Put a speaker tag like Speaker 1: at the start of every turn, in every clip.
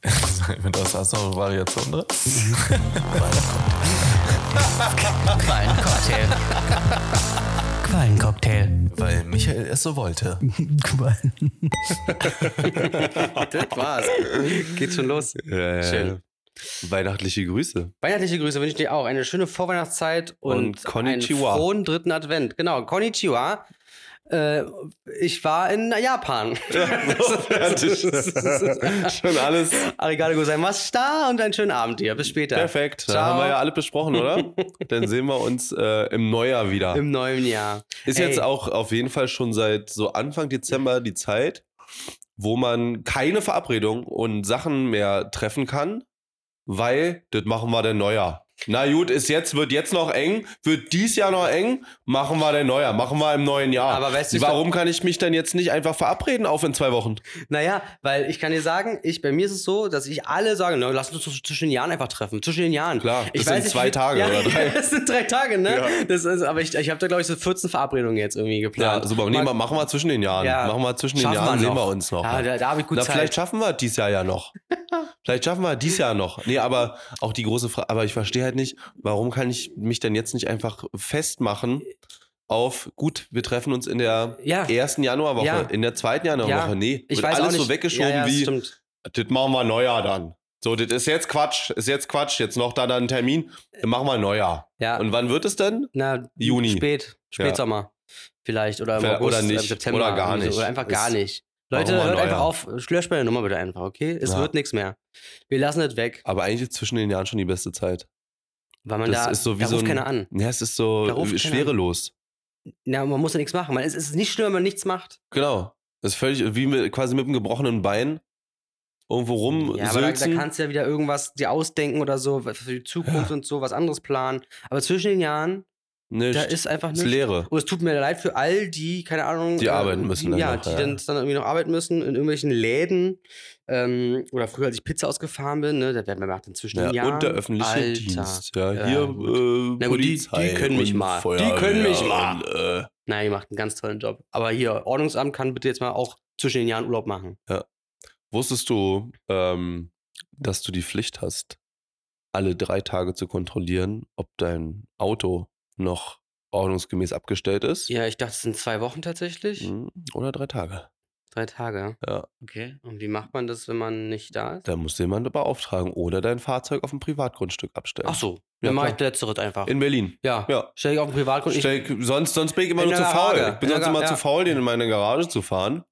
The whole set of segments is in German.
Speaker 1: Wenn das hast du noch eine Variation drin.
Speaker 2: Quallencocktail. Quallencocktail.
Speaker 1: Weil Michael es so wollte.
Speaker 3: Quallen.
Speaker 4: Das war's. Geht schon los.
Speaker 5: Ja, ja,
Speaker 4: Schön.
Speaker 5: ja. Weihnachtliche Grüße.
Speaker 4: Weihnachtliche Grüße wünsche ich dir auch. Eine schöne Vorweihnachtszeit und,
Speaker 5: Und
Speaker 4: einen
Speaker 5: Konnichiwa.
Speaker 4: frohen dritten Advent. Genau, Konnichiwa. Äh, ich war in Japan.
Speaker 5: Schon alles
Speaker 4: Arigato gozaimashita und einen schönen Abend dir. Bis später.
Speaker 5: perfekt.
Speaker 4: Ciao.
Speaker 5: Da haben wir ja alle besprochen, oder? Dann sehen wir uns äh, im Neujahr wieder.
Speaker 4: Im neuen Jahr.
Speaker 5: Ist
Speaker 4: Ey.
Speaker 5: jetzt auch auf jeden Fall schon seit so Anfang Dezember die Zeit, wo man keine Verabredung und Sachen mehr treffen kann, weil das machen wir dann Neujahr. Na gut, ist jetzt, wird jetzt noch eng, wird dies Jahr noch eng, machen wir dann Neujahr, machen wir im neuen Jahr.
Speaker 4: Aber weißt du, ich
Speaker 5: Warum kann ich mich dann jetzt nicht einfach verabreden auf in zwei Wochen?
Speaker 4: Naja, weil ich kann dir sagen, ich, bei mir ist es so, dass ich alle sage, na, lass uns zu- zwischen den Jahren einfach treffen. Zwischen den Jahren.
Speaker 5: Klar,
Speaker 4: ich
Speaker 5: das sind zwei
Speaker 4: wie-
Speaker 5: Tage
Speaker 4: ja,
Speaker 5: oder drei.
Speaker 4: Das sind drei Tage, ne?
Speaker 5: Ja.
Speaker 4: Das ist, aber ich, ich habe da, glaube ich, so 14 Verabredungen jetzt irgendwie
Speaker 5: Ja,
Speaker 4: geplant.
Speaker 5: super. Nee, mal, machen wir zwischen den Jahren.
Speaker 4: Ja.
Speaker 5: Machen wir zwischen den
Speaker 4: Schaffen
Speaker 5: Jahren,
Speaker 4: wir
Speaker 5: sehen
Speaker 4: noch.
Speaker 5: wir uns noch.
Speaker 4: Ja, da, da habe ich gut
Speaker 5: Na,
Speaker 4: Zeit.
Speaker 5: vielleicht schaffen wir es dieses Jahr ja noch. vielleicht schaffen wir es dieses Jahr noch. Nee, aber auch die große Frage, aber ich verstehe halt nicht, warum kann ich mich dann jetzt nicht einfach festmachen auf, gut, wir treffen uns in der
Speaker 4: ja,
Speaker 5: ersten Januarwoche,
Speaker 4: Ja.
Speaker 5: in der zweiten Januarwoche.
Speaker 4: Ja.
Speaker 5: Nee,
Speaker 4: ich
Speaker 5: wird
Speaker 4: weiß
Speaker 5: alles
Speaker 4: auch nicht.
Speaker 5: so weggeschoben
Speaker 4: ja, ja,
Speaker 5: wie,
Speaker 4: Stimmt.
Speaker 5: das machen wir Neujahr dann. So, das ist jetzt Quatsch, ist jetzt Quatsch, jetzt noch da dann einen Termin, dann machen wir Neujahr.
Speaker 4: Ja,
Speaker 5: Und wann wird es denn?
Speaker 4: na,
Speaker 5: Juni.
Speaker 4: Spät, Spätsommer. Vielleicht. Oder im
Speaker 5: Vielleicht-
Speaker 4: August,
Speaker 5: oder nicht.
Speaker 4: im September.
Speaker 5: Oder gar
Speaker 4: irgendwie so.
Speaker 5: nicht.
Speaker 4: Oder einfach gar
Speaker 5: Ist-
Speaker 4: nicht. Leute,
Speaker 5: Warum
Speaker 4: hört
Speaker 5: ein
Speaker 4: einfach
Speaker 5: neuer?
Speaker 4: auf. Löscht meine Nummer bitte einfach, okay? Es
Speaker 5: Ja.
Speaker 4: wird nichts mehr. Wir lassen das weg,
Speaker 5: Aber eigentlich ist zwischen den Jahren schon die beste Zeit.
Speaker 4: weil man
Speaker 5: Das
Speaker 4: da,
Speaker 5: ist so wie
Speaker 4: da
Speaker 5: so
Speaker 4: ruft
Speaker 5: ein-
Speaker 4: keiner an.
Speaker 5: Ja, es ist
Speaker 4: Da
Speaker 5: so
Speaker 4: ruft keiner an.
Speaker 5: schwerelos.
Speaker 4: Ja, man muss ja nichts machen. Man, es ist nicht schlimm, wenn man nichts macht.
Speaker 5: Genau. Das ist völlig wie mit, quasi mit einem gebrochenen Bein irgendwo rum
Speaker 4: Ja, aber da, da
Speaker 5: Um sülzen.
Speaker 4: kannst du ja wieder irgendwas dir ausdenken oder so, für die Zukunft und so, was anderes planen. Aber zwischen den Jahren,
Speaker 5: Nicht.
Speaker 4: da ist einfach
Speaker 5: Ne, ist
Speaker 4: nichts.
Speaker 5: Leere.
Speaker 4: Und es tut mir leid für all die, keine Ahnung. ähm,
Speaker 5: Die arbeiten müssen
Speaker 4: Die,
Speaker 5: dann
Speaker 4: ja,
Speaker 5: noch,
Speaker 4: die
Speaker 5: ja.
Speaker 4: dann, dann irgendwie noch arbeiten müssen in irgendwelchen Läden. Ähm, oder früher, als ich Pizza ausgefahren bin, ne, da werden wir macht inzwischen den
Speaker 5: Ja,
Speaker 4: Jahren.
Speaker 5: und der öffentliche
Speaker 4: Alter.
Speaker 5: Dienst. Ja,
Speaker 4: Ja,
Speaker 5: hier
Speaker 4: gut.
Speaker 5: äh,
Speaker 4: Na gut, die- die
Speaker 5: Polizei
Speaker 4: können mich
Speaker 5: und
Speaker 4: mal. Die
Speaker 5: Feuerwehr
Speaker 4: können mich mal.
Speaker 5: Und, äh,
Speaker 4: Nein, ihr macht einen ganz tollen Job. Aber hier, Ordnungsamt kann bitte jetzt mal auch zwischen den Jahren Urlaub machen.
Speaker 5: wusstest du, ähm, dass du die Pflicht hast, alle drei Tage zu kontrollieren, ob dein Auto noch ordnungsgemäß abgestellt ist?
Speaker 4: Ja, ich dachte, es sind zwei Wochen tatsächlich.
Speaker 5: Hm, Oder drei Tage.
Speaker 4: Drei Tage.
Speaker 5: Ja.
Speaker 4: Okay. Und wie macht man das, wenn man nicht da ist?
Speaker 5: Da muss jemand beauftragen oder dein Fahrzeug auf dem Privatgrundstück abstellen.
Speaker 4: Ach so,
Speaker 5: Ja,
Speaker 4: dann mache ich
Speaker 5: klar.
Speaker 4: letzteres einfach.
Speaker 5: In Berlin.
Speaker 4: ja.
Speaker 5: Ja.
Speaker 4: Stell ich auf den Privatgrund. Ich,
Speaker 5: Steck, sonst, sonst bin ich immer
Speaker 4: In
Speaker 5: nur zu
Speaker 4: der
Speaker 5: faul.
Speaker 4: Garage.
Speaker 5: Ich bin
Speaker 4: In der
Speaker 5: sonst immer
Speaker 4: Gar-
Speaker 5: zu
Speaker 4: ja. Mhm.
Speaker 5: faul, den in meine Garage zu fahren.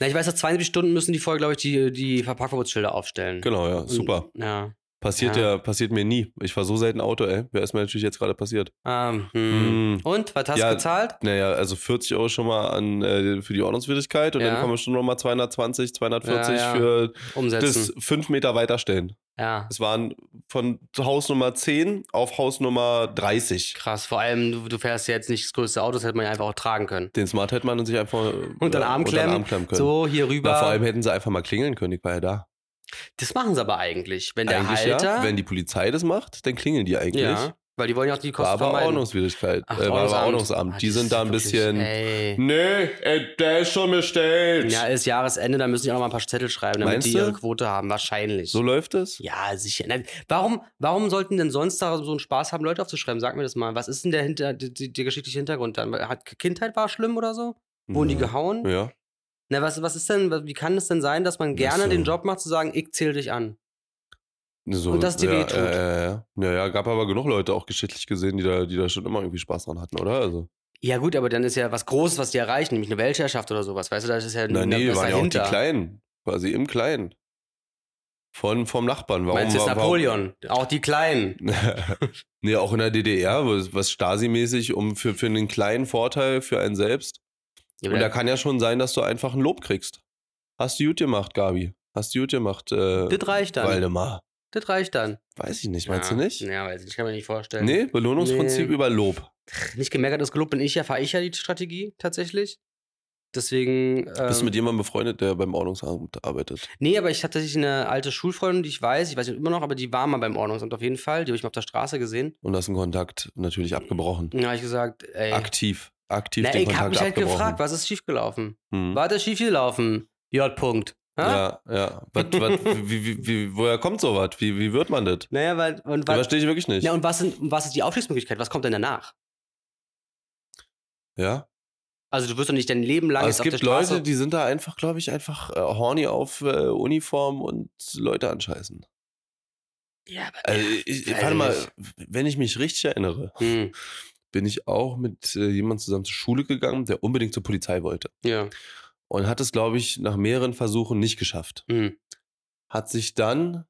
Speaker 4: na, ich weiß, dass 72 Stunden müssen die voll, glaube ich, die, die Verparkverbotsschilder aufstellen.
Speaker 5: Genau, ja, super.
Speaker 4: Ja.
Speaker 5: Passiert
Speaker 4: Ja.
Speaker 5: ja, passiert mir nie. Ich war so selten Auto, ey. Wer ist mir natürlich jetzt gerade passiert?
Speaker 4: Ähm, hm.
Speaker 5: Mm.
Speaker 4: Und, was hast du
Speaker 5: Ja.
Speaker 4: gezahlt?
Speaker 5: Naja, also 40 Euro schon mal an, äh, für die Ordnungswidrigkeit und
Speaker 4: Ja.
Speaker 5: dann kommen schon nochmal 220, 240
Speaker 4: Ja, ja.
Speaker 5: für das
Speaker 4: Umsetzen.
Speaker 5: 5 Meter weiterstellen.
Speaker 4: ja.
Speaker 5: Es waren von Hausnummer 10 auf Hausnummer 30.
Speaker 4: Krass. Vor allem, du, du fährst ja jetzt nicht das größte Auto, das hätte man ja einfach auch tragen können.
Speaker 5: Den Smart hätte man sich einfach äh,
Speaker 4: Und dann Arm
Speaker 5: unter den
Speaker 4: klemmen.
Speaker 5: Arm klemmen können.
Speaker 4: So, hier
Speaker 5: Na, vor allem
Speaker 4: rüber.
Speaker 5: hätten sie einfach mal klingeln können, ich war ja da.
Speaker 4: Das machen sie aber eigentlich. Wenn der
Speaker 5: eigentlich
Speaker 4: Halter.
Speaker 5: ja, wenn die Polizei das macht, dann klingeln die eigentlich.
Speaker 4: ja, weil die wollen ja auch die
Speaker 5: War
Speaker 4: Kosten
Speaker 5: aber
Speaker 4: vermeiden.
Speaker 5: Ordnungswidrigkeit.
Speaker 4: Ach,
Speaker 5: äh, war aber Ordnungsamt.
Speaker 4: Ah,
Speaker 5: die
Speaker 4: das
Speaker 5: sind
Speaker 4: ist
Speaker 5: da ein
Speaker 4: wirklich-
Speaker 5: bisschen.
Speaker 4: Ey.
Speaker 5: Nee, ey, der ist schon bestellt.
Speaker 4: Ja, ist Jahresende, da müssen die auch noch mal ein paar Zettel schreiben, damit
Speaker 5: Meinst
Speaker 4: die
Speaker 5: du?
Speaker 4: ihre Quote haben. Wahrscheinlich.
Speaker 5: so läuft es?
Speaker 4: ja, sicher. Na, Warum, warum sollten denn sonst da so einen Spaß haben, Leute aufzuschreiben? Sag mir das mal. Was ist denn der, hinter, die- die- der geschichtliche Hintergrund dann? Hat Kindheit war schlimm oder so? Wurden die gehauen?
Speaker 5: Mhm. Hm. Ja.
Speaker 4: Na, was, was ist denn, wie kann es denn sein, dass man
Speaker 5: Ach
Speaker 4: gerne
Speaker 5: so.
Speaker 4: den Job macht, zu sagen, ich zähle dich an?
Speaker 5: So,
Speaker 4: Und dass die
Speaker 5: ja,
Speaker 4: wehtut.
Speaker 5: Ja, ja, ja. ja, ja, gab aber genug Leute, auch geschichtlich gesehen, die da, die da schon immer irgendwie Spaß dran hatten, oder? Also,
Speaker 4: Ja, gut, aber dann ist ja was Großes, was die erreichen, nämlich eine Weltherrschaft oder sowas. Weißt du, das ist ja
Speaker 5: na,
Speaker 4: da-
Speaker 5: nee,
Speaker 4: Äh, das
Speaker 5: waren ja auch die
Speaker 4: dahinter.
Speaker 5: Kleinen. Quasi im Kleinen. Von, vom Nachbarn. Warum,
Speaker 4: Meinst du, das
Speaker 5: warum-
Speaker 4: Napoleon? Auch die Kleinen.
Speaker 5: nee, auch in der DDR, was was Stasi-mäßig, um für, für einen kleinen Vorteil für einen selbst.
Speaker 4: Ja,
Speaker 5: Und
Speaker 4: aber
Speaker 5: da kann ja schon sein, dass du einfach ein Lob kriegst. Hast du gut gemacht, Gabi. Hast du gut gemacht, äh,
Speaker 4: das reicht dann.
Speaker 5: Waldemar.
Speaker 4: Das reicht dann.
Speaker 5: Weiß ich nicht, meinst
Speaker 4: ja.
Speaker 5: du nicht?
Speaker 4: Ja, weiß ich, kann mir nicht vorstellen.
Speaker 5: Nee, Belohnungsprinzip
Speaker 4: Nee.
Speaker 5: über Lob.
Speaker 4: Nicht gemeckert ist gelobt, bin ich ja, fahre ich ja die Strategie tatsächlich. Deswegen. Ähm,
Speaker 5: Bist du mit jemandem befreundet, der beim Ordnungsamt arbeitet?
Speaker 4: Nee, aber ich hatte tatsächlich eine alte Schulfreundin, die ich weiß, ich weiß nicht immer noch, aber die war mal beim Ordnungsamt auf jeden Fall. Die habe ich mal auf der Straße gesehen.
Speaker 5: Und hast einen Kontakt natürlich abgebrochen.
Speaker 4: Und da habe ich gesagt, ey.
Speaker 5: Aktiv. Aktiv
Speaker 4: na,
Speaker 5: den
Speaker 4: ich habe
Speaker 5: Kontakt
Speaker 4: mich halt
Speaker 5: abgebrochen.
Speaker 4: gefragt, was ist schiefgelaufen?
Speaker 5: Hm.
Speaker 4: War das schiefgelaufen? J. Punkt. Ha?
Speaker 5: Ja, ja. Was, was, wie, wie, wie, woher kommt sowas? Wie, wie wird man das?
Speaker 4: Naja, weil. Und
Speaker 5: Das
Speaker 4: was,
Speaker 5: verstehe ich wirklich nicht.
Speaker 4: ja,
Speaker 5: Ja.
Speaker 4: und was, sind, was ist die Aufstiegsmöglichkeit? Was kommt denn danach? Also, du wirst doch nicht dein Leben lang
Speaker 5: Aber
Speaker 4: jetzt
Speaker 5: es
Speaker 4: auf der
Speaker 5: gibt
Speaker 4: Straße.
Speaker 5: Leute, die sind da einfach, glaube ich, einfach äh, horny auf äh, Uniform und Leute anscheißen.
Speaker 4: ja, aber,
Speaker 5: Also, ich, ich,
Speaker 4: weiß
Speaker 5: warte
Speaker 4: ich
Speaker 5: mal,
Speaker 4: nicht.
Speaker 5: wenn ich mich richtig erinnere,
Speaker 4: Hm,
Speaker 5: bin ich auch mit äh, jemandem zusammen zur Schule gegangen, der unbedingt zur Polizei wollte.
Speaker 4: ja.
Speaker 5: Und hat es, glaube ich, nach mehreren Versuchen nicht geschafft.
Speaker 4: Hm.
Speaker 5: Hat sich dann,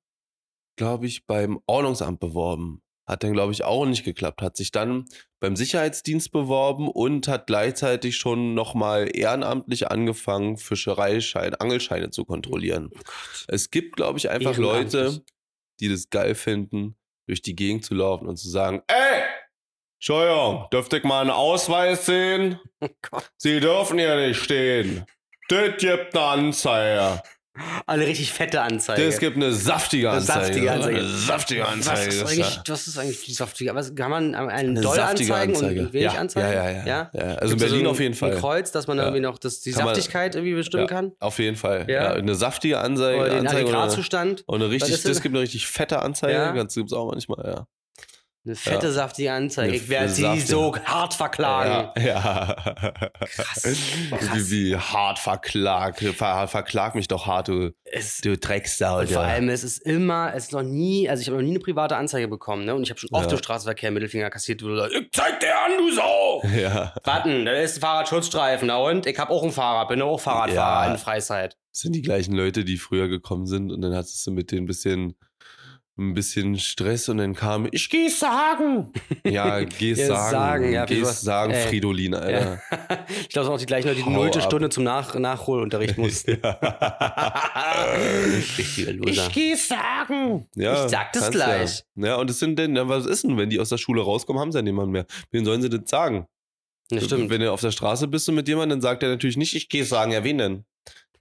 Speaker 5: glaube ich, beim Ordnungsamt beworben. Hat dann, glaube ich, auch nicht geklappt. Hat sich dann beim Sicherheitsdienst beworben und hat gleichzeitig schon nochmal ehrenamtlich angefangen, Fischereischeine, Angelscheine zu kontrollieren. Es gibt, glaube ich, einfach Leute,
Speaker 4: Oh Ehrenamtlich.
Speaker 5: die das geil finden, durch die Gegend zu laufen und zu sagen, ey, Entschuldigung, dürfte ich mal einen Ausweis sehen?
Speaker 4: Oh Gott.
Speaker 5: Sie dürfen hier nicht stehen. Das gibt eine Anzeige.
Speaker 4: Alle richtig fette Anzeigen.
Speaker 5: Das gibt eine saftige
Speaker 4: Eine
Speaker 5: Anzeige.
Speaker 4: saftige Anzeige.
Speaker 5: Eine saftige Anzeige.
Speaker 4: Was ist
Speaker 5: Das
Speaker 4: eigentlich,
Speaker 5: ja
Speaker 4: was ist eigentlich die saftige? Was kann man einen
Speaker 5: eine
Speaker 4: doll
Speaker 5: saftige
Speaker 4: anzeigen
Speaker 5: Anzeige.
Speaker 4: und wenig
Speaker 5: ja.
Speaker 4: anzeigen?
Speaker 5: Ja, ja, ja.
Speaker 4: Ja?
Speaker 5: ja. Also in
Speaker 4: Gibt's da so
Speaker 5: Berlin
Speaker 4: ein-
Speaker 5: auf jeden Fall.
Speaker 4: Ein Kreuz, dass man da
Speaker 5: Ja.
Speaker 4: irgendwie noch das, die
Speaker 5: Kann man-
Speaker 4: Saftigkeit irgendwie bestimmen
Speaker 5: Ja.
Speaker 4: kann.
Speaker 5: Auf jeden Fall.
Speaker 4: Ja.
Speaker 5: Ja. Eine saftige Anzeige.
Speaker 4: Oder den
Speaker 5: Anzeige eine,
Speaker 4: Aggregatzustand.
Speaker 5: und eine
Speaker 4: Was
Speaker 5: richtig,
Speaker 4: ist denn-
Speaker 5: das gibt eine richtig fette Anzeige.
Speaker 4: Ja.
Speaker 5: Das gibt es auch manchmal, ja.
Speaker 4: Eine fette,
Speaker 5: Ja.
Speaker 4: saftige Anzeige.
Speaker 5: Eine
Speaker 4: Ich werde
Speaker 5: f-
Speaker 4: sie
Speaker 5: saftige.
Speaker 4: so hart verklagen.
Speaker 5: Ja. ja.
Speaker 4: Krass.
Speaker 5: Wie, wie hart verklag. Ver, verklag mich doch hart, du,
Speaker 4: Es,
Speaker 5: du Drecksau.
Speaker 4: und
Speaker 5: du.
Speaker 4: vor allem, es ist immer, es ist noch nie, also ich habe noch nie eine private Anzeige bekommen, ne? Und ich habe schon oft
Speaker 5: Ja.
Speaker 4: im Straßenverkehr Mittelfinger kassiert, wo du sagst, ich zeig dir an, du Sau!
Speaker 5: Ja.
Speaker 4: Warten, da ist ein Fahrradschutzstreifen, na und? Ich habe auch einen Fahrrad, bin doch auch Fahrradfahrer
Speaker 5: Ja.
Speaker 4: in Freizeit.
Speaker 5: Das sind die gleichen Leute, die früher gekommen sind und dann hattest du mit denen ein bisschen, ein bisschen Stress und dann kam, ich geh sagen. Ja, geh
Speaker 4: Ja,
Speaker 5: sagen.
Speaker 4: sagen, ja, wie
Speaker 5: geh
Speaker 4: was-
Speaker 5: sagen,
Speaker 4: ey.
Speaker 5: Fridolin, Alter.
Speaker 4: ich glaube, es sind auch die gleichen Leute, die die
Speaker 5: Hau
Speaker 4: nullte
Speaker 5: ab.
Speaker 4: Stunde zum Nach Nachholunterricht mussten. Richtiger Loser.
Speaker 5: geh sagen. Ja,
Speaker 4: Ich sag das
Speaker 5: kannst
Speaker 4: gleich.
Speaker 5: Ja. ja, und es sind denn, na, was ist denn, wenn die aus der Schule rauskommen, haben sie ja niemanden mehr. Wen sollen sie denn sagen?
Speaker 4: Das stimmt.
Speaker 5: Wenn du auf der Straße bist und mit jemandem, dann sagt er natürlich nicht, ich geh sagen. Ja, wen denn?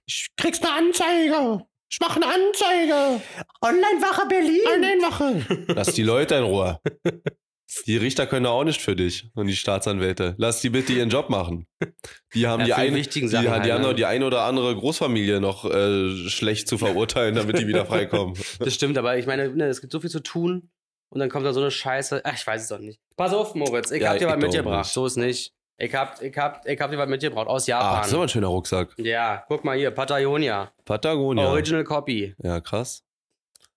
Speaker 5: Ich krieg's eine Anzeige. Ich mach eine Anzeige.
Speaker 4: Online-Wache Berlin.
Speaker 5: machen. Lass die Leute in Ruhe. Die Richter können da auch nicht für dich und die Staatsanwälte. Lass die bitte ihren Job machen. Die haben die
Speaker 4: Ja, für die
Speaker 5: eine,
Speaker 4: wichtigen
Speaker 5: die,
Speaker 4: Sachen
Speaker 5: die
Speaker 4: halt,
Speaker 5: haben
Speaker 4: ne?
Speaker 5: noch die eine oder andere Großfamilie noch äh, schlecht zu verurteilen, damit die wieder freikommen.
Speaker 4: Das stimmt, aber ich meine, ne, es gibt so viel zu tun und dann kommt da so eine Scheiße. Ach, ich weiß es doch nicht. Pass auf, Moritz, ich
Speaker 5: Ja,
Speaker 4: hab
Speaker 5: ich
Speaker 4: dir was
Speaker 5: glaub
Speaker 4: mitgebracht.
Speaker 5: nicht.
Speaker 4: So ist nicht. Ich hab, ich hab, ich hab dir was mitgebracht aus
Speaker 5: Ah, das ist aber
Speaker 4: Japan.
Speaker 5: ein schöner Rucksack.
Speaker 4: ja, guck mal hier, Patagonia.
Speaker 5: Patagonia.
Speaker 4: Original Copy.
Speaker 5: Ja, krass.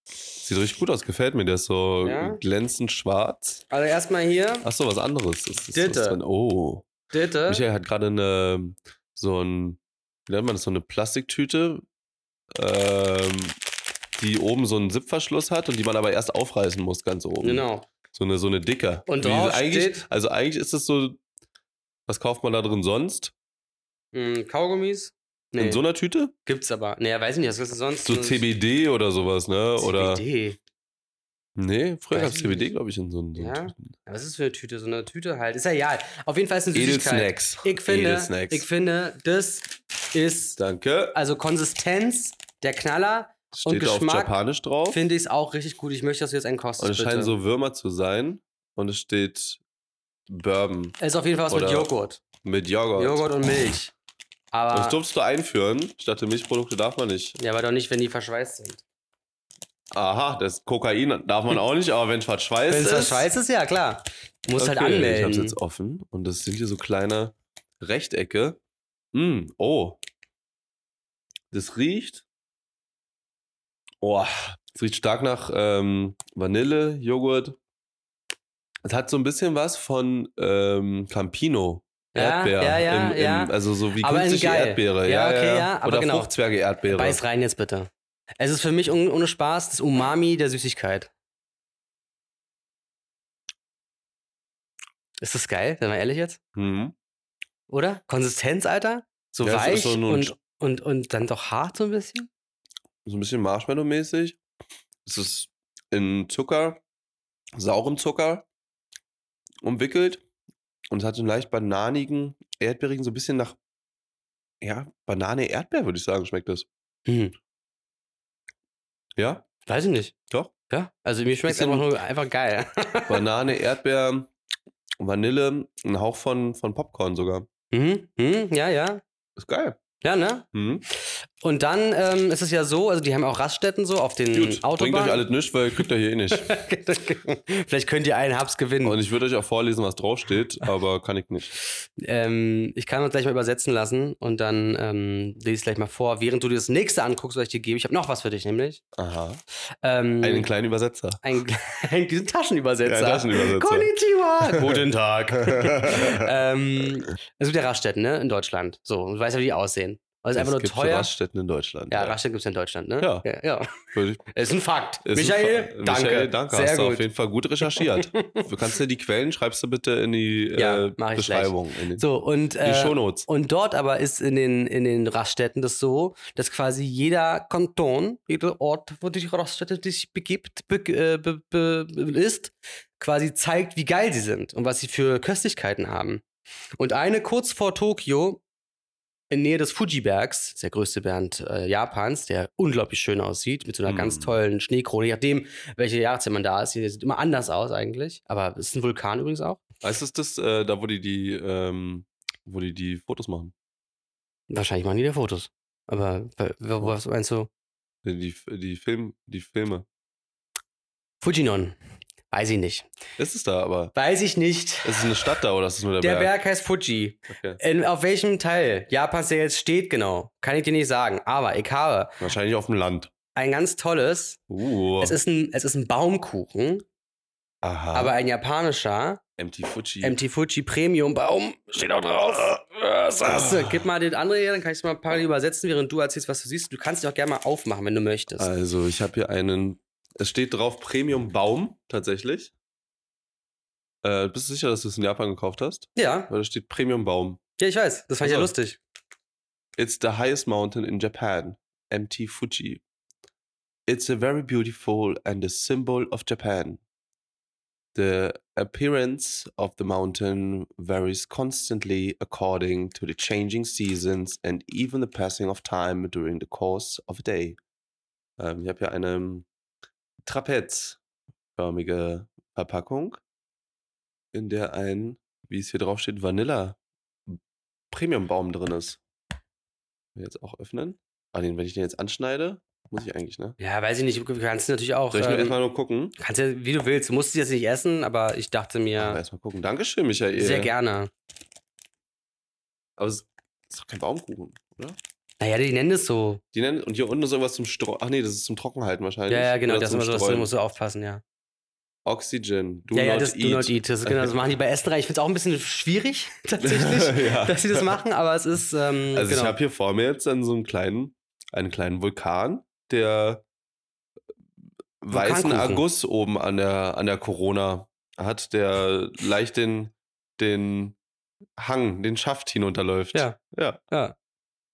Speaker 5: Sieht richtig gut aus, gefällt mir. Der ist so
Speaker 4: Ja?
Speaker 5: glänzend schwarz.
Speaker 4: Also erstmal hier,
Speaker 5: Achso, was anderes. Das ist,
Speaker 4: Ditte.
Speaker 5: Was drin. Oh.
Speaker 4: bitte.
Speaker 5: Michael hat gerade eine, so ein, wie nennt man das, so eine Plastiktüte, ähm, die oben so einen Zipverschluss hat und die man aber erst aufreißen muss, ganz oben.
Speaker 4: Genau.
Speaker 5: So eine, so eine dicke.
Speaker 4: Und
Speaker 5: Wie
Speaker 4: drauf
Speaker 5: eigentlich,
Speaker 4: steht-
Speaker 5: Also eigentlich ist es so, was kauft man da drin sonst?
Speaker 4: Hm, Kaugummis?
Speaker 5: In
Speaker 4: Nee,
Speaker 5: so einer Tüte?
Speaker 4: gibt's aber. Naja, weiß ich nicht, was ist denn sonst?
Speaker 5: So CBD oder sowas, ne? Oder,
Speaker 4: CBD.
Speaker 5: nee, früher
Speaker 4: Weiß
Speaker 5: gab es
Speaker 4: ich
Speaker 5: CBD,
Speaker 4: nicht.
Speaker 5: glaube ich, in so einem.
Speaker 4: Ja? Aber was ist das für eine Tüte? So eine Tüte halt. Ist ja egal. Auf jeden Fall ist eine Süßigkeit.
Speaker 5: Edelsnacks.
Speaker 4: Ich finde,
Speaker 5: Edelsnacks.
Speaker 4: ich finde, das ist
Speaker 5: Danke.
Speaker 4: also Konsistenz, der Knaller,
Speaker 5: Steht
Speaker 4: Geschmack
Speaker 5: auf Japanisch drauf.
Speaker 4: finde ich es auch richtig gut. Ich möchte, dass du jetzt einen kostest.
Speaker 5: Oh. Und es scheinen
Speaker 4: bitte.
Speaker 5: so Würmer zu sein. Und es steht Bourbon
Speaker 4: ist auf jeden Fall was mit
Speaker 5: Oder-
Speaker 4: Joghurt.
Speaker 5: mit Joghurt.
Speaker 4: Joghurt und Milch.
Speaker 5: Das
Speaker 4: Aber.
Speaker 5: durftest du einführen. Ich dachte, Milchprodukte darf man nicht.
Speaker 4: Ja, aber doch nicht, wenn die verschweißt sind.
Speaker 5: Aha, das Kokain darf man auch nicht, aber wenn es verschweißt
Speaker 4: Wenn
Speaker 5: ist.
Speaker 4: es verschweißt ist, ja klar. Muss halt
Speaker 5: Okay, Ich hab's
Speaker 4: anmelden.
Speaker 5: jetzt offen und das sind hier so kleine Rechtecke. Mm, oh. Das riecht. Oh, es riecht stark nach ähm, Vanille, Joghurt. Es hat so ein bisschen was von ähm, Campino.
Speaker 4: Ja,
Speaker 5: Erdbeer.
Speaker 4: ja, ja,
Speaker 5: Im, im,
Speaker 4: ja.
Speaker 5: Also so wie
Speaker 4: Aber in
Speaker 5: künstliche
Speaker 4: geil.
Speaker 5: Erdbeere.
Speaker 4: Ja, okay, ja, aber
Speaker 5: Oder
Speaker 4: genau.
Speaker 5: Fruchtzwerge Erdbeere.
Speaker 4: Beiß rein jetzt bitte. Es ist für mich un- ohne Spaß das Umami der Süßigkeit. Ist das geil, wenn wir ehrlich jetzt?
Speaker 5: Mhm.
Speaker 4: Oder? Konsistenz, Alter? So
Speaker 5: Ja, es
Speaker 4: weich
Speaker 5: ist so nur ein
Speaker 4: und, und, und dann doch hart so ein bisschen?
Speaker 5: so ein bisschen Marshmallow-mäßig. Es ist in Zucker, saurem Zucker umwickelt und es hat so einen leicht bananigen, erdbeerigen, so ein bisschen nach, ja, Banane, Erdbeer würde ich sagen, schmeckt das.
Speaker 4: Hm,
Speaker 5: Mhm, Ja,
Speaker 4: weiß ich nicht.
Speaker 5: Doch.
Speaker 4: Ja, also mir schmeckt es
Speaker 5: Bisschen-
Speaker 4: einfach nur einfach geil.
Speaker 5: Banane, Erdbeer, Vanille, ein Hauch von, von Popcorn sogar.
Speaker 4: mhm, mhm, ja, ja.
Speaker 5: Ist geil.
Speaker 4: Ja, ne?
Speaker 5: Mhm.
Speaker 4: Und dann ähm, ist es ja so, also die haben auch Raststätten so auf den
Speaker 5: Gut, bringt euch
Speaker 4: Autobahnen.
Speaker 5: alles nicht, weil ihr kriegt ihr hier eh nicht.
Speaker 4: Vielleicht könnt ihr einen Hubs gewinnen.
Speaker 5: Und ich würde euch auch vorlesen, was draufsteht, aber kann ich nicht.
Speaker 4: Ähm, ich kann uns gleich mal übersetzen lassen und dann ähm, lese ich es gleich mal vor, während du dir das nächste anguckst, was ich dir gebe. Ich habe noch was für dich, nämlich.
Speaker 5: Aha.
Speaker 4: Ähm,
Speaker 5: Einen kleinen Übersetzer.
Speaker 4: ein, ein, diesen Taschenübersetzer.
Speaker 5: Ja,
Speaker 4: äh,
Speaker 5: Taschenübersetzer.
Speaker 4: Konnichiwa! Guten Tag! ähm, es gibt ja Raststätten, ne? In Deutschland. So, und du weißt ja, wie die aussehen. Und es
Speaker 5: Es
Speaker 4: ist Also einfach nur
Speaker 5: gibt
Speaker 4: teuer.
Speaker 5: Raststätten in Deutschland.
Speaker 4: ja, Raststätten gibt es ja in Deutschland, ne?
Speaker 5: Ja.
Speaker 4: ja. ja.
Speaker 5: Würde ich-
Speaker 4: Ist ein Fakt.
Speaker 5: Ist ein
Speaker 4: Michael,
Speaker 5: Fa-
Speaker 4: danke.
Speaker 5: Äh, Michael, danke.
Speaker 4: Sehr
Speaker 5: hast du
Speaker 4: gut.
Speaker 5: auf jeden Fall gut recherchiert. du kannst dir die Quellen, schreibst du bitte in die
Speaker 4: Ja,
Speaker 5: äh,
Speaker 4: mach ich
Speaker 5: Beschreibung. In den,
Speaker 4: so, und.
Speaker 5: die
Speaker 4: äh,
Speaker 5: Shownotes.
Speaker 4: Und dort aber ist in den, in den Raststätten das so, dass quasi jeder Kanton, jeder Ort, wo die Raststätte sich begibt, be, äh, be, be, ist, quasi zeigt, wie geil sie sind und was sie für Köstlichkeiten haben. Und eine kurz vor Tokio, in Nähe des Fujibergs, ist der größte Bernd äh, Japans, der unglaublich schön aussieht, mit so einer
Speaker 5: Mm.
Speaker 4: ganz tollen Schneekrone, je nachdem, welche Jahreszeit man da ist. Die sieht immer anders aus eigentlich, aber es ist ein Vulkan übrigens auch.
Speaker 5: Weißt du, ist das äh, da, wo die die, ähm, wo die die Fotos machen?
Speaker 4: Wahrscheinlich machen die da Fotos. Aber wa- wa- was meinst du?
Speaker 5: Äh, Die, die, die, Film, die Filme.
Speaker 4: Fujinon. Weiß ich nicht.
Speaker 5: Ist es da, aber
Speaker 4: Weiß ich nicht.
Speaker 5: ist es eine Stadt da oder ist es nur der,
Speaker 4: Der
Speaker 5: Berg?
Speaker 4: Berg heißt Fuji.
Speaker 5: Okay.
Speaker 4: In, auf welchem Teil Japans der jetzt steht, genau, kann ich dir nicht sagen. Aber ich habe
Speaker 5: Wahrscheinlich auf dem Land.
Speaker 4: ein ganz tolles.
Speaker 5: Uh.
Speaker 4: Es, ist ein, es ist ein Baumkuchen,
Speaker 5: Aha.
Speaker 4: aber ein japanischer
Speaker 5: MT Fuji. Äh,
Speaker 4: MT Fuji Premium Baum. Steht auch drauf. Was hast du? Gib mal den anderen her, dann kann ich es mal parallel übersetzen, während du erzählst, was du siehst. Du kannst ihn auch gerne mal aufmachen, wenn du möchtest.
Speaker 5: Also, ich habe hier einen. Es steht drauf Premium Baum, tatsächlich. Äh, bist du sicher, dass du es in Japan gekauft hast?
Speaker 4: Ja,
Speaker 5: Weil da steht Premium Baum.
Speaker 4: ja, ich weiß. Das fand ich ja
Speaker 5: Also.
Speaker 4: lustig.
Speaker 5: It's the highest mountain in Japan, MT Fuji. It's a very beautiful and a symbol of Japan. The appearance of the mountain varies constantly according to the changing seasons and even the passing of time during the course of a day. Ähm, ich habe hier eine trapezförmige Verpackung, in der ein, wie es hier drauf steht, Vanilla Premiumbaum drin ist. Will jetzt auch öffnen. Ah, den, wenn ich den jetzt anschneide, muss ich eigentlich, ne?
Speaker 4: Ja, weiß ich nicht. Du kannst natürlich auch.
Speaker 5: Soll ich nur
Speaker 4: ähm,
Speaker 5: erstmal nur gucken?
Speaker 4: Kannst ja, wie du willst. Du musst es jetzt nicht essen, aber ich dachte
Speaker 5: Aber
Speaker 4: mir,
Speaker 5: Erstmal gucken. Dankeschön, Michael.
Speaker 4: sehr gerne.
Speaker 5: Aber es ist doch kein Baumkuchen, oder?
Speaker 4: Naja, die nennen es so.
Speaker 5: Die nennen, und hier unten ist irgendwas zum Stro. Ach nee, das ist zum Trockenhalten wahrscheinlich.
Speaker 4: Ja, ja, genau,
Speaker 5: Oder
Speaker 4: das ist
Speaker 5: zum
Speaker 4: immer so, das
Speaker 5: Streuen.
Speaker 4: musst du aufpassen, ja.
Speaker 5: Oxygen. Do
Speaker 4: ja,
Speaker 5: not
Speaker 4: ja, das
Speaker 5: eat.
Speaker 4: Do Not Eat. Das, ist genau, das machen die bei Essen rein. Ich finde es auch ein bisschen schwierig, tatsächlich,
Speaker 5: ja.
Speaker 4: dass sie das machen, aber es ist, ähm,
Speaker 5: Also ich
Speaker 4: genau.
Speaker 5: habe hier vor mir jetzt einen so einen kleinen, einen kleinen Vulkan, der äh, weißen
Speaker 4: Vulkankuchen.
Speaker 5: Erguss oben an der, an der Corona hat, der leicht den, den Hang, den Schaft hinunterläuft.
Speaker 4: Ja.
Speaker 5: Ja,
Speaker 4: ja.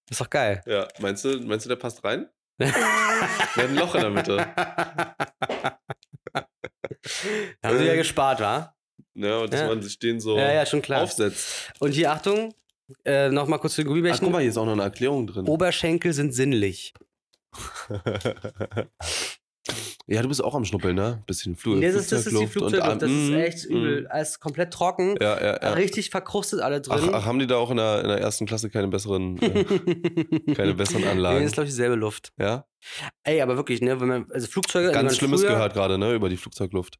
Speaker 4: Ist doch geil.
Speaker 5: ja. Meinst du, meinst du, der passt rein? Der hat ein Loch in der Mitte.
Speaker 4: Da haben sie ja gespart, wa?
Speaker 5: Ja, ne, und dass
Speaker 4: Ja.
Speaker 5: man sich den Äh, so
Speaker 4: Ja, ja, schon klar.
Speaker 5: aufsetzt.
Speaker 4: Und hier, Achtung, äh, nochmal kurz zu den
Speaker 5: Ach, guck
Speaker 4: Gummibärchen.
Speaker 5: mal, hier ist auch noch eine Erklärung drin.
Speaker 4: Oberschenkel sind sinnlich.
Speaker 5: ja, du bist auch am Schnuppeln, ne? Bisschen Flug.
Speaker 4: Das ist, das ist die Flugzeugluft, das ist
Speaker 5: mm,
Speaker 4: echt
Speaker 5: mm.
Speaker 4: übel. Es ist komplett trocken,
Speaker 5: Ja, ja, ja.
Speaker 4: richtig verkrustet alle
Speaker 5: Ach,
Speaker 4: drin.
Speaker 5: ach, haben die da auch in der, in der ersten Klasse keine besseren, äh, keine besseren
Speaker 4: Nee,
Speaker 5: Anlagen?
Speaker 4: ist, glaube ich, dieselbe Luft.
Speaker 5: ja,
Speaker 4: Ey, aber wirklich, ne, wenn man, also Flugzeuge. wenn man
Speaker 5: ganz Schlimmes
Speaker 4: früher,
Speaker 5: gehört gerade, ne, über die Flugzeugluft.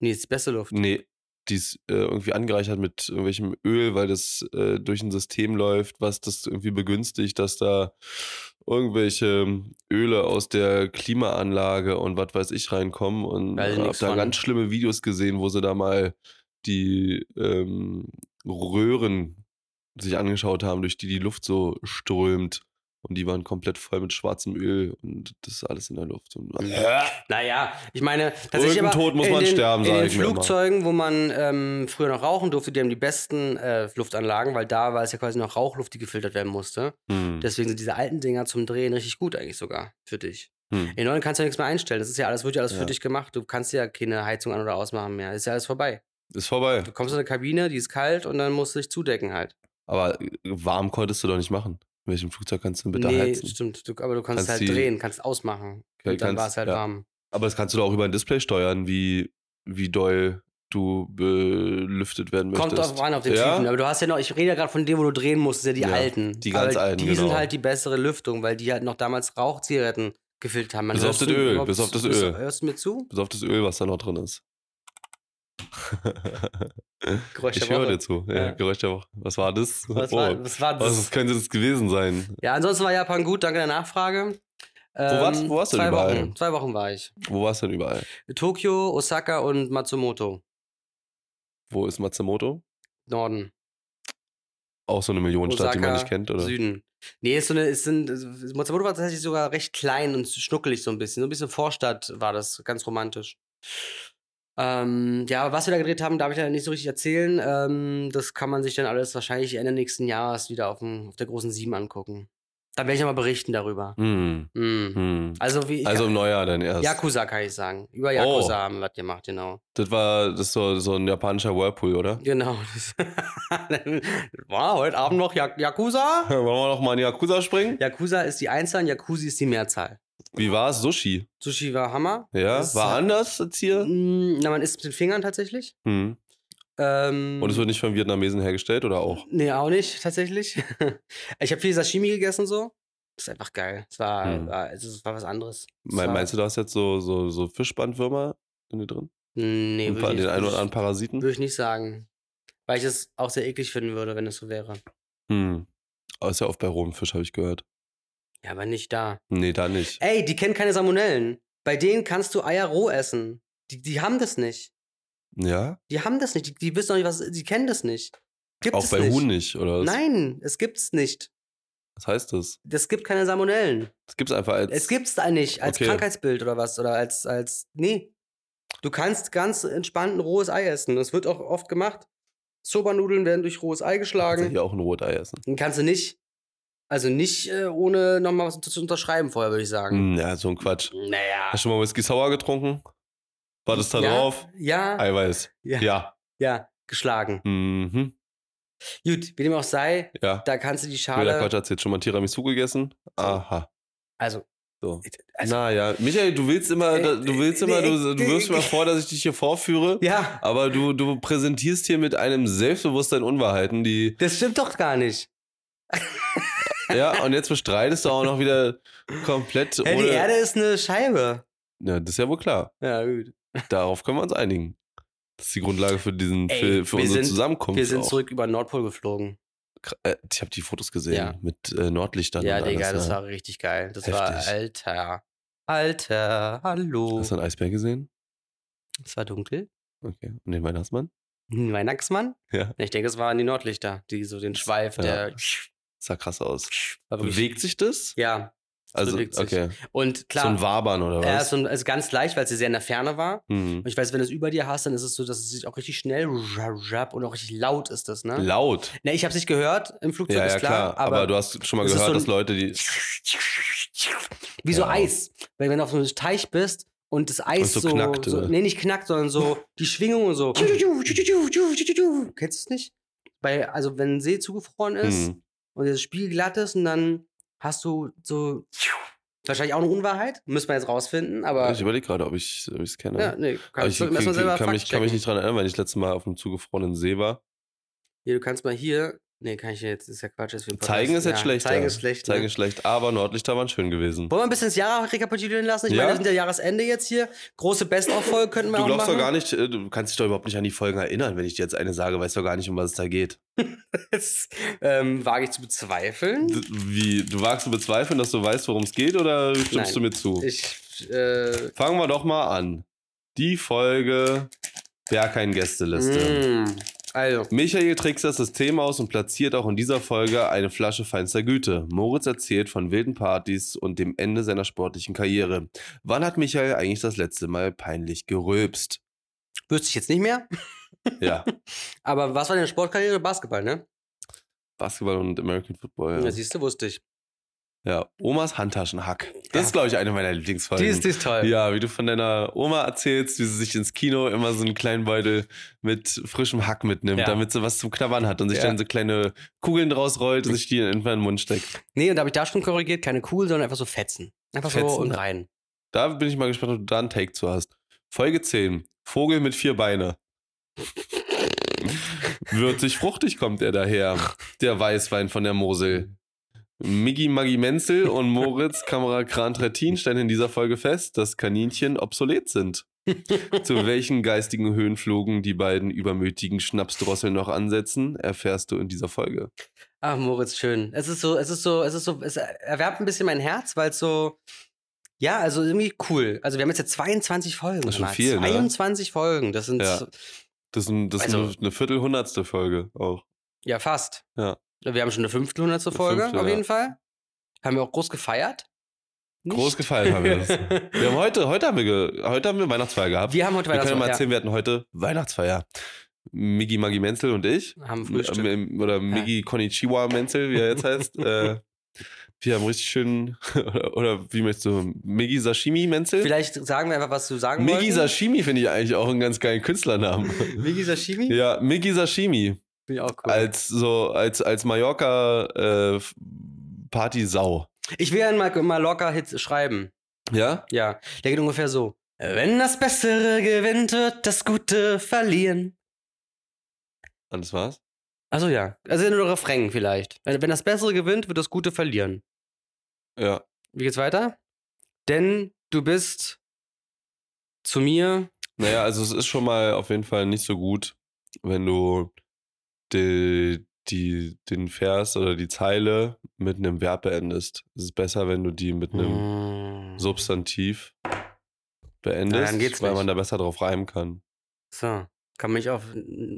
Speaker 4: Nee, ist die beste Luft.
Speaker 5: Nee, die ist äh, irgendwie angereichert mit irgendwelchem Öl, weil das äh, durch ein System läuft, was das irgendwie begünstigt, dass da irgendwelche Öle aus der Klimaanlage und was weiß ich reinkommen. Und
Speaker 4: Weiß ich
Speaker 5: habe
Speaker 4: Also nix
Speaker 5: da
Speaker 4: von.
Speaker 5: ganz schlimme Videos gesehen, wo sie da mal die ähm, Röhren sich angeschaut haben, durch die die Luft so strömt. Und die waren komplett voll mit schwarzem Öl und das ist alles in der Luft. Und
Speaker 4: Naja, ich meine, tatsächlich
Speaker 5: Irgendein
Speaker 4: aber
Speaker 5: Tod muss
Speaker 4: in
Speaker 5: man
Speaker 4: den,
Speaker 5: sterben,
Speaker 4: In
Speaker 5: sag
Speaker 4: den
Speaker 5: ich mir immer.
Speaker 4: Flugzeugen, wo man ähm, früher noch rauchen durfte, die haben die besten äh, Luftanlagen, weil da war es ja quasi noch Rauchluft, die gefiltert werden musste.
Speaker 5: Hm.
Speaker 4: Deswegen sind diese alten Dinger zum Drehen richtig gut eigentlich sogar für dich.
Speaker 5: Hm.
Speaker 4: In neuen kannst du ja nichts mehr einstellen. Das ist ja alles, wird ja alles
Speaker 5: Ja.
Speaker 4: für dich gemacht. Du kannst ja keine Heizung an oder ausmachen mehr. Ist ja alles vorbei.
Speaker 5: Ist vorbei.
Speaker 4: Du kommst in eine Kabine, die ist kalt und dann musst du dich zudecken halt.
Speaker 5: Aber äh, warm konntest du doch nicht machen. In welchem Flugzeug kannst du denn bitte heizen?
Speaker 4: stimmt. Du, aber du kannst,
Speaker 5: Kannst
Speaker 4: halt
Speaker 5: die-
Speaker 4: drehen, kannst ausmachen.
Speaker 5: Ja,
Speaker 4: und dann
Speaker 5: kannst-
Speaker 4: war es halt
Speaker 5: ja.
Speaker 4: warm.
Speaker 5: Aber das kannst du doch auch über ein Display steuern, wie, wie doll du belüftet werden möchtest.
Speaker 4: Kommt drauf an auf den
Speaker 5: ja?
Speaker 4: Typen. ne? Aber du hast ja noch, ich rede ja gerade von dem, wo du drehen musst, das sind ja die
Speaker 5: Ja,
Speaker 4: alten.
Speaker 5: die ganz
Speaker 4: aber
Speaker 5: alten,
Speaker 4: Die
Speaker 5: genau.
Speaker 4: sind halt die bessere Lüftung, weil die halt noch damals Rauchzigaretten gefüllt haben. Man
Speaker 5: Bis auf
Speaker 4: hörst
Speaker 5: das
Speaker 4: du
Speaker 5: Öl,
Speaker 4: überhaupt-
Speaker 5: bis auf das
Speaker 4: hörst-
Speaker 5: Öl.
Speaker 4: Hörst du mir zu?
Speaker 5: Bis auf das Öl, was da noch drin ist.
Speaker 4: Geräusch
Speaker 5: ich
Speaker 4: der
Speaker 5: höre
Speaker 4: Woche.
Speaker 5: dir zu. Ja,
Speaker 4: Ja.
Speaker 5: Geräusch der Woche. Was war das?
Speaker 4: Was
Speaker 5: oh.
Speaker 4: war, was war das?
Speaker 5: was könnte das gewesen sein?
Speaker 4: Ja, ansonsten war Japan gut, danke der Nachfrage. Ähm,
Speaker 5: warst- wo warst du
Speaker 4: zwei
Speaker 5: denn überall?
Speaker 4: Wochen, zwei Wochen war ich.
Speaker 5: Wo warst du denn überall?
Speaker 4: Tokio, Osaka und Matsumoto,
Speaker 5: Wo ist Matsumoto?
Speaker 4: Norden,
Speaker 5: Auch so eine Millionenstadt, die man
Speaker 4: Osaka,
Speaker 5: nicht kennt, oder?
Speaker 4: Süden. Nee, ist so eine, es sind, Matsumoto war tatsächlich sogar recht klein und schnuckelig so ein bisschen. So ein bisschen Vorstadt war das, ganz romantisch. Ähm, ja, aber was wir da gedreht haben, darf ich leider nicht so richtig erzählen. Ähm, das kann man sich dann alles wahrscheinlich Ende nächsten Jahres wieder auf, dem, auf der großen Sieben angucken. Da werde ich aber berichten darüber.
Speaker 5: Hm,
Speaker 4: Mhm.
Speaker 5: hm.
Speaker 4: Also, wie ich
Speaker 5: Also im Neujahr dann erst.
Speaker 4: Yakuza kann ich sagen. Über
Speaker 5: Oh.
Speaker 4: Yakuza haben wir was gemacht, genau.
Speaker 5: Das war das ist so, so ein japanischer Whirlpool, oder?
Speaker 4: Genau. das- War heute Abend noch Jak- Yakuza?
Speaker 5: Wollen wir noch mal in Yakuza springen?
Speaker 4: Yakuza ist die Einzahl, Yakuzi ist die Mehrzahl.
Speaker 5: Wie war's? Sushi?
Speaker 4: Sushi war Hammer.
Speaker 5: Ja?
Speaker 4: Das ist
Speaker 5: war
Speaker 4: halt-
Speaker 5: anders als hier?
Speaker 4: Mm, Na, man isst mit den Fingern tatsächlich.
Speaker 5: Hm.
Speaker 4: Ähm,
Speaker 5: Und es wird nicht von Vietnamesen hergestellt oder auch?
Speaker 4: Nee, auch nicht, tatsächlich. ich habe viel Sashimi gegessen so. Das ist einfach geil. Es war,
Speaker 5: Hm.
Speaker 4: war, also, es ist- war was anderes. Es
Speaker 5: Me
Speaker 4: war,
Speaker 5: meinst du, da ist jetzt so, so, so Fischbandwürmer in dir drin?
Speaker 4: Mm, Nee,
Speaker 5: Ein
Speaker 4: würde
Speaker 5: paar,
Speaker 4: ich,
Speaker 5: den einen oder
Speaker 4: würd
Speaker 5: anderen
Speaker 4: ich-
Speaker 5: Parasiten?
Speaker 4: würd ich nicht sagen. Weil ich es auch sehr eklig finden würde, wenn es so wäre.
Speaker 5: Hm. Aber ist ja oft bei rohem Fisch, habe ich gehört.
Speaker 4: Ja, aber nicht da.
Speaker 5: Nee, da nicht.
Speaker 4: Ey, die kennen keine Salmonellen. Bei denen kannst du Eier roh essen. Die, die haben das nicht.
Speaker 5: Ja?
Speaker 4: Die haben das nicht. Die, die wissen doch nicht, was. Die kennen das nicht. Gibt
Speaker 5: Auch
Speaker 4: es
Speaker 5: bei
Speaker 4: nicht.
Speaker 5: Huhn nicht, oder? was?
Speaker 4: Nein, es gibt's nicht.
Speaker 5: Was heißt das?
Speaker 4: Es gibt keine Salmonellen.
Speaker 5: Das gibt's einfach als.
Speaker 4: Es gibt's da nicht als
Speaker 5: Okay.
Speaker 4: Krankheitsbild oder was oder als als nee. Du kannst ganz entspannt ein rohes Ei essen. Das wird auch oft gemacht. Sobernudeln werden durch rohes
Speaker 5: Kannst
Speaker 4: Ei
Speaker 5: ja
Speaker 4: geschlagen.
Speaker 5: hier auch ein Rotei essen.
Speaker 4: Den Kannst du nicht. Also nicht äh, ohne nochmal was zu unterschreiben vorher, würde ich sagen.
Speaker 5: Hm, ja, so ein Quatsch.
Speaker 4: Naja.
Speaker 5: Hast du schon mal Whisky Sour getrunken? War das da
Speaker 4: ja,
Speaker 5: drauf?
Speaker 4: Ja,
Speaker 5: Eiweiß.
Speaker 4: ja, ja,
Speaker 5: Ja.
Speaker 4: geschlagen.
Speaker 5: Mhm.
Speaker 4: Gut, wie dem auch sei,
Speaker 5: Ja.
Speaker 4: da kannst du die
Speaker 5: Wilder Quatsch
Speaker 4: Schale.
Speaker 5: hat jetzt schon mal Tiramisu gegessen. Aha.
Speaker 4: Also,
Speaker 5: So.
Speaker 4: also
Speaker 5: naja, Michael, du willst immer,
Speaker 4: Äh,
Speaker 5: du willst
Speaker 4: äh,
Speaker 5: immer,
Speaker 4: nee,
Speaker 5: du, du
Speaker 4: äh,
Speaker 5: wirfst
Speaker 4: äh,
Speaker 5: immer vor, dass ich dich hier vorführe,
Speaker 4: ja,
Speaker 5: aber du, du präsentierst hier mit einem Selbstbewusstsein Unwahrheiten, die,
Speaker 4: das stimmt doch gar nicht.
Speaker 5: ja, und jetzt bestreitest du auch noch wieder komplett
Speaker 4: Hä, die
Speaker 5: ohne-
Speaker 4: Erde ist eine Scheibe.
Speaker 5: Ja, das ist ja wohl klar.
Speaker 4: Ja, gut.
Speaker 5: Darauf können wir uns einigen. Das ist die Grundlage für diesen,
Speaker 4: Ey,
Speaker 5: für, für
Speaker 4: wir
Speaker 5: unsere
Speaker 4: sind-
Speaker 5: Zusammenkunft.
Speaker 4: Wir sind
Speaker 5: auch.
Speaker 4: zurück über den Nordpol geflogen.
Speaker 5: Kr- äh, Ich habe die Fotos gesehen
Speaker 4: Ja.
Speaker 5: mit äh, Nordlichtern.
Speaker 4: ja,
Speaker 5: und
Speaker 4: Digga,
Speaker 5: alles,
Speaker 4: das
Speaker 5: ja.
Speaker 4: war richtig geil. Das war
Speaker 5: Heftig.
Speaker 4: alter. Alter, hallo.
Speaker 5: Hast du einen Eisbär gesehen?
Speaker 4: Es war dunkel.
Speaker 5: Okay. Und den Weihnachtsmann?
Speaker 4: Ein Weihnachtsmann?
Speaker 5: Ja.
Speaker 4: Ich denke, es waren die Nordlichter, die so den Schweif,
Speaker 5: Ja.
Speaker 4: der.
Speaker 5: Sah krass aus.
Speaker 4: War wirklich-
Speaker 5: Bewegt sich das?
Speaker 4: Ja.
Speaker 5: also,
Speaker 4: bewegt sich.
Speaker 5: okay.
Speaker 4: Und
Speaker 5: So
Speaker 4: klar,
Speaker 5: ein Wabern oder was?
Speaker 4: er ist so ein, also ganz leicht, weil sie sehr in der Ferne war.
Speaker 5: Mhm.
Speaker 4: Und ich weiß, wenn du es über dir hast, dann ist es so, dass es sich auch richtig schnell rap, rap, und auch richtig laut ist das, ne?
Speaker 5: Laut.
Speaker 4: Ne, ich habe es nicht gehört, im Flugzeug
Speaker 5: Ja,
Speaker 4: ist
Speaker 5: ja,
Speaker 4: klar,
Speaker 5: klar. Aber,
Speaker 4: aber,
Speaker 5: du hast schon mal
Speaker 4: es ist
Speaker 5: gehört,
Speaker 4: so ein-
Speaker 5: dass Leute, die.
Speaker 4: wie so
Speaker 5: Ja.
Speaker 4: Eis. Weil wenn du auf so einem Teich bist und das Eis
Speaker 5: Und so
Speaker 4: so,
Speaker 5: knackt,
Speaker 4: so
Speaker 5: oder?
Speaker 4: nee, nicht knackt, sondern so die Schwingung und so. Kennst du es nicht? Bei, also wenn ein See zugefroren ist
Speaker 5: Mhm.
Speaker 4: und das Spiel glatt ist und dann hast du so wahrscheinlich auch eine Unwahrheit, müssen wir jetzt rausfinden, aber
Speaker 5: Ich überlege gerade, ob ich es kenne.
Speaker 4: ja, nee,
Speaker 5: Aber
Speaker 4: kann,
Speaker 5: ich
Speaker 4: ich, erst mal selber
Speaker 5: kann, mich, kann mich
Speaker 4: faktchecken.
Speaker 5: nicht dran erinnern, weil ich letztes Mal auf einem zugefrorenen See war.
Speaker 4: Ja, du kannst mal hier. Nee, kann ich jetzt. Ist ja Quatsch. Ist für den Podcast.
Speaker 5: Zeigen ist jetzt
Speaker 4: ja,
Speaker 5: schlechter.
Speaker 4: Zeigen ist schlecht.
Speaker 5: Zeigen
Speaker 4: ne?
Speaker 5: ist schlecht, aber Nordlichter waren schön gewesen.
Speaker 4: Wollen wir ein bisschen das Jahr rekapitulieren lassen? Ich
Speaker 5: Ja.
Speaker 4: meine, das sind ja Jahresende jetzt hier. Große Best-of-Folge könnten wir
Speaker 5: Du
Speaker 4: auch
Speaker 5: glaubst
Speaker 4: machen.
Speaker 5: doch gar nicht, äh, du kannst dich doch überhaupt nicht an die Folgen erinnern, wenn ich dir jetzt eine sage, weißt du gar nicht, um was es da geht.
Speaker 4: Das, ähm, wage ich zu bezweifeln.
Speaker 5: D- Wie, du wagst zu bezweifeln, dass du weißt, worum es geht, oder stimmst
Speaker 4: Nein.
Speaker 5: du mir zu?
Speaker 4: Ich, äh,
Speaker 5: Fangen wir doch mal an. Die Folge Bergheim-Gästeliste.
Speaker 4: mm, also,
Speaker 5: Michael trickst das System aus und platziert auch in dieser Folge eine Flasche feinster Güte. Moritz erzählt von wilden Partys und dem Ende seiner sportlichen Karriere. Wann hat Michael eigentlich das letzte Mal peinlich gerülpst?
Speaker 4: wüsste ich jetzt nicht mehr.
Speaker 5: Ja,
Speaker 4: Aber was war denn Sportkarriere? Basketball, ne?
Speaker 5: Basketball und American Football.
Speaker 4: Ja.
Speaker 5: Ja.
Speaker 4: siehst du, wusste ich.
Speaker 5: Ja, Omas Handtaschenhack. Das
Speaker 4: Ja.
Speaker 5: ist, glaube ich, eine meiner Lieblingsfolgen.
Speaker 4: ist toll. Ja.
Speaker 5: ja, wie du von deiner Oma erzählst, wie sie sich ins Kino immer so einen kleinen Beutel mit frischem Hack mitnimmt,
Speaker 4: Ja.
Speaker 5: damit sie was zum Knabbern hat und sich
Speaker 4: Ja.
Speaker 5: dann so kleine Kugeln draus rollt und sich die in den Mund steckt.
Speaker 4: Nee, und da habe ich da schon korrigiert. Keine Kugel, sondern einfach so Fetzen. Einfach so
Speaker 5: Fetzen.
Speaker 4: und rein.
Speaker 5: Da bin ich mal gespannt, ob du da einen Take zu hast. Folge 10. Vogel mit vier Beine. Würzig fruchtig kommt er daher, der Weißwein von der Mosel. Miggi Maggi Menzel und Moritz Kamera Kran Trettin stellen in dieser Folge fest, dass Kaninchen obsolet sind. Zu welchen geistigen Höhenflugen die beiden übermütigen Schnapsdrosseln noch ansetzen, erfährst du in dieser Folge.
Speaker 4: Ach, Moritz, schön. Es ist so, es ist so, es ist so, es erwärmt ein bisschen mein Herz, weil es so, ja, also irgendwie cool. Also wir haben jetzt ja 22 Folgen.
Speaker 5: Das ist schon
Speaker 4: gemacht.
Speaker 5: viel, ne?
Speaker 4: 22 Folgen, das sind, ja,
Speaker 5: Ja. Das ist, ein, das ist
Speaker 4: Also-
Speaker 5: eine- eine viertelhundertste Folge auch.
Speaker 4: fast.
Speaker 5: Ja.
Speaker 4: Wir haben schon eine fünftelhundertste
Speaker 5: Eine
Speaker 4: Folge,
Speaker 5: fünfte,
Speaker 4: auf
Speaker 5: ja.
Speaker 4: jeden Fall. Haben wir auch groß gefeiert. Nicht?
Speaker 5: Groß gefallen haben wir das. Wir haben heute, heute haben wir, ge- heute haben wir Weihnachtsfeier gehabt.
Speaker 4: Wir haben heute
Speaker 5: Wir können mal
Speaker 4: Weihnachtsfeier.
Speaker 5: erzählen, wir hatten heute Weihnachtsfeier. Miggi Maggi Menzel und ich.
Speaker 4: Ja, haben Frühstück.
Speaker 5: Ähm, Oder Miggi Konichiwa Menzel, wie er jetzt heißt. äh, wir haben richtig schön, oder, oder wie möchtest du, Miggi Sashimi Menzel?
Speaker 4: Vielleicht sagen wir einfach, was du sagen
Speaker 5: Miggi
Speaker 4: wolltest.
Speaker 5: Sashimi finde ich eigentlich auch einen ganz geilen Künstlernamen.
Speaker 4: Migi Sashimi?
Speaker 5: ja, Also Miggi Sashimi.
Speaker 4: Finde ich auch cool.
Speaker 5: Als, so, als, als Mallorca äh, Partysau.
Speaker 4: Ich will einen Mal, mal locker Hit schreiben.
Speaker 5: Ja?
Speaker 4: Ja, der geht ungefähr so. Wenn das Bessere gewinnt, wird das Gute verlieren.
Speaker 5: Und das war's?
Speaker 4: Also ja, also nur Refrain vielleicht. Wenn wenn das Bessere gewinnt, wird das Gute verlieren.
Speaker 5: Ja.
Speaker 4: Wie geht's weiter? Denn du bist zu mir.
Speaker 5: Naja, also es ist schon mal auf jeden Fall nicht so gut, wenn du die, die, den Vers oder die Zeile mit einem Verb beendest. Es ist besser, wenn du die mit einem Ähm,
Speaker 4: Mm.
Speaker 5: Substantiv beendest,
Speaker 4: Na, dann geht's
Speaker 5: weil
Speaker 4: nicht.
Speaker 5: man da besser drauf reimen kann.
Speaker 4: So. Kann mich auf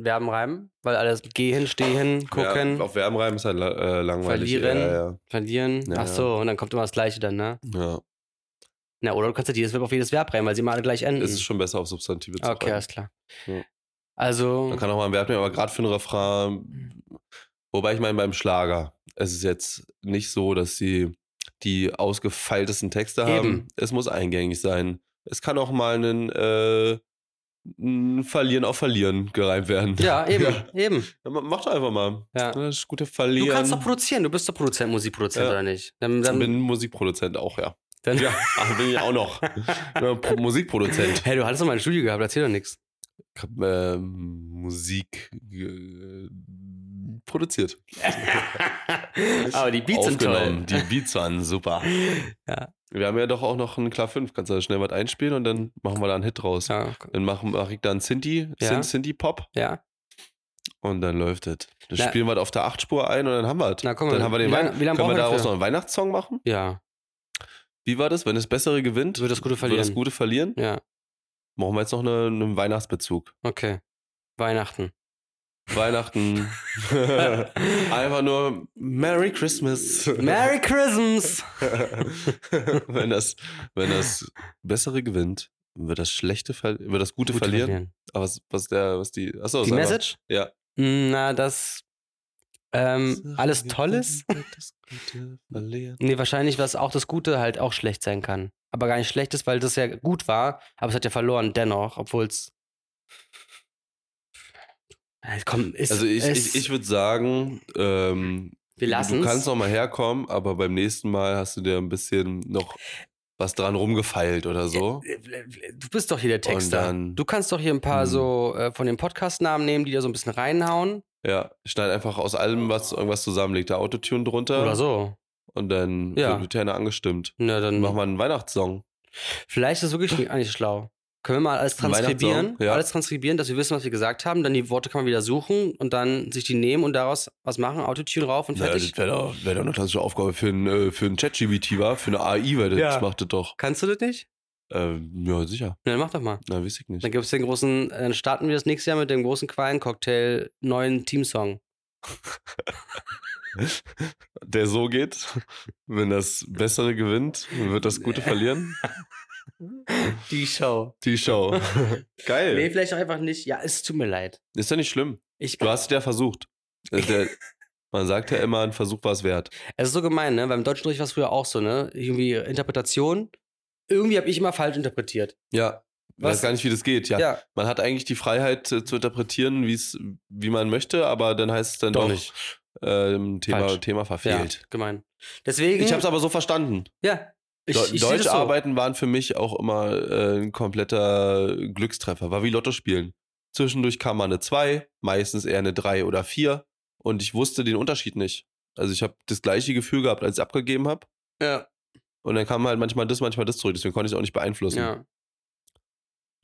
Speaker 4: Verben reimen, weil alles gehen, stehen, gucken,
Speaker 5: Ja, auf Verben reimen ist halt la- äh, langweilig.
Speaker 4: Verlieren.
Speaker 5: Ja,
Speaker 4: verlieren.
Speaker 5: Ja,
Speaker 4: Ach so, und dann kommt immer das Gleiche dann, ne?
Speaker 5: ja. ja.
Speaker 4: Na, oder du kannst ja jedes Verb auf jedes Verb reimen, weil sie immer alle gleich enden.
Speaker 5: Es ist schon besser, auf Substantive zu
Speaker 4: Mhm. okay,
Speaker 5: reimen.
Speaker 4: alles klar.
Speaker 5: Ja.
Speaker 4: Also.
Speaker 5: Man kann auch mal ein Verb nehmen, aber gerade für einen Refrain, wobei ich meine, beim Schlager, es ist jetzt nicht so, dass sie die ausgefeiltesten Texte haben.
Speaker 4: Eben.
Speaker 5: Es muss eingängig sein. Es kann auch mal ein, äh, ein Verlieren auf Verlieren gereimt werden.
Speaker 4: Ja, eben, eben.
Speaker 5: Ja, ma- mach doch einfach mal. Ne,
Speaker 4: Ja.
Speaker 5: Das ist gute
Speaker 4: Du
Speaker 5: Verlieren.
Speaker 4: kannst doch produzieren, du bist doch Produzent, Musikproduzent,
Speaker 5: Ja.
Speaker 4: oder nicht? Dann,
Speaker 5: Ich
Speaker 4: dann,
Speaker 5: bin Musikproduzent auch, ja.
Speaker 4: dann,
Speaker 5: Ja, ach, bin ich auch noch. Ja, Pro- Musikproduzent.
Speaker 4: Hey, du hattest doch mal ein Studio gehabt, erzähl doch nichts.
Speaker 5: Ich hab, ähm, Musik äh, produziert.
Speaker 4: Aber die Beats sind toll.
Speaker 5: Aufgenommen. Die Beats waren super.
Speaker 4: Ja.
Speaker 5: Wir haben ja doch auch noch einen Klar 5. Kannst du da schnell was einspielen und dann machen wir da einen Hit draus.
Speaker 4: Ja,
Speaker 5: Dann machen, mach ich da einen Sinti,
Speaker 4: Ja.
Speaker 5: Sin- Sinti-Pop
Speaker 4: ja.
Speaker 5: und dann läuft es. Dann
Speaker 4: Na-
Speaker 5: spielen wir das auf der 8-Spur ein und dann haben wir es.
Speaker 4: Na, guck mal,
Speaker 5: Dann haben wir den
Speaker 4: wie lange-
Speaker 5: Wein-
Speaker 4: wie lange
Speaker 5: Können wir
Speaker 4: brauchen wir
Speaker 5: daraus
Speaker 4: dafür?
Speaker 5: noch einen Weihnachtssong machen?
Speaker 4: Ja,
Speaker 5: Wie war das? Wenn das Bessere gewinnt,
Speaker 4: Wird das Gute
Speaker 5: Wird
Speaker 4: verlieren.
Speaker 5: das Gute verlieren?
Speaker 4: ja,
Speaker 5: Machen wir jetzt noch eine, einen Weihnachtsbezug.
Speaker 4: okay. Weihnachten.
Speaker 5: Weihnachten. Einfach nur Merry Christmas.
Speaker 4: Merry Christmas!
Speaker 5: wenn, das, wenn das Bessere gewinnt, wird das Schlechte ver wird das Gute, verlieren. Aber was, was der, was die. Achso,
Speaker 4: Die
Speaker 5: sag mal.
Speaker 4: Message?
Speaker 5: Ja.
Speaker 4: Mm, Na, das. Ähm, alles Tolles?
Speaker 5: Wird das Gute verlieren.
Speaker 4: Nee, wahrscheinlich, was auch das Gute halt auch schlecht sein kann. Aber gar nicht schlecht ist, weil das ja gut war, aber es hat ja verloren dennoch, obwohl es. Halt, Komm, ist,
Speaker 5: Also ich, ich,
Speaker 4: es,
Speaker 5: ich würde sagen, ähm,
Speaker 4: wir lassen
Speaker 5: du kannst noch mal herkommen, aber beim nächsten Mal hast du dir ein bisschen noch was dran rumgefeilt oder so.
Speaker 4: Äh, Du bist doch hier der Texter.
Speaker 5: Und dann-
Speaker 4: du kannst doch hier ein paar
Speaker 5: Hm.
Speaker 4: so äh, von den Podcast-Namen nehmen, die da so ein bisschen reinhauen.
Speaker 5: Ja, schneid einfach aus allem, was irgendwas zusammen, leg da Autotune drunter
Speaker 4: Oder so.
Speaker 5: und dann
Speaker 4: Ja. Mhm.
Speaker 5: wird mit Herne angestimmt.
Speaker 4: Na, dann
Speaker 5: Mach mal einen Weihnachtssong.
Speaker 4: Vielleicht ist es wirklich nicht- eigentlich schlau. Können wir mal alles
Speaker 5: Ein
Speaker 4: transkribieren?
Speaker 5: Weihnachtssong, ja.
Speaker 4: Alles transkribieren, dass wir wissen, was wir gesagt haben. Dann die Worte kann man wieder suchen und dann sich die nehmen und daraus was machen. Autotune rauf und
Speaker 5: Ja,
Speaker 4: fertig.
Speaker 5: das wäre doch, wär doch eine klassische Aufgabe für einen, äh, für einen ChatGBT, war für eine AI, weil das
Speaker 4: Ja.
Speaker 5: macht das doch.
Speaker 4: kannst du das nicht?
Speaker 5: Ähm, ja, sicher.
Speaker 4: Na, dann mach doch mal.
Speaker 5: Na, weiß ich nicht.
Speaker 4: Dann gibt's den großen, äh, dann starten wir das nächste Jahr mit dem großen Qualen-Cocktail neuen Teamsong.
Speaker 5: Der so geht, wenn das Bessere gewinnt, wird das Gute verlieren.
Speaker 4: Die Show.
Speaker 5: Die Show. Geil.
Speaker 4: Nee, vielleicht auch einfach nicht. Ja, es tut mir leid.
Speaker 5: Ist ja nicht schlimm.
Speaker 4: Ich
Speaker 5: Du hast es ja versucht. Äh, Der, man sagt ja immer, ein Versuch war es wert.
Speaker 4: Es ist so gemein, ne? Beim deutschen Unterricht war es früher auch so, ne? Irgendwie Interpretation. Irgendwie habe ich immer falsch interpretiert.
Speaker 5: Ja. Ich
Speaker 4: Was-
Speaker 5: weiß gar nicht, wie das geht. Ja. Man hat eigentlich die Freiheit äh, zu interpretieren, wie's, wie man möchte, aber dann heißt es dann
Speaker 4: Doch
Speaker 5: doch,
Speaker 4: nicht.
Speaker 5: Ähm, Thema,
Speaker 4: Falsch.
Speaker 5: Thema
Speaker 4: ja,
Speaker 5: verfehlt.
Speaker 4: gemein. Deswegen.
Speaker 5: Ich habe es aber so verstanden.
Speaker 4: ja. Ich,
Speaker 5: Deu-
Speaker 4: ich seh das
Speaker 5: Deutsche
Speaker 4: so.
Speaker 5: Arbeiten waren für mich auch immer äh, ein kompletter Glückstreffer. War wie Lotto spielen. Zwischendurch kam mal eine 2, meistens eher eine 3 oder 4. Und ich wusste den Unterschied nicht. Also ich habe das gleiche Gefühl gehabt, als ich abgegeben habe.
Speaker 4: Ja.
Speaker 5: Und dann kam halt manchmal das, manchmal das zurück. Deswegen konnte ich es auch nicht beeinflussen.
Speaker 4: ja.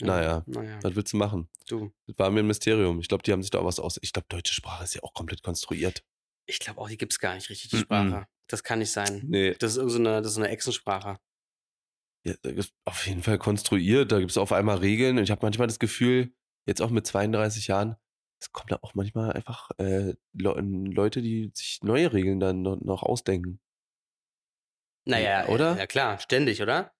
Speaker 5: Naja. Halt.
Speaker 4: Naja,
Speaker 5: Was willst du machen?
Speaker 4: du.
Speaker 5: Das war mir ein Mysterium. Ich glaube, die haben sich da auch was aus. Ich glaube, deutsche Sprache ist ja auch komplett konstruiert.
Speaker 4: Ich glaube auch, die gibt es gar nicht richtig, die
Speaker 5: Mhm.
Speaker 4: Sprache. Das kann nicht sein.
Speaker 5: Nee,
Speaker 4: Das ist irgendeine, das ist eine Echsensprache.
Speaker 5: ja, da gibt's auf jeden Fall konstruiert. Da gibt es auf einmal Regeln. Und ich habe manchmal das Gefühl, jetzt auch mit 32 Jahren, es kommen da auch manchmal einfach äh, Le Leute, die sich neue Regeln dann no- noch ausdenken.
Speaker 4: Naja,
Speaker 5: Hm, Oder?
Speaker 4: Ja, ja klar, ständig, oder?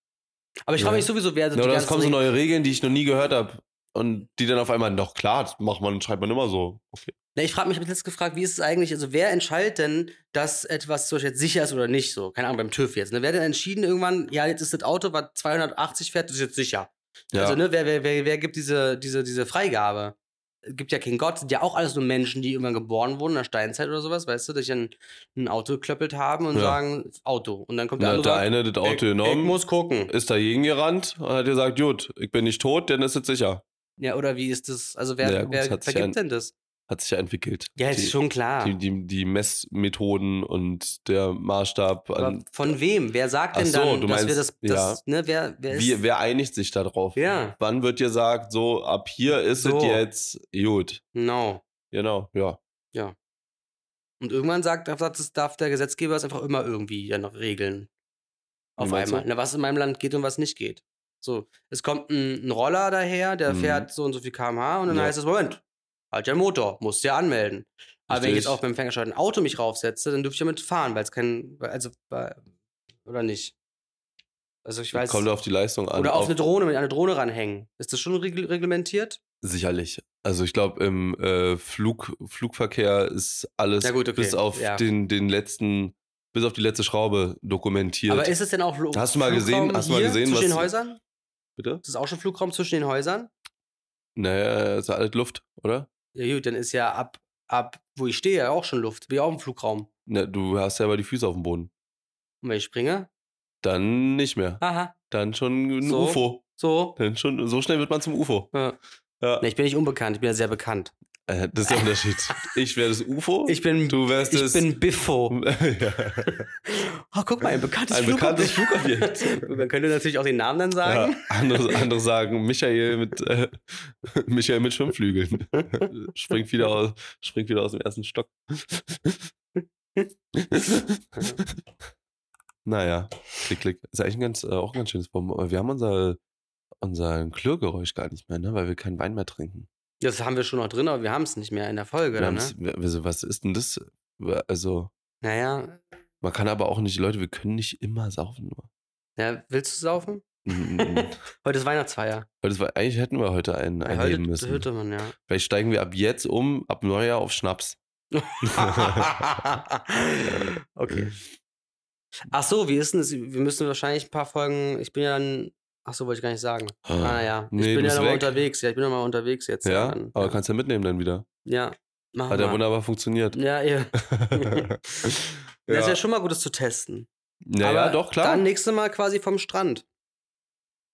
Speaker 4: Aber ich
Speaker 5: Ja.
Speaker 4: frage mich sowieso, wer so
Speaker 5: Ja,
Speaker 4: Also die
Speaker 5: oder es
Speaker 4: ganzen
Speaker 5: Genau, kommen so
Speaker 4: Reg-
Speaker 5: neue Regeln, die ich noch nie gehört habe. Und die dann auf einmal, doch klar, das macht man, schreibt man immer so. Okay.
Speaker 4: Na, ich frage mich, ich habe letztens gefragt, wie ist es eigentlich, also wer entscheidet denn, dass etwas zum Beispiel jetzt sicher ist oder nicht so? Keine Ahnung, beim TÜV jetzt. Ne? Wer hat denn entschieden irgendwann, ja, jetzt ist das Auto, was 280 fährt, das ist jetzt sicher.
Speaker 5: Ja.
Speaker 4: Also, ne, wer, wer, wer, wer gibt diese, diese, diese Freigabe? Es Gibt ja keinen Gott, sind ja auch alles nur Menschen, die irgendwann geboren wurden in der Steinzeit oder sowas, weißt du, durch ein, ein Auto geklöppelt haben und
Speaker 5: Ja.
Speaker 4: sagen, Auto. Und dann kommt
Speaker 5: Und dann
Speaker 4: der
Speaker 5: hat
Speaker 4: andere.
Speaker 5: der
Speaker 4: und
Speaker 5: eine das
Speaker 4: sagt,
Speaker 5: Auto
Speaker 4: ich, ich
Speaker 5: genommen,
Speaker 4: muss gucken.
Speaker 5: ist dagegen gerannt und hat gesagt, gut, ich bin nicht tot, dann ist es sicher.
Speaker 4: Ja, oder wie ist das? Also, wer,
Speaker 5: Ja, gut,
Speaker 4: wer
Speaker 5: es hat sich
Speaker 4: vergibt
Speaker 5: ja
Speaker 4: denn das?
Speaker 5: Hat sich ja entwickelt.
Speaker 4: Ja,
Speaker 5: Die-
Speaker 4: ist schon klar.
Speaker 5: die, die, die Messmethoden und der Maßstab
Speaker 4: Aber
Speaker 5: an.
Speaker 4: von wem? Wer sagt
Speaker 5: Ach
Speaker 4: denn
Speaker 5: so,
Speaker 4: dann,
Speaker 5: du
Speaker 4: dass wir das,
Speaker 5: meinst-
Speaker 4: das ne, wer, wer ist,
Speaker 5: Wie, wer einigt sich darauf?
Speaker 4: Ja.
Speaker 5: Wann wird gesagt, so ab hier ist
Speaker 4: So.
Speaker 5: es jetzt gut?
Speaker 4: genau.
Speaker 5: Genau, ja.
Speaker 4: Und irgendwann sagt, sagt es, darf der Gesetzgeber es einfach immer irgendwie dann noch regeln.
Speaker 5: Wie
Speaker 4: Auf
Speaker 5: meinst
Speaker 4: einmal.
Speaker 5: du?
Speaker 4: Na, was in meinem Land geht und was nicht geht. So, es kommt ein, ein Roller daher, der
Speaker 5: Mhm.
Speaker 4: fährt so und so viel km/h und dann
Speaker 5: Ja.
Speaker 4: heißt es, Moment, halt ja einen Motor, musst ja anmelden. Aber wenn ich jetzt
Speaker 5: Richtig.
Speaker 4: auf meinem Fängerschein ein Auto mich raufsetze, dann dürfte ich damit fahren, weil es kein, weil- also, weil- oder nicht. Also ich weiß,
Speaker 5: Kommt auf die Leistung an.
Speaker 4: oder auf, eine Drohne, mit einer Drohne ranhängen. Ist das schon regl- reglementiert?
Speaker 5: Sicherlich. Also ich glaube, im äh, Flug, Flugverkehr ist alles
Speaker 4: Ja, gut, okay.
Speaker 5: bis auf
Speaker 4: Ja.
Speaker 5: den, den letzten, bis auf die letzte Schraube dokumentiert.
Speaker 4: Aber ist es denn auch Lu-
Speaker 5: Hast du mal gesehen-
Speaker 4: Flugraum
Speaker 5: hast du mal
Speaker 4: hier
Speaker 5: gesehen,
Speaker 4: zwischen
Speaker 5: was-
Speaker 4: den Häusern?
Speaker 5: Bitte?
Speaker 4: Ist das auch schon Flugraum zwischen den Häusern?
Speaker 5: Naja, ist ja alles Luft, oder?
Speaker 4: Ja gut, dann ist ja ab, ab wo ich stehe, ja auch schon Luft. Bin ja auch im Flugraum.
Speaker 5: Na, du hast ja aber die Füße auf dem Boden.
Speaker 4: Und wenn ich springe,
Speaker 5: Dann nicht mehr.
Speaker 4: haha,
Speaker 5: Dann schon ein
Speaker 4: So.
Speaker 5: UFO.
Speaker 4: so.
Speaker 5: Dann schon, so schnell wird man zum UFO.
Speaker 4: Ja.
Speaker 5: Ja.
Speaker 4: Ne, ich bin nicht unbekannt, ich bin ja sehr bekannt.
Speaker 5: Äh, Das ist der Unterschied. ich wäre das UFO.
Speaker 4: Ich bin,
Speaker 5: du wärst
Speaker 4: ich
Speaker 5: das.
Speaker 4: bin Biffo.
Speaker 5: Um, ja.
Speaker 4: Oh, guck mal, ein bekanntes
Speaker 5: Ein
Speaker 4: Flugobjekt.
Speaker 5: bekanntes Flugobjekt.
Speaker 4: Man könnte natürlich auch den Namen dann sagen.
Speaker 5: ja, andere, andere sagen Michael mit, äh, Michael mit Schwimmflügeln. springt, wieder aus, springt wieder aus dem ersten Stock. naja, klick, klick. Ist eigentlich ein ganz, äh, auch ein ganz schönes Problem. Aber wir haben unser, unser Klirrgeräusch gar nicht mehr, ne? weil wir keinen Wein mehr trinken.
Speaker 4: Das haben wir schon noch drin, aber wir haben es nicht mehr in der Folge,
Speaker 5: wir
Speaker 4: dann,
Speaker 5: haben's-
Speaker 4: ne?
Speaker 5: wir- also, was ist denn das? Also.
Speaker 4: Naja,
Speaker 5: Man kann aber auch nicht, Leute, wir können nicht immer saufen nur.
Speaker 4: ja, willst du saufen?
Speaker 5: Weil
Speaker 4: Heute ist Weihnachtsfeier.
Speaker 5: das war, eigentlich hätten wir heute einen
Speaker 4: Ja,
Speaker 5: einheben
Speaker 4: heute
Speaker 5: müssen.
Speaker 4: hörte man, ja.
Speaker 5: Vielleicht steigen wir ab jetzt um, ab Neujahr auf Schnaps.
Speaker 4: okay. Ach so, wie ist denn das? Wir müssen wahrscheinlich ein paar Folgen. Ich bin ja dann. Ach so, wollte ich gar nicht sagen. Ah, naja, ich
Speaker 5: Nee,
Speaker 4: bin
Speaker 5: du
Speaker 4: ja
Speaker 5: bist
Speaker 4: nochmal
Speaker 5: weg.
Speaker 4: unterwegs. Ja, ich bin nochmal unterwegs jetzt.
Speaker 5: Ja,
Speaker 4: dann.
Speaker 5: aber
Speaker 4: ja.
Speaker 5: kannst ja mitnehmen dann wieder.
Speaker 4: ja. machen
Speaker 5: Hat ja
Speaker 4: wir.
Speaker 5: wunderbar funktioniert.
Speaker 4: Ja, ja. Das ist ja
Speaker 5: ja.
Speaker 4: schon mal Gutes zu testen.
Speaker 5: Naja,
Speaker 4: Aber
Speaker 5: doch, klar.
Speaker 4: Dann nächstes Mal quasi vom Strand.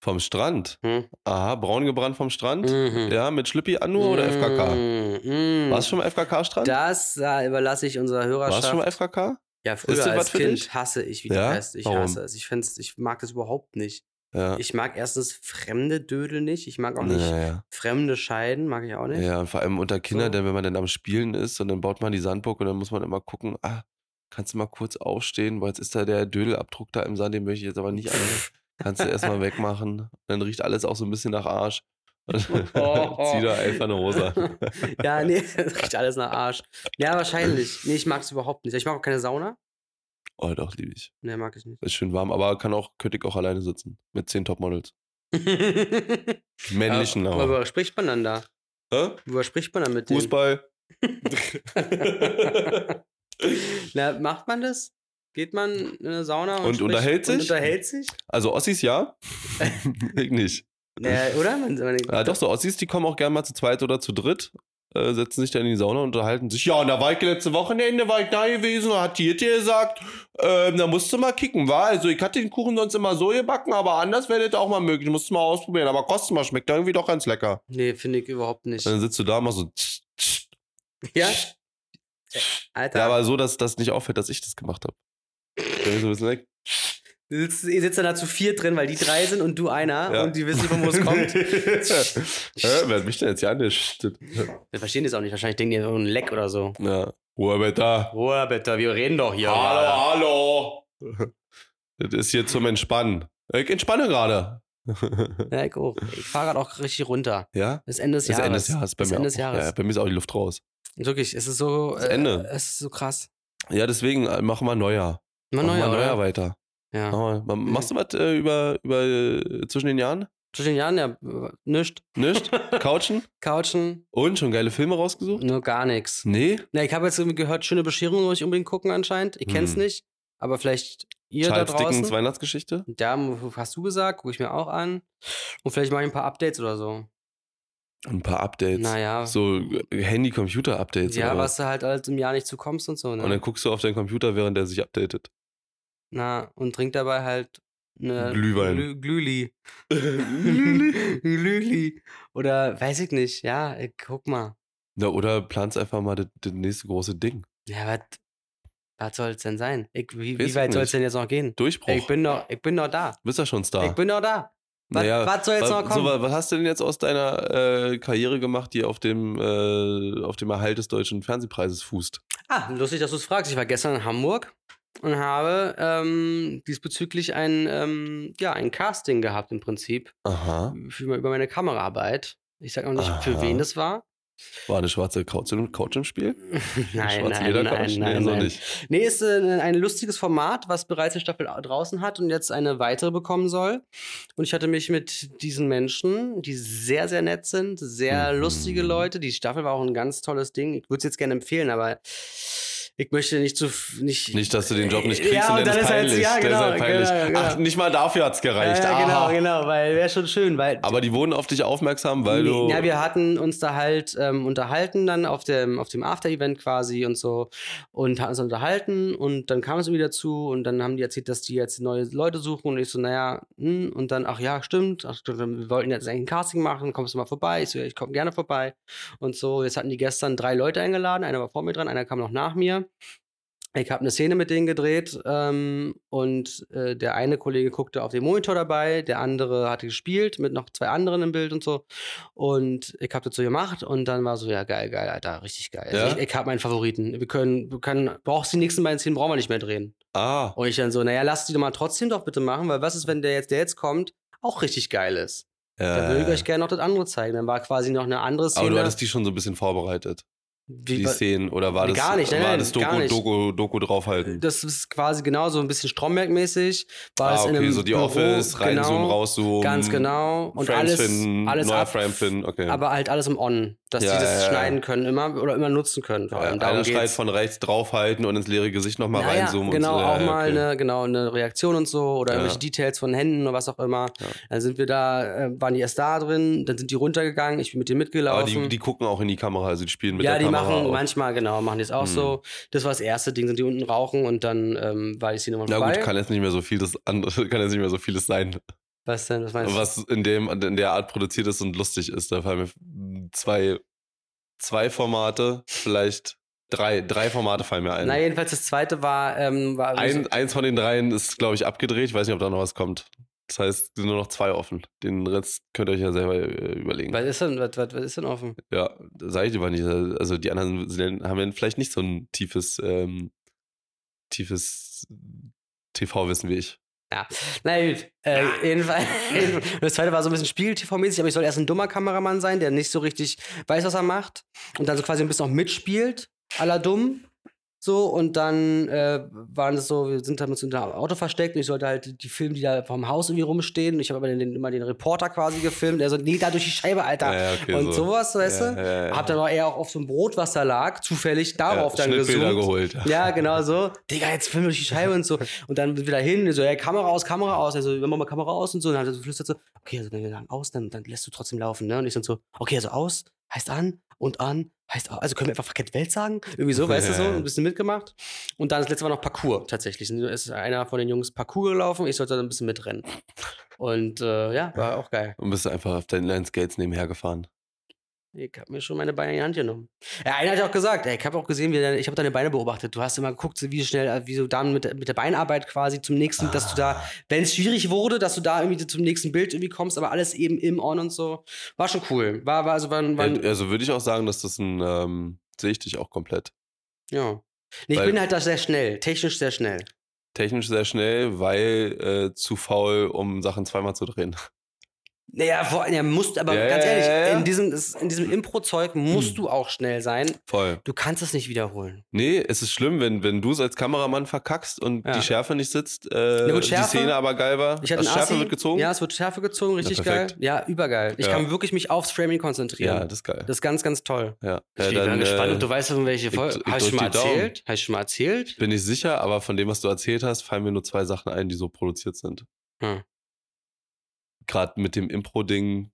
Speaker 5: Vom Strand.
Speaker 4: Hm?
Speaker 5: Aha, braun gebrannt vom Strand.
Speaker 4: Mhm.
Speaker 5: Ja, mit Schlippi an nur oder FKK?
Speaker 4: Mhm.
Speaker 5: Warst du schon mal FKK-Strand?
Speaker 4: Das äh, überlasse ich unserer Hörerschaft.
Speaker 5: Warst du schon mal FKK?
Speaker 4: Ja, früher
Speaker 5: das
Speaker 4: als
Speaker 5: was für
Speaker 4: Kind
Speaker 5: dich?
Speaker 4: hasse ich wie
Speaker 5: Ja?
Speaker 4: die Pest. Ich
Speaker 5: Warum?
Speaker 4: hasse es. Ich, find's, ich mag das überhaupt nicht.
Speaker 5: Ja.
Speaker 4: Ich mag erstens fremde Dödel nicht. Ich mag auch nicht
Speaker 5: Naja.
Speaker 4: fremde Scheiden, mag ich auch nicht.
Speaker 5: Ja, und vor allem unter Kindern,
Speaker 4: So.
Speaker 5: denn wenn man dann am Spielen ist und dann baut man die Sandburg und dann muss man immer gucken, ah, kannst du mal kurz aufstehen, weil jetzt ist da der Dödelabdruck da im Sand, den möchte ich jetzt aber nicht an. Kannst du erstmal wegmachen. Dann riecht alles auch so ein bisschen nach Arsch. Zieh da einfach eine Hose an.
Speaker 4: ja, nee, das riecht alles nach Arsch. Ja, wahrscheinlich. Nee, ich mag es überhaupt nicht. Ich mag auch keine Sauna.
Speaker 5: Oh, doch, liebe ich.
Speaker 4: Nee, mag ich nicht.
Speaker 5: Ist schön warm, aber kann auch, könnte ich auch alleine sitzen. Mit zehn Topmodels. Die Männlichen
Speaker 4: aber.
Speaker 5: aber.
Speaker 4: Worüber spricht man dann da?
Speaker 5: Hä?
Speaker 4: Worüber spricht man dann mit denen?
Speaker 5: Fußball.
Speaker 4: Na, macht man das? Geht man in eine Sauna und,
Speaker 5: Und
Speaker 4: spricht-
Speaker 5: unterhält
Speaker 4: Und
Speaker 5: sich?
Speaker 4: unterhält sich?
Speaker 5: also Ossis ja. ich nicht.
Speaker 4: Ja, oder? Man, man,
Speaker 5: Äh, Ja, doch, so Ossis, die kommen auch gerne mal zu zweit oder zu dritt äh, setzen sich dann in die Sauna und unterhalten sich. Ja, und da war ich letzte Wochenende, war ich da gewesen und hat Jirte gesagt, ähm, da musst du mal kicken, war. Also ich hatte den Kuchen sonst immer so gebacken, aber anders wäre das auch mal möglich. Musst du mal ausprobieren. Aber kosten mal, schmeckt da irgendwie doch ganz lecker.
Speaker 4: Nee, finde ich überhaupt nicht.
Speaker 5: Dann sitzt du da mal so. tsch, tsch.
Speaker 4: Ja? Alter,
Speaker 5: Ja, aber so, dass das nicht auffällt, dass ich das gemacht habe. So ein bisschen weg.
Speaker 4: du sitzt, ihr sitzt dann da zu vier drin, weil die drei sind und du einer
Speaker 5: Ja.
Speaker 4: und die wissen nicht, von wo es kommt.
Speaker 5: Hä, wer hat mich denn jetzt hier angeschüttet?
Speaker 4: Wir verstehen das auch nicht. Wahrscheinlich denken die so ein Leck oder so.
Speaker 5: Ja. Ruhewetter.
Speaker 4: Ruhe bitte, wir reden doch hier.
Speaker 5: hallo, hallo. Das ist hier zum Entspannen. Äh, Ich entspanne gerade.
Speaker 4: Ja, ich auch. Ich fahre gerade auch richtig runter.
Speaker 5: ja?
Speaker 4: Bis Ende des
Speaker 5: Das ist
Speaker 4: Jahres.
Speaker 5: Ende des Jahres bei
Speaker 4: Bis
Speaker 5: mir.
Speaker 4: Ende
Speaker 5: auch.
Speaker 4: des Jahres.
Speaker 5: Ja, bei mir ist auch die Luft raus.
Speaker 4: Wirklich, es ist so. äh,
Speaker 5: Das Ende.
Speaker 4: Es ist so krass.
Speaker 5: Ja, deswegen äh, machen wir Neujahr.
Speaker 4: Immer
Speaker 5: Machen wir
Speaker 4: neuer,
Speaker 5: Neujahr
Speaker 4: oder?
Speaker 5: weiter.
Speaker 4: Ja. Mhm.
Speaker 5: Machen wir- ma- Machst du was äh, über, über äh, zwischen den Jahren?
Speaker 4: Zwischen den Jahren, ja, nichts.
Speaker 5: Nicht? Couchen?
Speaker 4: Couchen,
Speaker 5: Und schon geile Filme rausgesucht?
Speaker 4: nur gar nichts.
Speaker 5: Nee?
Speaker 4: Na, ich habe jetzt irgendwie gehört, schöne Bescherung muss ich unbedingt gucken anscheinend. Ich kenn's
Speaker 5: Hm.
Speaker 4: nicht, aber vielleicht ihr
Speaker 5: Charles
Speaker 4: da draußen.
Speaker 5: Dickens Weihnachtsgeschichte?
Speaker 4: Da hast du gesagt, gucke ich mir auch an. Und vielleicht mache ich ein paar Updates oder so.
Speaker 5: Ein paar Updates.
Speaker 4: Naja.
Speaker 5: So äh, Handy-Computer-Updates.
Speaker 4: ja,
Speaker 5: oder
Speaker 4: was du halt alles im Jahr nicht zukommst und so. Ne?
Speaker 5: Und dann guckst du auf deinen Computer, während der sich updatet.
Speaker 4: Na, und trink dabei halt eine
Speaker 5: Glühwein.
Speaker 4: Glü Glühli. Glühli. Oder weiß ich nicht. Ja, äh, guck mal.
Speaker 5: Na, oder planst einfach mal das, das nächste große Ding.
Speaker 4: Ja, was was soll es denn sein? Ich, wie,
Speaker 5: Weiß
Speaker 4: wie
Speaker 5: ich
Speaker 4: weit soll es
Speaker 5: nicht.
Speaker 4: denn jetzt noch gehen?
Speaker 5: Durchbruch.
Speaker 4: Ich bin noch, ich bin noch da.
Speaker 5: du bist ja schon Star.
Speaker 4: Ich bin noch da. Was,
Speaker 5: Naja,
Speaker 4: was soll jetzt noch
Speaker 5: was, so,
Speaker 4: kommen?
Speaker 5: wa- was hast du denn jetzt aus deiner äh, Karriere gemacht, die auf dem, äh, auf dem Erhalt des deutschen Fernsehpreises fußt?
Speaker 4: ah, lustig, dass du es fragst. Ich war gestern in Hamburg und habe ähm, diesbezüglich ein, ähm, ja, ein Casting gehabt im Prinzip
Speaker 5: Aha.
Speaker 4: für, über meine Kameraarbeit. Ich sag auch nicht, für
Speaker 5: Aha.
Speaker 4: wen das war.
Speaker 5: War eine schwarze Couch im, Couch im Spiel?
Speaker 4: nein,
Speaker 5: schwarze
Speaker 4: nein, nein,
Speaker 5: Ledercouch?
Speaker 4: nein,
Speaker 5: Nee,
Speaker 4: nein,
Speaker 5: so nicht.
Speaker 4: Nee, ist äh, ein lustiges Format, was bereits eine Staffel draußen hat und jetzt eine weitere bekommen soll. Und ich hatte mich mit diesen Menschen, die sehr, sehr nett sind, sehr
Speaker 5: Mhm.
Speaker 4: lustige Leute. Die Staffel war auch ein ganz tolles Ding. Ich würde es jetzt gerne empfehlen, aber ich möchte nicht zu. f- Nicht,
Speaker 5: Nicht, dass du den Job nicht
Speaker 4: Ja,
Speaker 5: kriegst
Speaker 4: und
Speaker 5: und dann
Speaker 4: dann
Speaker 5: ist
Speaker 4: ist halt-
Speaker 5: peinlich.
Speaker 4: ja,
Speaker 5: Dann ist halt
Speaker 4: genau,
Speaker 5: peinlich.
Speaker 4: genau, genau.
Speaker 5: Ach, nicht mal dafür hat's gereicht.
Speaker 4: Ja, ja,
Speaker 5: Aha.
Speaker 4: genau, genau, weil wäre schon schön, weil.
Speaker 5: Ah. Aber die wurden auf dich aufmerksam, weil
Speaker 4: Nee,
Speaker 5: du.
Speaker 4: Ja, wir hatten uns da halt ähm, unterhalten, dann auf dem, auf dem After-Event quasi und so. Und hatten uns unterhalten und dann kam es irgendwie dazu und dann haben die erzählt, dass die jetzt neue Leute suchen und ich so, naja, hm, und dann, ach ja, stimmt, ach, stimmt, wir wollten jetzt eigentlich ein Casting machen, kommst du mal vorbei? Ich so, ja, ich komme gerne vorbei. Und so, jetzt hatten die gestern drei Leute eingeladen, einer war vor mir dran, einer kam noch nach mir. Ich habe eine Szene mit denen gedreht ähm, und äh, der eine Kollege guckte auf den Monitor dabei, der andere hatte gespielt mit noch zwei anderen im Bild und so. Und ich habe das so gemacht und dann war so, ja, geil, geil, Alter, richtig geil. Also
Speaker 5: Ja?
Speaker 4: Ich, ich habe meinen Favoriten. Wir können, wir können, brauchst die nächsten beiden Szenen, brauchen wir nicht mehr drehen.
Speaker 5: ah,
Speaker 4: Und ich dann so, naja, lass die doch mal trotzdem doch bitte machen, weil was ist, wenn der jetzt, der jetzt kommt, auch richtig geil ist. Dann würde ich
Speaker 5: äh,
Speaker 4: euch gerne noch das andere zeigen. Dann war quasi noch eine andere Szene.
Speaker 5: aber du hattest die schon so ein bisschen vorbereitet.
Speaker 4: wie-
Speaker 5: Die, Szenen. Oder war
Speaker 4: Nee,
Speaker 5: das,
Speaker 4: gar nicht, nein,
Speaker 5: war
Speaker 4: nein,
Speaker 5: das
Speaker 4: gar
Speaker 5: Doku,
Speaker 4: nicht.
Speaker 5: Doku, Doku draufhalten?
Speaker 4: das ist quasi genau so ein bisschen Stromberg-mäßig. War
Speaker 5: ah,
Speaker 4: es in
Speaker 5: okay,
Speaker 4: einem
Speaker 5: so die
Speaker 4: Büro,
Speaker 5: Office, reinzoomen,
Speaker 4: genau,
Speaker 5: rauszoomen.
Speaker 4: Ganz genau. Und
Speaker 5: um Frames
Speaker 4: alles,
Speaker 5: finden,
Speaker 4: alles
Speaker 5: neuer
Speaker 4: ab,
Speaker 5: Frame finden, okay.
Speaker 4: aber halt alles im On, dass
Speaker 5: Ja,
Speaker 4: die das
Speaker 5: ja, ja.
Speaker 4: schneiden können immer oder immer nutzen können. Vor
Speaker 5: ja,
Speaker 4: allem. Darum
Speaker 5: einer schreit
Speaker 4: geht's.
Speaker 5: von rechts draufhalten und ins leere Gesicht nochmal
Speaker 4: Naja,
Speaker 5: reinzoomen.
Speaker 4: Genau,
Speaker 5: und so.
Speaker 4: auch mal
Speaker 5: okay.
Speaker 4: eine, genau, eine Reaktion und so oder
Speaker 5: Ja.
Speaker 4: irgendwelche Details von Händen oder was auch immer.
Speaker 5: Ja.
Speaker 4: Dann sind wir da, äh, waren die erst da drin, dann sind die runtergegangen, ich bin mit denen
Speaker 5: Aber
Speaker 4: mitgelaufen.
Speaker 5: die, die gucken auch in die Kamera, also die spielen mit
Speaker 4: ja,
Speaker 5: der
Speaker 4: die
Speaker 5: Kamera.
Speaker 4: machen
Speaker 5: auch.
Speaker 4: manchmal, genau, machen die es auch
Speaker 5: Hm.
Speaker 4: so. Das war das erste Ding, sind die unten rauchen und dann ähm, war die Szene mal
Speaker 5: Na
Speaker 4: vorbei.
Speaker 5: gut, kann jetzt nicht mehr so vieles andere, kann jetzt nicht mehr so vieles sein,
Speaker 4: was denn, was meinst du?
Speaker 5: was in dem in der Art produziert ist und lustig ist. Da fallen mir zwei, zwei Formate, vielleicht drei, drei Formate fallen mir ein.
Speaker 4: Na, jedenfalls das zweite war, ähm, war
Speaker 5: ein eins von den dreien ist, glaube ich, abgedreht. Ich weiß nicht, ob da noch was kommt. Das heißt, sind nur noch zwei offen. Den Rest könnt ihr euch ja selber äh, überlegen.
Speaker 4: was ist denn, was, was, was ist denn offen?
Speaker 5: Ja, sage ich dir aber nicht. Also die anderen sind, haben ja vielleicht nicht so ein tiefes, ähm, tiefes TV-Wissen wie ich.
Speaker 4: Na gut, äh, jedenfalls. Und das zweite war so ein bisschen Spiegel-TV-mäßig, aber ich soll erst ein dummer Kameramann sein, der nicht so richtig weiß, was er macht. Und dann so quasi ein bisschen auch mitspielt, aller dumm. So, und dann äh, waren es so, wir sind damit so unter dem Auto versteckt und ich sollte halt die Filme, die da vom Haus irgendwie rumstehen. Und ich habe aber den, immer den Reporter quasi gefilmt. Der so, nee, da durch die Scheibe, Alter.
Speaker 5: Ja, ja, okay,
Speaker 4: und
Speaker 5: so.
Speaker 4: sowas, weißt
Speaker 5: Ja,
Speaker 4: du?
Speaker 5: ja, ja.
Speaker 4: Hab dann auch eher auch auf so einem Brot, was da lag, zufällig darauf dann
Speaker 5: Schnittbilder
Speaker 4: gesucht.
Speaker 5: geholt.
Speaker 4: Ja, genau so. Digga, jetzt film durch die Scheibe und so. Und dann wieder hin, so, ey, Kamera aus, Kamera aus. Also, wir machen mal Kamera aus und so. Und dann hat er so flüstert so, okay, also dann, dann aus, dann, dann lässt du trotzdem laufen, ne? Und ich dann so, okay, also aus. heißt an und an heißt auch, also können wir einfach verkehrt Welt sagen? Irgendwie so, weißt du so, ein bisschen mitgemacht. Und dann das letzte Mal noch Parcours tatsächlich. Und Es ist einer von den Jungs Parcours gelaufen, ich sollte dann ein bisschen mitrennen. Und äh, ja, war auch geil.
Speaker 5: Und bist einfach auf deinen Lineskates nebenher gefahren.
Speaker 4: Ich habe mir schon meine Beine in die Hand genommen. Ja, einer hat ja auch gesagt, ey, ich habe auch gesehen, wie deine, ich habe deine Beine beobachtet. Du hast immer geguckt, wie schnell, äh, wie du dann mit, der- mit der Beinarbeit quasi zum nächsten, dass du
Speaker 5: Ah.
Speaker 4: da, wenn es schwierig wurde, dass du da irgendwie zum nächsten Bild irgendwie kommst, aber alles eben im On und so. War schon cool. War, war also wann, wann,
Speaker 5: also würde ich auch sagen, dass das ein, ähm, sehe ich dich auch komplett.
Speaker 4: ja. Nee, ich
Speaker 5: Weil-
Speaker 4: bin halt da sehr schnell, technisch sehr schnell.
Speaker 5: Technisch sehr schnell, weil äh, zu faul, um Sachen zweimal zu drehen.
Speaker 4: Naja, vor, ja, musst, aber
Speaker 5: Ja,
Speaker 4: ganz
Speaker 5: ja,
Speaker 4: ehrlich,
Speaker 5: ja, ja. Hm.
Speaker 4: in diesem, es- in diesem Impro-Zeug musst du auch schnell sein.
Speaker 5: Voll.
Speaker 4: Du kannst es nicht wiederholen.
Speaker 5: Nee, es ist schlimm, wenn, wenn du es als Kameramann verkackst und
Speaker 4: Ja.
Speaker 5: die Schärfe nicht sitzt, äh,
Speaker 4: Na gut, Schärfe-
Speaker 5: die Szene aber geil war.
Speaker 4: Ich hatte
Speaker 5: also
Speaker 4: einen
Speaker 5: Schärfe
Speaker 4: Assi.
Speaker 5: wird gezogen?
Speaker 4: Ja, es wird Schärfe gezogen, richtig geil.
Speaker 5: perfekt.
Speaker 4: Ja, übergeil. Ich
Speaker 5: Ja.
Speaker 4: kann wirklich mich aufs Framing konzentrieren.
Speaker 5: Ja, das ist geil.
Speaker 4: das ist ganz, ganz toll.
Speaker 5: ja.
Speaker 4: ich
Speaker 5: Ja,
Speaker 4: bin
Speaker 5: dann,
Speaker 4: gespannt, ob
Speaker 5: äh,
Speaker 4: du weißt, von welche Folge.
Speaker 5: ich
Speaker 4: Habe ich schon
Speaker 5: drück
Speaker 4: mal
Speaker 5: die Daumen.
Speaker 4: erzählt? Habe ich schon mal erzählt?
Speaker 5: bin ich sicher, aber von dem, was du erzählt hast, fallen mir nur zwei Sachen ein, die so produziert sind.
Speaker 4: Hm.
Speaker 5: Gerade mit dem Impro-Ding.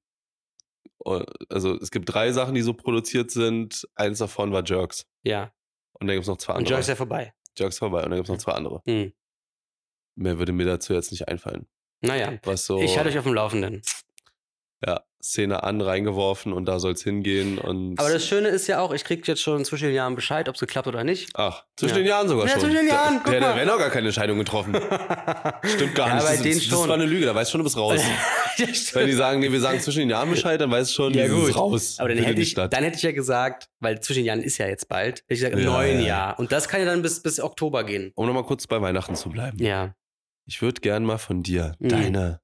Speaker 5: äh, Also es gibt drei Sachen, die so produziert sind. Eins davon war Jerks.
Speaker 4: Ja.
Speaker 5: Und dann gibt es noch zwei
Speaker 4: Und
Speaker 5: andere.
Speaker 4: Joy ist ja vorbei.
Speaker 5: Jerks vorbei. Und dann gibt es noch zwei andere.
Speaker 4: Hm.
Speaker 5: Mehr würde mir dazu jetzt nicht einfallen.
Speaker 4: Naja,
Speaker 5: Was so
Speaker 4: ich halte euch auf dem Laufenden.
Speaker 5: ja, Szene an reingeworfen und da soll es hingehen. Und
Speaker 4: Aber das Schöne ist ja auch, ich krieg jetzt schon zwischen den Jahren Bescheid, ob es geklappt oder nicht.
Speaker 5: Ach, zwischen
Speaker 4: Ja.
Speaker 5: den Jahren sogar
Speaker 4: Ja,
Speaker 5: schon.
Speaker 4: zwischen den Jahren,
Speaker 5: Da,
Speaker 4: guck
Speaker 5: der
Speaker 4: mal.
Speaker 5: hat ja noch gar keine Entscheidung getroffen. Stimmt gar
Speaker 4: Ja,
Speaker 5: nicht.
Speaker 4: bei
Speaker 5: das,
Speaker 4: denen
Speaker 5: das,
Speaker 4: schon.
Speaker 5: das war eine Lüge. Da weißt du schon, du bist raus.
Speaker 4: Ja,
Speaker 5: Wenn
Speaker 4: stimmt.
Speaker 5: die sagen, nee, wir sagen zwischen den Jahren Bescheid, dann weiß schon,
Speaker 4: Ja,
Speaker 5: wir sind
Speaker 4: gut.
Speaker 5: raus.
Speaker 4: Aber dann
Speaker 5: Findet
Speaker 4: hätte,
Speaker 5: nicht
Speaker 4: ich,
Speaker 5: statt.
Speaker 4: dann hätte ich ja gesagt, weil zwischen den Jahren ist ja jetzt bald, hätte ich gesagt, im
Speaker 5: Ja,
Speaker 4: neuen
Speaker 5: ja.
Speaker 4: Jahr. Und das kann ja dann bis, bis Oktober gehen.
Speaker 5: um nochmal kurz bei Weihnachten zu bleiben.
Speaker 4: Ja.
Speaker 5: Ich würde gern mal von dir
Speaker 4: Mhm.
Speaker 5: deine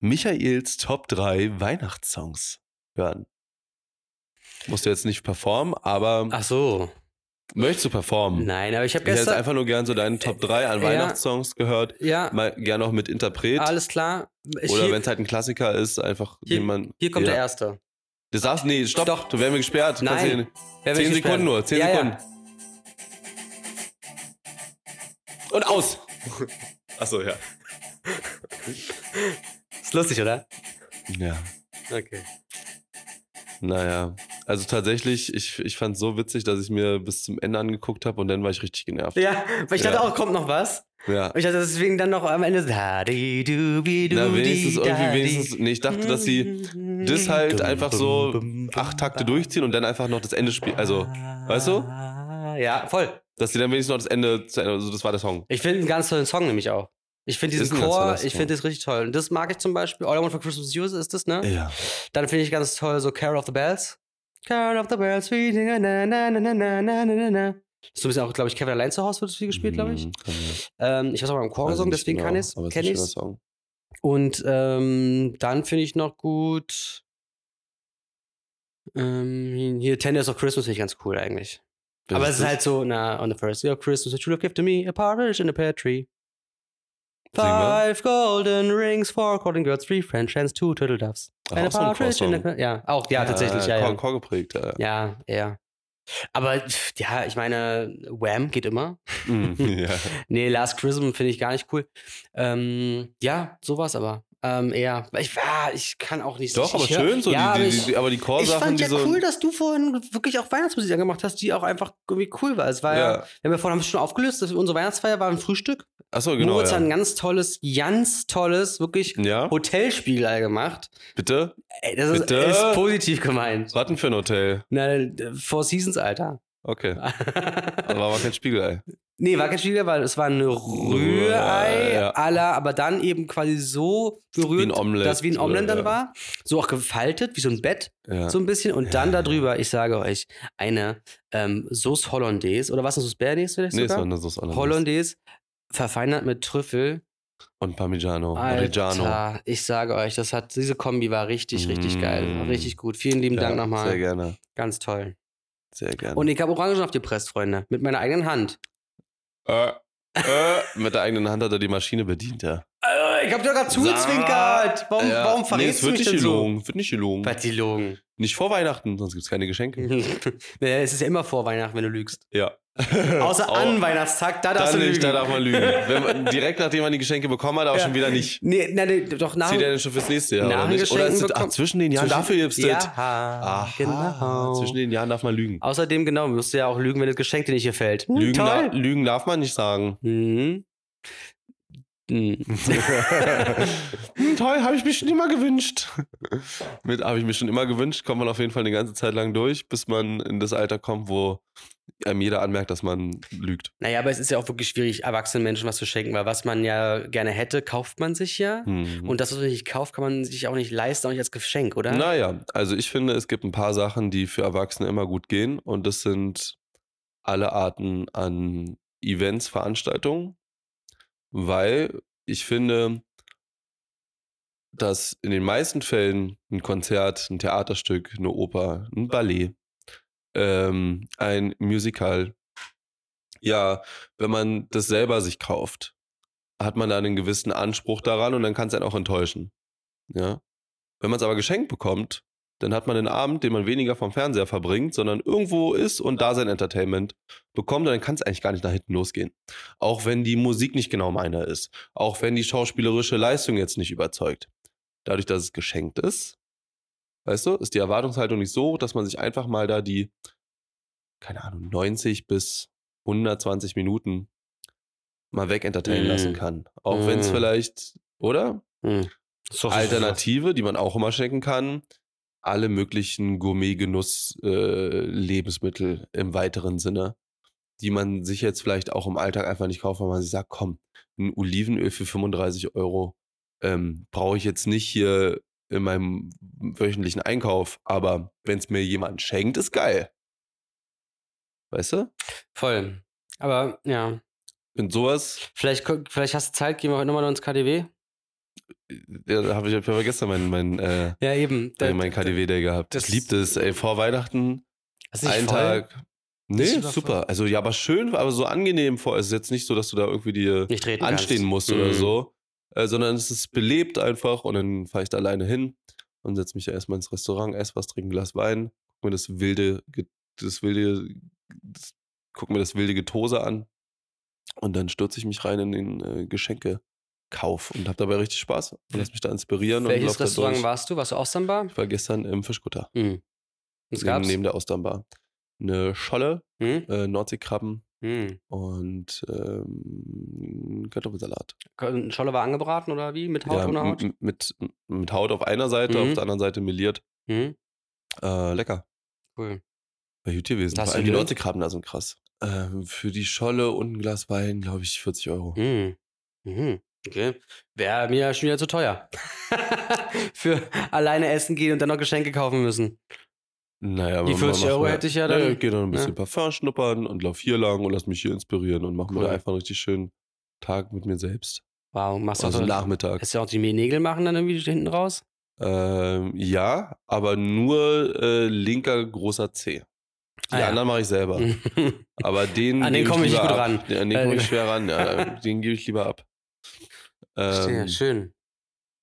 Speaker 5: Michaels Top 3 Weihnachtssongs hören. Musst du jetzt nicht performen, aber
Speaker 4: Ach so.
Speaker 5: möchtest du performen?
Speaker 4: Nein, aber ich
Speaker 5: ich
Speaker 4: habe
Speaker 5: hätte jetzt
Speaker 4: gestern.
Speaker 5: einfach nur gern so deinen Top 3 an
Speaker 4: Ja.
Speaker 5: Weihnachtssongs gehört.
Speaker 4: ja,
Speaker 5: Mal gern auch mit Interpret.
Speaker 4: alles klar. Ich,
Speaker 5: Oder
Speaker 4: hier,
Speaker 5: wenn es halt ein Klassiker ist, einfach
Speaker 4: Hier-
Speaker 5: jemand.
Speaker 4: hier kommt
Speaker 5: ja.
Speaker 4: der erste.
Speaker 5: Das darfst nee, stopp,
Speaker 4: Stopp.
Speaker 5: du werden wir gesperrt.
Speaker 4: Nein.
Speaker 5: Kannst du hier-
Speaker 4: Wer will
Speaker 5: Zehn
Speaker 4: ich
Speaker 5: Sekunden
Speaker 4: sperren?
Speaker 5: nur, zehn
Speaker 4: ja,
Speaker 5: Sekunden.
Speaker 4: Ja.
Speaker 5: Und aus! Achso, ja.
Speaker 4: Ist lustig, oder?
Speaker 5: Ja.
Speaker 4: Okay.
Speaker 5: Naja, also tatsächlich, ich, ich fand so witzig, dass ich mir bis zum Ende angeguckt habe und dann war ich richtig genervt.
Speaker 4: Ja, weil ich dachte
Speaker 5: Ja.
Speaker 4: auch, kommt noch was.
Speaker 5: Ja.
Speaker 4: Und ich dachte deswegen dann noch am Ende. Da, di, du, bi, du,
Speaker 5: Na, wenigstens
Speaker 4: di, da,
Speaker 5: irgendwie,
Speaker 4: di.
Speaker 5: wenigstens. Nee, ich dachte, dass sie das halt einfach so acht
Speaker 4: Ah.
Speaker 5: Takte durchziehen und dann einfach noch das Ende spielen. Also, weißt du?
Speaker 4: Ja, voll.
Speaker 5: dass sie dann wenigstens noch das Ende zu Ende. Also, das war der Song.
Speaker 4: Ich finde einen ganz tollen Song nämlich auch. Ich finde
Speaker 5: Ist
Speaker 4: diesen
Speaker 5: ein ganz toller
Speaker 4: Chor,
Speaker 5: Song.
Speaker 4: ich finde das richtig toll. Und das mag ich zum Beispiel. All I Want for Christmas is Yours ist das, ne?
Speaker 5: Ja.
Speaker 4: Dann finde ich ganz toll so Carol of the Bells. Carol of the Bells, we na na na na na na na na na. So ein bisschen auch, glaube ich, Kevin allein zu Hause wird es viel gespielt, glaube
Speaker 5: Mhm,
Speaker 4: ich. Ähm, Mhm. ich habe es aber im Chor gesungen, deswegen
Speaker 5: Genau,
Speaker 4: kann ich es. Kenn ich es.
Speaker 5: Song.
Speaker 4: Und ähm, dann finde ich noch gut. Ähm, hier, Ten Days of Christmas finde ich ganz cool eigentlich.
Speaker 5: Wer
Speaker 4: aber es ist halt so, na, on the first day of Christmas, the true love gift to me, a partridge in a pear tree.
Speaker 5: Sing mal.
Speaker 4: Five golden rings, four golden girls, three French hens, two turtle doves.
Speaker 5: Ach,
Speaker 4: and a
Speaker 5: auch so ein
Speaker 4: partridge in a
Speaker 5: Chorsong.
Speaker 4: pear Ja, auch, ja, äh, tatsächlich, ja,
Speaker 5: Chor,
Speaker 4: ja.
Speaker 5: Chor geprägt, ja.
Speaker 4: Ja, ja. Aber pff, ja, ich meine, Wham geht immer.
Speaker 5: Mhm, ja.
Speaker 4: Nee, Last Chrism finde ich gar nicht cool. Ähm, ja, sowas aber. Ähm, eher. Ich, ah, ich kann auch nicht so
Speaker 5: Doch, aber
Speaker 4: richtig- ich
Speaker 5: schön, so
Speaker 4: ja, aber
Speaker 5: die, die,
Speaker 4: ich,
Speaker 5: die, aber die
Speaker 4: ich
Speaker 5: Chorsachen,
Speaker 4: fand
Speaker 5: die
Speaker 4: ja
Speaker 5: so.
Speaker 4: cool, dass du vorhin wirklich auch Weihnachtsmusik angemacht hast, die auch einfach irgendwie cool war. Es war ja,
Speaker 5: ja.
Speaker 4: wir haben ja vorhin haben wir es schon aufgelöst, dass unsere Weihnachtsfeier war ein Frühstück.
Speaker 5: Achso, genau.
Speaker 4: Moritz hat ein
Speaker 5: Ja.
Speaker 4: ganz tolles, ganz tolles, wirklich
Speaker 5: ja,
Speaker 4: Hotelspiegelei gemacht.
Speaker 5: bitte?
Speaker 4: Ey, das ist,
Speaker 5: Bitte?
Speaker 4: ist positiv gemeint.
Speaker 5: Was denn für ein Hotel?
Speaker 4: Na, äh, Four Seasons, Alter.
Speaker 5: Okay. Aber war kein Spiegelei.
Speaker 4: Nee, war kein Spiegelei, weil es war ein Rührei
Speaker 5: Ja.
Speaker 4: à la, aber dann eben quasi so
Speaker 5: Wie ein
Speaker 4: berührt,
Speaker 5: Omelett.
Speaker 4: dass wie ein Omelett
Speaker 5: oder-
Speaker 4: dann war. So auch gefaltet, wie so ein Bett,
Speaker 5: Ja.
Speaker 4: so ein bisschen. Und dann
Speaker 5: Ja.
Speaker 4: darüber, ich sage euch, eine ähm, Sauce Hollandaise oder was ist Sauce Bernays vielleicht
Speaker 5: nee, es war
Speaker 4: sogar?
Speaker 5: eine Sauce Hollandaise.
Speaker 4: Hollandaise, verfeinert mit Trüffel.
Speaker 5: Und Parmigiano. Oh, Reggiano.
Speaker 4: Alter, ich sage euch, das hat, diese Kombi war richtig, richtig
Speaker 5: Mm.
Speaker 4: geil. War richtig gut. Vielen lieben Dank nochmal.
Speaker 5: Sehr gerne.
Speaker 4: Ganz toll.
Speaker 5: Sehr gerne.
Speaker 4: Und ich habe Orangensaft gepresst, Freunde. Mit meiner eigenen Hand.
Speaker 5: äh, äh, mit der eigenen Hand hat er die Maschine bedient, ja.
Speaker 4: Also, Ich hab dir gerade zugezwinkert. Warum,
Speaker 5: Ja,
Speaker 4: warum
Speaker 5: nee,
Speaker 4: verrätst
Speaker 5: es wird
Speaker 4: du mich
Speaker 5: nicht
Speaker 4: denn so?
Speaker 5: gelogen. Wird nicht gelogen.
Speaker 4: Was die Logen.
Speaker 5: Nicht vor Weihnachten, sonst gibt es keine Geschenke.
Speaker 4: naja, es ist ja immer vor Weihnachten, wenn du lügst.
Speaker 5: Ja.
Speaker 4: Außer
Speaker 5: Auch-
Speaker 4: an Weihnachtstag, da darfst
Speaker 5: Dann
Speaker 4: du
Speaker 5: nicht, da
Speaker 4: lügen.
Speaker 5: darf man lügen. Wenn man, direkt nachdem man die Geschenke bekommen hat, aber
Speaker 4: Ja.
Speaker 5: schon wieder nicht.
Speaker 4: Nee, nein, nee, doch nach.
Speaker 5: Zieht er denn schon fürs nächste Jahr?
Speaker 4: Nach
Speaker 5: Oder, nicht? oder
Speaker 4: Geschenken
Speaker 5: ist das, ach,
Speaker 4: bekommen-
Speaker 5: zwischen den Jahren
Speaker 4: zwischen-
Speaker 5: dafür gibt's das?
Speaker 4: Ja,
Speaker 5: Aha,
Speaker 4: genau.
Speaker 5: Zwischen den Jahren darf man lügen.
Speaker 4: Außerdem, genau, musst du ja auch lügen, wenn das Geschenk dir nicht gefällt. Hm,
Speaker 5: Lügen, da,
Speaker 4: Toll.
Speaker 5: lügen darf man nicht sagen.
Speaker 4: Hm. Hm.
Speaker 5: Hm, toll, habe ich mir schon immer gewünscht. Mit habe ich mir schon immer gewünscht, kommt man auf jeden Fall eine ganze Zeit lang durch, bis man in das Alter kommt, wo einem jeder anmerkt, dass man lügt.
Speaker 4: Naja, aber es ist ja auch wirklich schwierig, erwachsenen Menschen was zu schenken, weil was man ja gerne hätte, kauft man sich ja.
Speaker 5: Hm.
Speaker 4: Und das, was man nicht kauft, kann man sich auch nicht leisten, auch nicht als Geschenk, oder?
Speaker 5: Naja, also ich finde, es gibt ein paar Sachen, die für Erwachsene immer gut gehen. Und das sind alle Arten an Events, Veranstaltungen. Weil ich finde, dass in den meisten Fällen ein Konzert, ein Theaterstück, eine Oper, ein Ballett, ähm, ein Musical, ja, wenn man das selber sich kauft, hat man da einen gewissen Anspruch daran und dann kann es einen auch enttäuschen. Ja. Wenn man es aber geschenkt bekommt, dann hat man einen Abend, den man weniger vom Fernseher verbringt, sondern irgendwo ist und da sein Entertainment bekommt und dann kann es eigentlich gar nicht nach hinten losgehen. Auch wenn die Musik nicht genau meine ist, auch wenn die schauspielerische Leistung jetzt nicht überzeugt. Dadurch, dass es geschenkt ist, weißt du, ist die Erwartungshaltung nicht so, dass man sich einfach mal da die, keine Ahnung, 90 bis 120 Minuten mal wegentertainen
Speaker 4: Mm.
Speaker 5: lassen kann. Auch wenn es
Speaker 4: Mm.
Speaker 5: vielleicht, oder?
Speaker 4: Hm. So-
Speaker 5: Alternative, die man auch immer schenken kann. Alle möglichen Gourmet-Genuss-Lebensmittel im weiteren Sinne, die man sich jetzt vielleicht auch im Alltag einfach nicht kauft, weil man sich sagt, komm, ein Olivenöl für 35 Euro ähm, brauche ich jetzt nicht hier in meinem wöchentlichen Einkauf, aber wenn es mir jemand schenkt, ist geil. Weißt du?
Speaker 4: Voll. Aber ja,
Speaker 5: Und sowas,
Speaker 4: vielleicht, ko- vielleicht hast du Zeit, gehen wir heute nochmal ins KDW.
Speaker 5: äh, ja, da habe ich ja gestern meinen mein, äh,
Speaker 4: Ja, eben. Da-
Speaker 5: mein KDW-Day gehabt.
Speaker 4: das-
Speaker 5: Ich liebe das, ey, vor Weihnachten.
Speaker 4: Ist nicht
Speaker 5: einen
Speaker 4: voll?
Speaker 5: Tag. Nee,
Speaker 4: Ist übervoll.
Speaker 5: super. Also ja, aber schön, aber so angenehm vor. Es ist jetzt nicht so, dass du da irgendwie dir
Speaker 4: Nicht reden
Speaker 5: anstehen
Speaker 4: kannst.
Speaker 5: musst
Speaker 4: Mhm.
Speaker 5: oder so, äh, sondern es ist belebt einfach und dann fahre ich da alleine hin und setze mich ja erstmal ins Restaurant, esse was, trinke ein Glas Wein, guck mir das wilde, Ge- das wilde, das, guck mir das wilde Getose an und dann stürze ich mich rein in den äh, Geschenkekauf und habe dabei richtig Spaß und lass mich da inspirieren. und lauf
Speaker 4: Welches
Speaker 5: da
Speaker 4: Restaurant
Speaker 5: durch.
Speaker 4: warst du? Warst du auch Samba?
Speaker 5: Ich war gestern im Fischkutter,
Speaker 4: Hm. Was
Speaker 5: neben,
Speaker 4: gab's?
Speaker 5: neben der Austernbar. Eine Scholle
Speaker 4: Hm?
Speaker 5: äh, Nordseekrabben
Speaker 4: Hm.
Speaker 5: und ähm, Kartoffelsalat.
Speaker 4: Ein Scholle war angebraten oder wie? Mit Haut
Speaker 5: Ja,
Speaker 4: ohne Haut?
Speaker 5: m- Mit, mit Haut auf einer Seite,
Speaker 4: Mhm.
Speaker 5: auf der anderen Seite meliert.
Speaker 4: Hm?
Speaker 5: Äh, lecker.
Speaker 4: Cool.
Speaker 5: War gut gewesen.
Speaker 4: Was hast
Speaker 5: Vor
Speaker 4: du
Speaker 5: allem die
Speaker 4: genommen?
Speaker 5: Nordseekrabben da sind krass. Ähm, für die Scholle und ein Glas Wein, glaube ich, 40 Euro.
Speaker 4: Hm. Mhm. Okay. Wäre mir ja schon wieder zu teuer. Für alleine essen gehen und dann noch Geschenke kaufen müssen.
Speaker 5: Naja,
Speaker 4: Die 40 Euro hätte ich ja dann-
Speaker 5: Nee, geh noch ein bisschen
Speaker 4: Ja.
Speaker 5: Parfum schnuppern und lauf hier lang und lass mich hier inspirieren und mach mir
Speaker 4: Cool.
Speaker 5: da einfach einen richtig schönen Tag mit mir selbst.
Speaker 4: Wow, machst du
Speaker 5: Also
Speaker 4: auch
Speaker 5: Nachmittag.
Speaker 4: Hast du auch die Nägel machen dann irgendwie hinten raus?
Speaker 5: Ähm, ja, aber nur äh, linker großer C. Die
Speaker 4: Ah ja.
Speaker 5: anderen mache ich selber. Aber den.
Speaker 4: An den
Speaker 5: gebe
Speaker 4: komme ich
Speaker 5: lieber
Speaker 4: nicht gut
Speaker 5: ab.
Speaker 4: ran.
Speaker 5: Den, an den
Speaker 4: Äh,
Speaker 5: komme ich schwer ran. Ja, den gebe ich lieber ab.
Speaker 4: Verstehe,
Speaker 5: Ähm, hm.
Speaker 4: schön.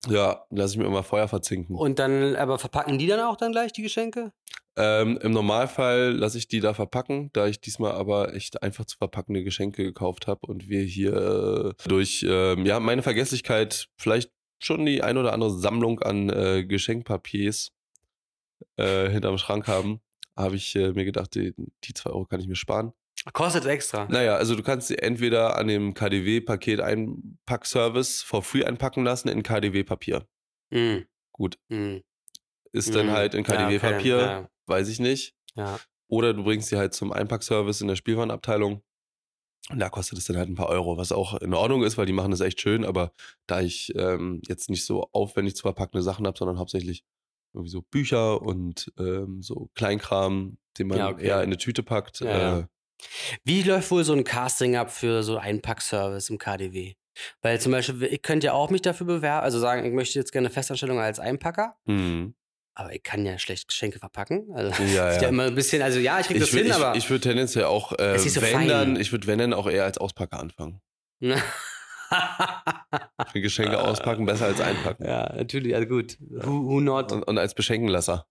Speaker 5: ja, lass ich mir immer Feuer verzinken.
Speaker 4: Und dann, aber verpacken die dann auch dann gleich die Geschenke?
Speaker 5: Ähm, Im Normalfall lasse ich die da verpacken, da ich diesmal aber echt einfach zu verpackende Geschenke gekauft habe und wir hier äh, durch ähm, ja, meine Vergesslichkeit vielleicht schon die ein oder andere Sammlung an äh, Geschenkpapiers äh, hinterm Schrank haben, habe ich äh, mir gedacht, die, die zwei Euro kann ich mir sparen.
Speaker 4: Kostet extra.
Speaker 5: Naja, also du kannst sie entweder an dem KDW-Paket Einpackservice for free einpacken lassen in KDW-Papier.
Speaker 4: Mhm.
Speaker 5: Gut.
Speaker 4: Mhm.
Speaker 5: Ist dann
Speaker 4: Mhm.
Speaker 5: halt in
Speaker 4: Ja, okay.
Speaker 5: KDW-Papier,
Speaker 4: Ja,
Speaker 5: weiß ich nicht.
Speaker 4: ja.
Speaker 5: Oder du bringst sie halt zum Einpackservice in der Spielwarenabteilung. Und da kostet es dann halt ein paar Euro, was auch in Ordnung ist, weil die machen das echt schön. Aber da ich ähm, jetzt nicht so aufwendig zu verpackende Sachen habe, sondern hauptsächlich irgendwie so Bücher und ähm, so Kleinkram, den man
Speaker 4: Ja, okay.
Speaker 5: eher in eine Tüte packt.
Speaker 4: Ja,
Speaker 5: äh,
Speaker 4: ja. Wie läuft wohl so ein Casting ab für so einen Packservice im KDW? Weil zum Beispiel, ich könnte ja auch mich dafür bewerben, also sagen, ich möchte jetzt gerne eine Festanstellung als Einpacker,
Speaker 5: hm.
Speaker 4: aber ich kann ja schlecht Geschenke verpacken. Also
Speaker 5: ja,
Speaker 4: ist ja immer ein bisschen, also ja, ich krieg das
Speaker 5: ich, wür-
Speaker 4: hin,
Speaker 5: ich,
Speaker 4: aber.
Speaker 5: ich würde tendenziell auch, äh,
Speaker 4: Es ist so
Speaker 5: wenn
Speaker 4: fein.
Speaker 5: dann, ich würde wenn dann auch eher als Auspacker anfangen. Geschenke auspacken besser als einpacken.
Speaker 4: Ja, natürlich, also gut. Who, who not?
Speaker 5: Und, und als Beschenkenlasser.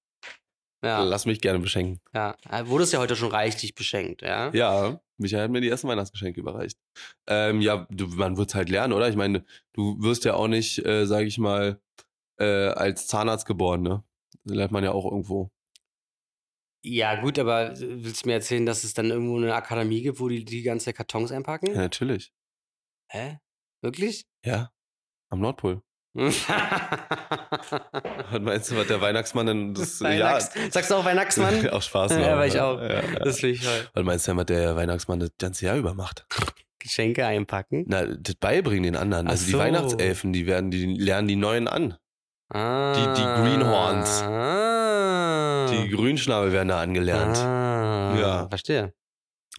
Speaker 4: Ja,
Speaker 5: Lass mich gerne beschenken.
Speaker 4: ja. Du Wurdest ja heute schon reichlich beschenkt, ja?
Speaker 5: Ja, Michael hat mir die ersten Weihnachtsgeschenke überreicht. Ähm, ja, du, man wird es halt lernen, oder? Ich meine, du wirst ja auch nicht, äh, sage ich mal, äh, als Zahnarzt geboren, ne? Das lernt man ja auch irgendwo.
Speaker 4: Ja, gut, aber willst du mir erzählen, dass es dann irgendwo eine Akademie gibt, wo die die ganze Kartons einpacken?
Speaker 5: Ja, natürlich.
Speaker 4: Hä? Wirklich?
Speaker 5: Ja. Am Nordpol. Was meinst du, was der Weihnachtsmann denn das
Speaker 4: Weihnachts- Sagst du auch Weihnachtsmann?
Speaker 5: Ja, auch Spaß.
Speaker 4: Ja,
Speaker 5: nur,
Speaker 4: aber ich
Speaker 5: ne?
Speaker 4: auch.
Speaker 5: Ja, ja.
Speaker 4: Das finde ich toll.
Speaker 5: Was meinst du denn, was der Weihnachtsmann das ganze Jahr über macht?
Speaker 4: Geschenke einpacken.
Speaker 5: Na, das beibringen den anderen.
Speaker 4: Ach
Speaker 5: Also die
Speaker 4: so.
Speaker 5: Weihnachtselfen, die werden, die lernen die Neuen an.
Speaker 4: Ah.
Speaker 5: die Greenhorns.
Speaker 4: Ah.
Speaker 5: Die Grünschnabel werden da angelernt.
Speaker 4: Ah.
Speaker 5: Ja.
Speaker 4: Verstehe.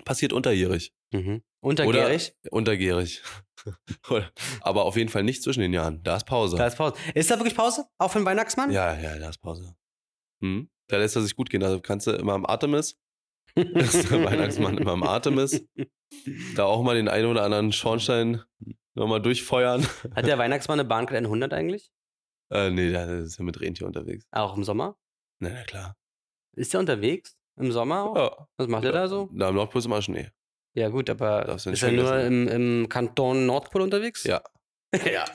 Speaker 5: Passiert unterjährig.
Speaker 4: Mhm. Untergärig.
Speaker 5: Untergärig. Oder- Aber auf jeden Fall nicht zwischen den Jahren. Da ist Pause.
Speaker 4: Da ist Pause. Ist da wirklich Pause? Auch für den Weihnachtsmann?
Speaker 5: ja, ja, da ist Pause. Hm? Da lässt er sich gut gehen. Also kannst du immer am Artemis, dass der Weihnachtsmann immer am Artemis, da auch mal den einen oder anderen Schornstein nochmal durchfeuern.
Speaker 4: Hat der Weihnachtsmann eine Bahncard 100 eigentlich?
Speaker 5: Äh, nee, da ist er mit Rentier unterwegs.
Speaker 4: Auch im Sommer?
Speaker 5: Na, na klar.
Speaker 4: Ist der unterwegs? Im Sommer auch?
Speaker 5: Ja.
Speaker 4: Was macht er da so?
Speaker 5: Da am Nordpol ist immer Schnee.
Speaker 4: Ja, gut, aber
Speaker 5: Darfst du nicht
Speaker 4: ist er nur im,
Speaker 5: vergessen.
Speaker 4: im Kanton Nordpol unterwegs?
Speaker 5: Ja.
Speaker 4: ja.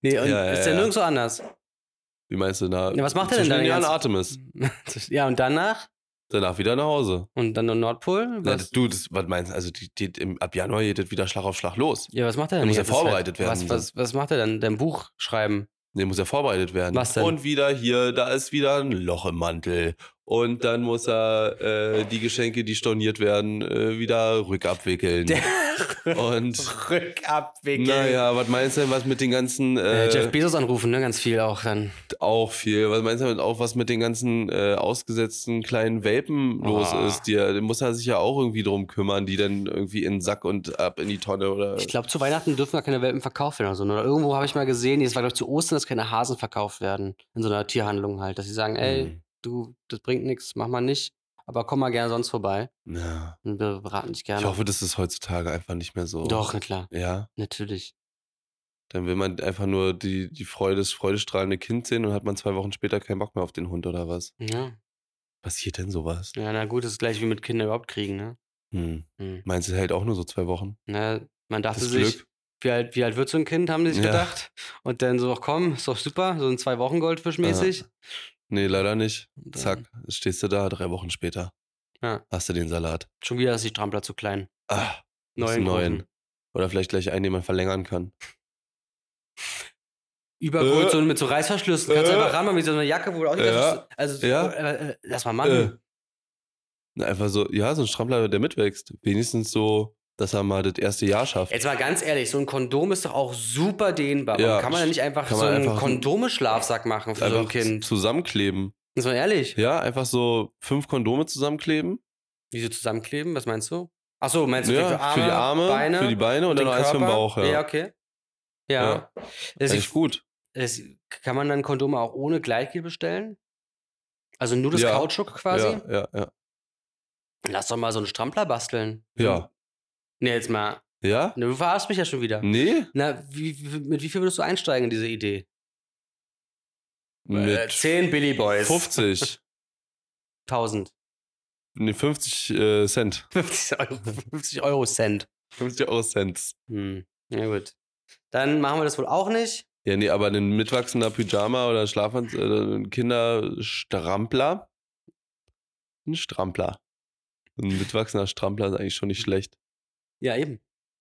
Speaker 4: Nee, und
Speaker 5: Ja, ja,
Speaker 4: ist er
Speaker 5: ja.
Speaker 4: nirgendwo anders?
Speaker 5: Wie meinst du da?
Speaker 4: Ja, was macht er denn
Speaker 5: zwischen
Speaker 4: da
Speaker 5: den
Speaker 4: den
Speaker 5: Jahren
Speaker 4: ganzen-
Speaker 5: Artemis.
Speaker 4: ja, und danach?
Speaker 5: Danach wieder nach Hause.
Speaker 4: Und dann noch Nordpol?
Speaker 5: Na,
Speaker 4: Was,
Speaker 5: das, du, das, was meinst du? Also die, die, im, ab Januar geht das wieder Schlag auf Schlag los.
Speaker 4: ja, was macht er
Speaker 5: Da
Speaker 4: denn?
Speaker 5: muss er
Speaker 4: jetzt? Das ist
Speaker 5: vorbereitet werden.
Speaker 4: Was, was, was macht er dann? Dein Buch schreiben?
Speaker 5: Nee, muss ja vorbereitet werden.
Speaker 4: Was denn?
Speaker 5: Und wieder hier, da ist wieder ein Loch im Mantel. Und dann muss er äh, die Geschenke, die storniert werden, äh, wieder rückabwickeln. Und
Speaker 4: Rückabwickeln.
Speaker 5: naja, was meinst du denn, was mit den ganzen
Speaker 4: Äh,
Speaker 5: äh,
Speaker 4: Jeff Bezos anrufen, ne? Ganz viel auch dann.
Speaker 5: auch viel, was meinst du denn auch, was mit den ganzen äh, ausgesetzten kleinen Welpen
Speaker 4: Ah.
Speaker 5: los ist? Die, da muss er sich ja auch irgendwie drum kümmern, die dann irgendwie in den Sack und ab in die Tonne oder.
Speaker 4: Ich glaube, zu Weihnachten dürfen gar keine Welpen verkauft werden oder so. ne? Oder irgendwo habe ich mal gesehen, nee, es war, glaube ich, zu Ostern, dass keine Hasen verkauft werden. In so einer Tierhandlung halt. Dass sie sagen, ey,
Speaker 5: Hm.
Speaker 4: du, das bringt nichts, mach mal nicht. Aber komm mal gerne sonst vorbei.
Speaker 5: Ja.
Speaker 4: Und wir beraten dich gerne.
Speaker 5: Ich hoffe, das ist heutzutage einfach nicht mehr so.
Speaker 4: ne. Doch, na klar,
Speaker 5: Ja.
Speaker 4: natürlich.
Speaker 5: Dann will man einfach nur die, die Freude, das freudestrahlende Kind sehen und hat man zwei Wochen später keinen Bock mehr auf den Hund oder was?
Speaker 4: Ja.
Speaker 5: Passiert denn sowas?
Speaker 4: ja, na gut, das ist gleich wie mit Kindern überhaupt kriegen, ne?
Speaker 5: Hm.
Speaker 4: Hm.
Speaker 5: Meinst du, hält auch nur so zwei Wochen?
Speaker 4: Na, man dachte
Speaker 5: Das
Speaker 4: sich,
Speaker 5: Glück?
Speaker 4: wie alt, wie alt wird so ein Kind, haben die sich
Speaker 5: Ja.
Speaker 4: gedacht. Und dann so, ach komm, ist doch super, so ein Zwei-Wochen-Goldfisch-mäßig.
Speaker 5: Nee, leider nicht.
Speaker 4: Und dann
Speaker 5: Zack, stehst du da, drei Wochen später.
Speaker 4: Ja.
Speaker 5: Hast du den Salat.
Speaker 4: Schon wieder ist die Trampler zu klein.
Speaker 5: Ah,
Speaker 4: Neuen.
Speaker 5: neuen.
Speaker 4: Kuchen.
Speaker 5: Oder vielleicht gleich einen, den man verlängern kann.
Speaker 4: Übergeholt,
Speaker 5: Äh.
Speaker 4: so mit so Reißverschlüssen. Kannst du
Speaker 5: Äh.
Speaker 4: einfach ranmachen mit so einer Jacke, wo du auch die
Speaker 5: Ja.
Speaker 4: Reißverschlüsse- Also,
Speaker 5: Ja.
Speaker 4: äh, äh, lass mal
Speaker 5: Äh.
Speaker 4: machen.
Speaker 5: Na, einfach so, ja, so ein Strampler, der mitwächst. Wenigstens so, dass er mal das erste Jahr schafft.
Speaker 4: Jetzt mal ganz ehrlich, so ein Kondom ist doch auch super dehnbar.
Speaker 5: Ja.
Speaker 4: Warum kann man da nicht einfach
Speaker 5: Kann
Speaker 4: so
Speaker 5: man
Speaker 4: einen
Speaker 5: einfach-
Speaker 4: Kondome-Schlafsack machen für so ein
Speaker 5: einfach
Speaker 4: Kind?
Speaker 5: zusammenkleben.
Speaker 4: Ist mal ehrlich.
Speaker 5: Ja, einfach so fünf Kondome zusammenkleben.
Speaker 4: Wieso zusammenkleben? Was meinst du? Achso, meinst du
Speaker 5: ja,
Speaker 4: Also für, Arme,
Speaker 5: für die Arme,
Speaker 4: Beine?
Speaker 5: für die Beine und dann
Speaker 4: den
Speaker 5: noch eins für den
Speaker 4: Körper?
Speaker 5: Bauch.
Speaker 4: Ja, okay. Ja. Das
Speaker 5: Eigentlich gut.
Speaker 4: das, kann man dann Kondome auch ohne Gleitgel bestellen? Also nur das
Speaker 5: Ja.
Speaker 4: Kautschuk quasi?
Speaker 5: Ja, ja, ja.
Speaker 4: Lass doch mal so einen Strampler basteln.
Speaker 5: Ja. Hm.
Speaker 4: Nee, jetzt mal. ne,
Speaker 5: Ja?
Speaker 4: Du verarschst mich ja schon wieder.
Speaker 5: Nee?
Speaker 4: Na, wie, wie- mit wie viel würdest du einsteigen in diese Idee?
Speaker 5: Mit
Speaker 4: 10 Äh, Billy Boys.
Speaker 5: 50.
Speaker 4: 1000.
Speaker 5: Nee, 50 äh, Cent.
Speaker 4: 50 Euro, 50 Euro Cent.
Speaker 5: 50 Euro Cent.
Speaker 4: Hm. Na gut. Dann machen wir das wohl auch nicht.
Speaker 5: Ja, nee, aber ein mitwachsender Pyjama oder Schlafanz äh, ein Kinderstrampler. Ein Strampler. Ein mitwachsender Strampler ist eigentlich schon nicht schlecht.
Speaker 4: Ja, eben.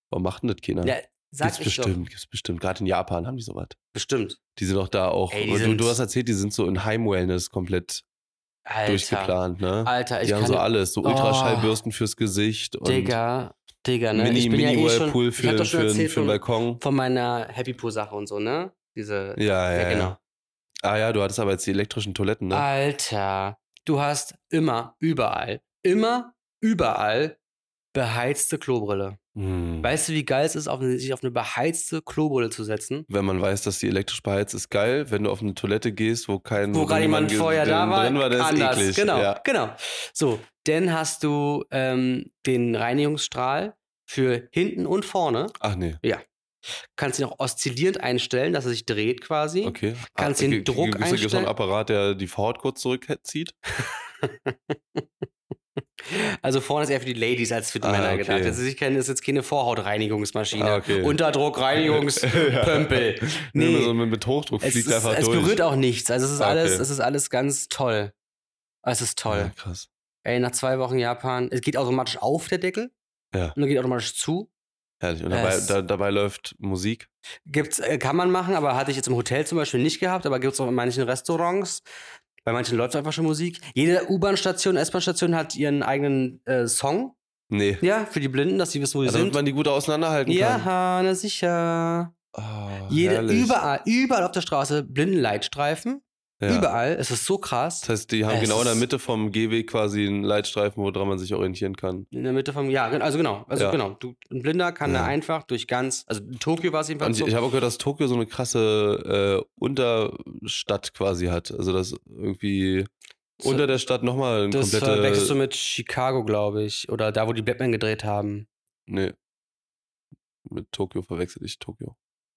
Speaker 5: Warum macht denn das keiner?
Speaker 4: Ja, sag
Speaker 5: gibt's
Speaker 4: ich
Speaker 5: bestimmt, gibt's bestimmt. Gerade in Japan haben die sowas.
Speaker 4: doch. Bestimmt.
Speaker 5: Die sind auch da auch.
Speaker 4: Ey, die
Speaker 5: und du,
Speaker 4: sind-
Speaker 5: du hast erzählt, die sind so in Heimwellness komplett
Speaker 4: Alter.
Speaker 5: durchgeplant, ne?
Speaker 4: Alter, ich
Speaker 5: die haben
Speaker 4: kann Oh.
Speaker 5: so alles, so Ultraschallbürsten fürs Gesicht und
Speaker 4: Digga, Digga, ne?
Speaker 5: Mini,
Speaker 4: ich bin
Speaker 5: Mini
Speaker 4: ja eh schon,
Speaker 5: Whirlpool
Speaker 4: ich hab
Speaker 5: für,
Speaker 4: doch schon
Speaker 5: für,
Speaker 4: erzählt
Speaker 5: für den
Speaker 4: von,
Speaker 5: Balkon.
Speaker 4: von meiner Happy Poo Sache und so, ne? Diese
Speaker 5: Ja, ja, ja,
Speaker 4: genau. Ah,
Speaker 5: Ah ja, du hattest aber jetzt die elektrischen Toiletten, ne?
Speaker 4: Alter, du hast immer überall, immer überall beheizte Klobrille.
Speaker 5: Hm.
Speaker 4: Weißt du, wie geil es ist, auf eine, sich auf eine beheizte Klobrille zu setzen?
Speaker 5: Wenn man weiß, dass die elektrisch beheizt ist, geil. Wenn du auf eine Toilette gehst, wo kein
Speaker 4: Wo gerade
Speaker 5: niemand
Speaker 4: jemand
Speaker 5: ge-
Speaker 4: vorher da
Speaker 5: drin
Speaker 4: war,
Speaker 5: drin war das
Speaker 4: anders.
Speaker 5: ist eklig.
Speaker 4: Genau,
Speaker 5: Ja.
Speaker 4: genau. So, dann hast du ähm, den Reinigungsstrahl für hinten und vorne.
Speaker 5: Ach nee.
Speaker 4: Ja. Kannst ihn auch oszillierend einstellen, dass er sich dreht quasi.
Speaker 5: Okay.
Speaker 4: Hm.
Speaker 5: Ah,
Speaker 4: Kannst den
Speaker 5: ge- ge-
Speaker 4: Druck
Speaker 5: gibt's da- gibt's da
Speaker 4: einstellen?
Speaker 5: einen Apparat, der die Haut kurz zurückzieht?
Speaker 4: Also vorne ist eher für die Ladies als für die
Speaker 5: Ah,
Speaker 4: Männer
Speaker 5: okay.
Speaker 4: gedacht. Also ich kenne, ist jetzt keine Vorhautreinigungsmaschine.
Speaker 5: Ah, okay.
Speaker 4: Unterdruckreinigungspömpel.
Speaker 5: Nee.
Speaker 4: Nee.
Speaker 5: So mit, mit Hochdruck
Speaker 4: Es,
Speaker 5: fliegt
Speaker 4: ist,
Speaker 5: einfach
Speaker 4: es
Speaker 5: durch.
Speaker 4: berührt auch nichts. Also es ist
Speaker 5: Ah, okay.
Speaker 4: alles, es ist alles ganz toll. Es ist
Speaker 5: Ja,
Speaker 4: toll.
Speaker 5: krass.
Speaker 4: Ey, nach zwei Wochen Japan, es geht automatisch auf der Deckel.
Speaker 5: Ja.
Speaker 4: Und dann geht automatisch zu.
Speaker 5: Herrlich. Und dabei,
Speaker 4: Es-
Speaker 5: da, dabei läuft Musik.
Speaker 4: Gibt's, äh, kann man machen, aber hatte ich jetzt im Hotel zum Beispiel nicht gehabt, aber gibt es auch in manchen Restaurants. Bei manchen läuft einfach schon Musik. Jede U-Bahn-Station, S-Bahn-Station hat ihren eigenen äh, Song,
Speaker 5: Nee.
Speaker 4: ja, für die Blinden, dass sie wissen, wo sie
Speaker 5: Ja, damit
Speaker 4: sind.
Speaker 5: Also, man die gut auseinanderhalten kann.
Speaker 4: Ja, na sicher.
Speaker 5: Ah,
Speaker 4: Jede,
Speaker 5: herrlich.
Speaker 4: überall, überall auf der Straße Blindenleitstreifen.
Speaker 5: Ja.
Speaker 4: Überall. Es ist so krass.
Speaker 5: Das heißt, die haben
Speaker 4: Es
Speaker 5: genau in der
Speaker 4: ist-
Speaker 5: Mitte vom Gehweg quasi einen Leitstreifen, woran man sich orientieren kann.
Speaker 4: In der Mitte vom, ja, gen- also genau, also
Speaker 5: Ja.
Speaker 4: genau. Du, ein Blinder kann
Speaker 5: Ja.
Speaker 4: da einfach durch ganz, also in Tokio war es
Speaker 5: Und
Speaker 4: jedenfalls
Speaker 5: ich,
Speaker 4: so.
Speaker 5: ich habe auch gehört, dass Tokio so eine krasse äh, Unterstadt quasi hat. Also, dass irgendwie
Speaker 4: So-
Speaker 5: unter der Stadt nochmal ein
Speaker 4: das äh, verwechselst du
Speaker 5: komplette.
Speaker 4: mit Chicago, glaube ich, oder da, wo die Batman gedreht haben.
Speaker 5: Nee. Mit Tokio verwechsel ich Tokio.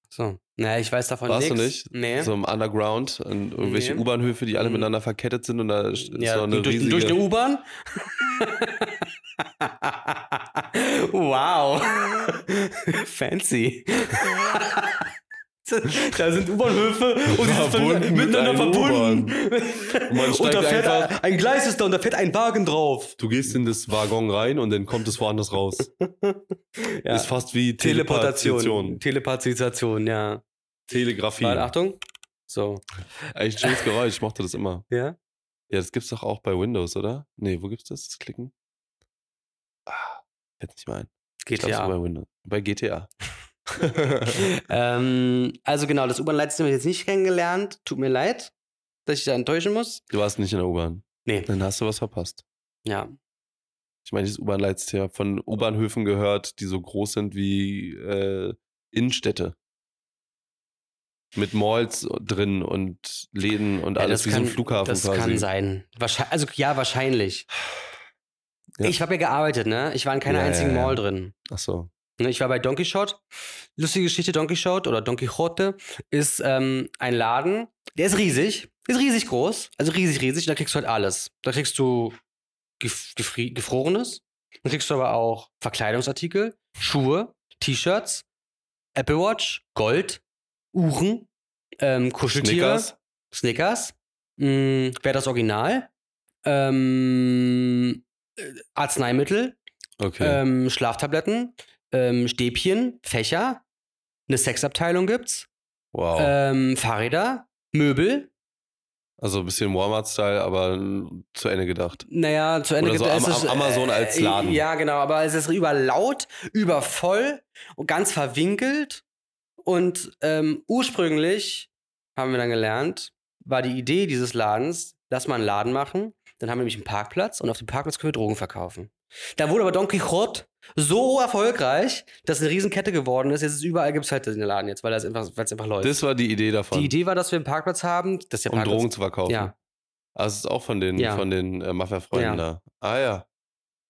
Speaker 4: So, naja, ich weiß davon
Speaker 5: Warst
Speaker 4: nichts.
Speaker 5: du nicht?
Speaker 4: Nee.
Speaker 5: So im Underground, an irgendwelche
Speaker 4: Nee.
Speaker 5: U-Bahnhöfe, die alle
Speaker 4: Mhm.
Speaker 5: miteinander verkettet sind und da ist
Speaker 4: ja,
Speaker 5: noch eine
Speaker 4: durch,
Speaker 5: riesige.
Speaker 4: durch eine U-Bahn? wow. Fancy. da sind U-Bahnhöfe und die sind
Speaker 5: Verbunden
Speaker 4: verbunden, miteinander
Speaker 5: mit einer
Speaker 4: verbunden.
Speaker 5: Und man
Speaker 4: Und
Speaker 5: steigt
Speaker 4: da fährt
Speaker 5: einfach-
Speaker 4: ein, ein Gleis ist da und da fährt ein Wagen drauf.
Speaker 5: du gehst in das Waggon rein und dann kommt es woanders raus.
Speaker 4: Ja.
Speaker 5: Ist fast wie Teleportation.
Speaker 4: Teleportation. Teleportation, ja.
Speaker 5: Telegrafie.
Speaker 4: Warte, Achtung. So.
Speaker 5: Eigentlich ein schönes Geräusch, ich mochte das immer.
Speaker 4: Ja.
Speaker 5: Ja, das gibt's doch auch bei Windows, oder? Nee, wo gibt's das? Das Klicken? Ah, fällt nicht mal ein. Ich glaub,
Speaker 4: GTA.
Speaker 5: so bei Windows. Bei GTA.
Speaker 4: ähm, also genau, das U-Bahn-Leitsystem habe ich jetzt nicht kennengelernt. Tut mir leid, dass ich da enttäuschen muss.
Speaker 5: Du warst nicht in der U-Bahn.
Speaker 4: Nee.
Speaker 5: Dann hast du was verpasst.
Speaker 4: Ja.
Speaker 5: Ich meine, dieses U-Bahn-Leitsystem hab von U-Bahnhöfen gehört, die so groß sind wie äh, Innenstädte. Mit Malls drin und Läden und
Speaker 4: ja
Speaker 5: alles wie so ein Flughafen
Speaker 4: Das
Speaker 5: quasi.
Speaker 4: kann sein. Wahrscheinlich, also ja, wahrscheinlich.
Speaker 5: Ja.
Speaker 4: Ich habe ja gearbeitet, ne? Ich war in keiner
Speaker 5: Ja,
Speaker 4: einzigen
Speaker 5: ja, ja.
Speaker 4: Mall drin.
Speaker 5: Ach so.
Speaker 4: Ne, Ich war bei Don Quixote. Lustige Geschichte, Don Quixote oder Don Quixote ist ähm, ein Laden, der ist riesig, ist riesig groß, also riesig, riesig, und da kriegst du halt alles. Da kriegst du gef gefri- Gefrorenes, dann kriegst du aber auch Verkleidungsartikel, Schuhe, T-Shirts, Apple Watch, Gold, Uhren, ähm, Kuscheltiere,
Speaker 5: Snickers?
Speaker 4: Snickers, mh, wer das Original, ähm, äh, Arzneimittel,
Speaker 5: Okay.
Speaker 4: ähm, Schlaftabletten, ähm, Stäbchen, Fächer, eine Sexabteilung gibt's,
Speaker 5: wow.
Speaker 4: ähm, Fahrräder, Möbel.
Speaker 5: also ein bisschen Walmart-Style, aber mm, zu Ende gedacht.
Speaker 4: Naja, zu Ende
Speaker 5: Oder so
Speaker 4: gibt-
Speaker 5: Am-
Speaker 4: es ist,
Speaker 5: Am- Amazon als Laden.
Speaker 4: Ja, genau, aber es ist überlaut, übervoll und ganz verwinkelt. Und ähm, ursprünglich haben wir dann gelernt, war die Idee dieses Ladens, lass mal einen Laden machen. Dann haben wir nämlich einen Parkplatz und auf dem Parkplatz können wir Drogen verkaufen. Da wurde aber Don Quixote so erfolgreich, dass eine Riesenkette geworden ist. Jetzt ist überall gibt es halt den Laden jetzt, weil das einfach, weil's einfach läuft.
Speaker 5: Das war die Idee davon.
Speaker 4: die Idee war, dass wir einen Parkplatz haben, dass der
Speaker 5: um
Speaker 4: Parkplatz
Speaker 5: Drogen zu verkaufen.
Speaker 4: Ja.
Speaker 5: Also es ist auch von den,
Speaker 4: Ja.
Speaker 5: von den äh, Mafia-Freunden da. Ah ja.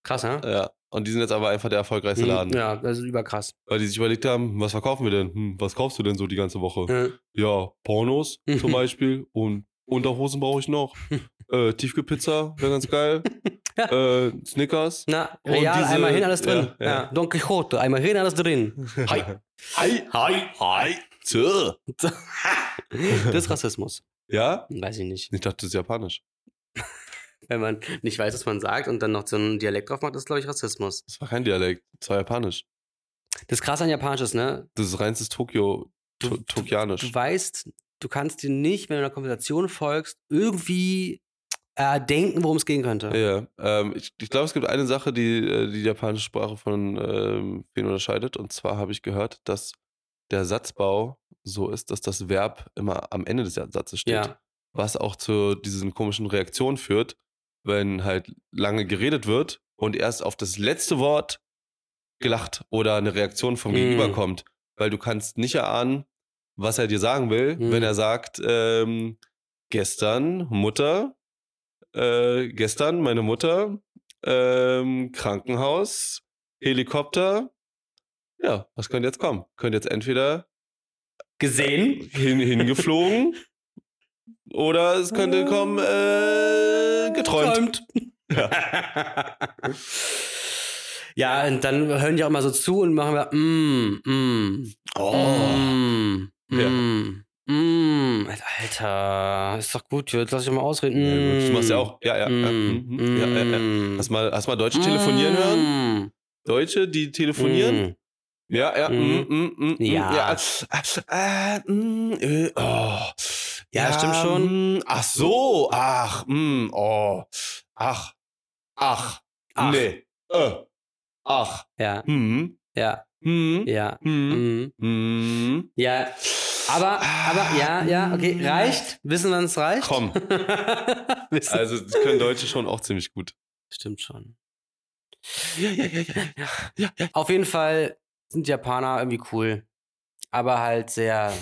Speaker 4: krass, ne?
Speaker 5: ja. Und die sind jetzt aber einfach Äh, der erfolgreichste Laden.
Speaker 4: Mhm. Ja, das ist überkrass.
Speaker 5: Weil Äh, die sich überlegt haben, was verkaufen wir denn? Hm, was kaufst du denn so die ganze Woche?
Speaker 4: Ja.
Speaker 5: Ja, Pornos
Speaker 4: Mhm.
Speaker 5: zum Beispiel und Unterhosen brauche ich noch. äh, Tiefkühlpizza wäre ganz geil. äh, Snickers.
Speaker 4: Na,
Speaker 5: Und
Speaker 4: real,
Speaker 5: diese-
Speaker 4: einmal hin, alles drin.
Speaker 5: ja,
Speaker 4: Ja,
Speaker 5: ja.
Speaker 4: Don Quixote, einmal hin, alles drin. Hi.
Speaker 5: Hi, hi, hi. Tö.
Speaker 4: Das ist Rassismus.
Speaker 5: Ja?
Speaker 4: Weiß ich nicht.
Speaker 5: Ich dachte, das ist japanisch.
Speaker 4: Wenn man nicht weiß, was man sagt und dann noch so einen Dialekt drauf macht, ist, glaube ich, Rassismus.
Speaker 5: Das war kein Dialekt, das war japanisch.
Speaker 4: Das krasse an Japanisch ist, ne?
Speaker 5: Das ist reinstes Tokio, to
Speaker 4: Du-
Speaker 5: Tokianisch.
Speaker 4: Du weißt, du kannst dir nicht, wenn du einer Konversation folgst, irgendwie äh, denken, worum es gehen könnte.
Speaker 5: Ja, ähm, ich, ich glaube, es gibt eine Sache, die äh, die japanische Sprache von ähm, vielen unterscheidet. Und zwar habe ich gehört, dass der Satzbau so ist, dass das Verb immer am Ende des Satzes steht.
Speaker 4: Ja.
Speaker 5: Was auch zu diesen komischen Reaktionen führt, wenn halt lange geredet wird und erst auf das letzte Wort gelacht oder eine Reaktion vom
Speaker 4: Mm.
Speaker 5: Gegenüber kommt. Weil du kannst nicht erahnen, was er dir sagen will,
Speaker 4: Mm.
Speaker 5: wenn er sagt, ähm, gestern Mutter, äh, gestern meine Mutter, ähm, Krankenhaus, Helikopter, Ja, was könnte jetzt kommen? Könnte jetzt entweder
Speaker 4: Gesehen?
Speaker 5: hin, hingeflogen oder es könnte kommen äh, geträumt.
Speaker 4: Ja. ja, und dann hören die auch immer so zu und machen wir mm, mm, mm,
Speaker 5: Oh. Ja.
Speaker 4: mm, mm. Alter, ist doch gut, jetzt lass ich doch mal ausreden.
Speaker 5: Ja, gut,
Speaker 4: Mm,
Speaker 5: Du machst ja auch. Ja, ja. ja,
Speaker 4: Mm,
Speaker 5: mhm, ja, ja, ja.
Speaker 4: mm,
Speaker 5: Hast mal, hast mal Deutsche telefonieren hören?
Speaker 4: hören?
Speaker 5: Deutsche, die
Speaker 4: Mm.
Speaker 5: telefonieren? Ja, ja.
Speaker 4: Mhm.
Speaker 5: mm, mm, mm, mm, ja.
Speaker 4: Ja.
Speaker 5: Äh, äh, mm, äh, oh. ja,
Speaker 4: Ja, stimmt schon.
Speaker 5: mm, Ach so, ach, mm, oh. Ach, ach,
Speaker 4: Ach.
Speaker 5: nee. Äh, ach,
Speaker 4: Ja,
Speaker 5: hm,
Speaker 4: ja,
Speaker 5: hm,
Speaker 4: ja.
Speaker 5: hm,
Speaker 4: Mm.
Speaker 5: hm. Ah,
Speaker 4: Ja, aber, aber, ja, ja, okay, reicht. Wissen wir, es reicht?
Speaker 5: Komm,
Speaker 4: Wissen-
Speaker 5: also das können Deutsche schon auch ziemlich gut.
Speaker 4: Stimmt schon.
Speaker 5: Ja, ja, ja, ja.
Speaker 4: Auf jeden Fall sind Japaner irgendwie cool. Aber halt sehr.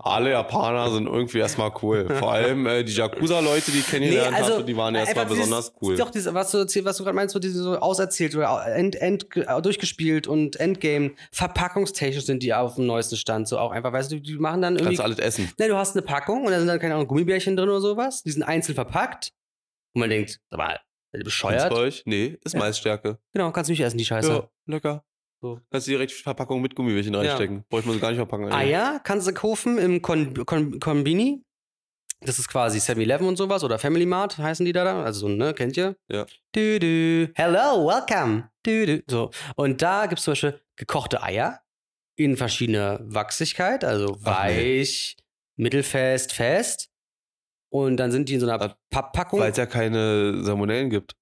Speaker 5: Alle Japaner sind irgendwie erstmal cool. Vor allem äh, die Yakuza-Leute, die ich kennengelernt
Speaker 4: Nee, also,
Speaker 5: habe, die waren
Speaker 4: Einfach
Speaker 5: erstmal
Speaker 4: dieses-
Speaker 5: besonders cool.
Speaker 4: Doch, diese, was du, erzähl- was du gerade meinst, so diese so auserzählt oder end, end, durchgespielt und Endgame. Verpackungstechnisch sind die auf dem neuesten Stand. So auch einfach, weißt du, die machen dann irgendwie.
Speaker 5: Kannst du alles essen.
Speaker 4: Ne, du hast eine Packung und da sind dann keine Ahnung, Gummibärchen drin oder sowas. Die sind einzeln verpackt. Und man denkt, sag mal, seid ihr
Speaker 5: Bei
Speaker 4: bescheuert.
Speaker 5: euch? Nee, ist
Speaker 4: Ja.
Speaker 5: Maisstärke.
Speaker 4: Genau, kannst du nicht essen, die Scheiße.
Speaker 5: Ja, lecker.
Speaker 4: So.
Speaker 5: Kannst du direkt Verpackung mit Gummibärchen reinstecken. Bräuchte man so gar nicht verpacken. eigentlich.
Speaker 4: Eier kannst du kaufen im Kon Kon Konbini. Das ist quasi 7-Eleven und sowas oder Family Mart heißen die da da. Also, so, ne, kennt ihr?
Speaker 5: Ja.
Speaker 4: Du, du. Hello, welcome. Du, du. So. Und da gibt es zum Beispiel gekochte Eier in verschiedener Wachsigkeit, also
Speaker 5: Ach, nee.
Speaker 4: weich, mittelfest, fest. Und dann sind die in so einer
Speaker 5: Ah,
Speaker 4: Papppackung.
Speaker 5: Weil
Speaker 4: Und
Speaker 5: es ja keine Salmonellen gibt.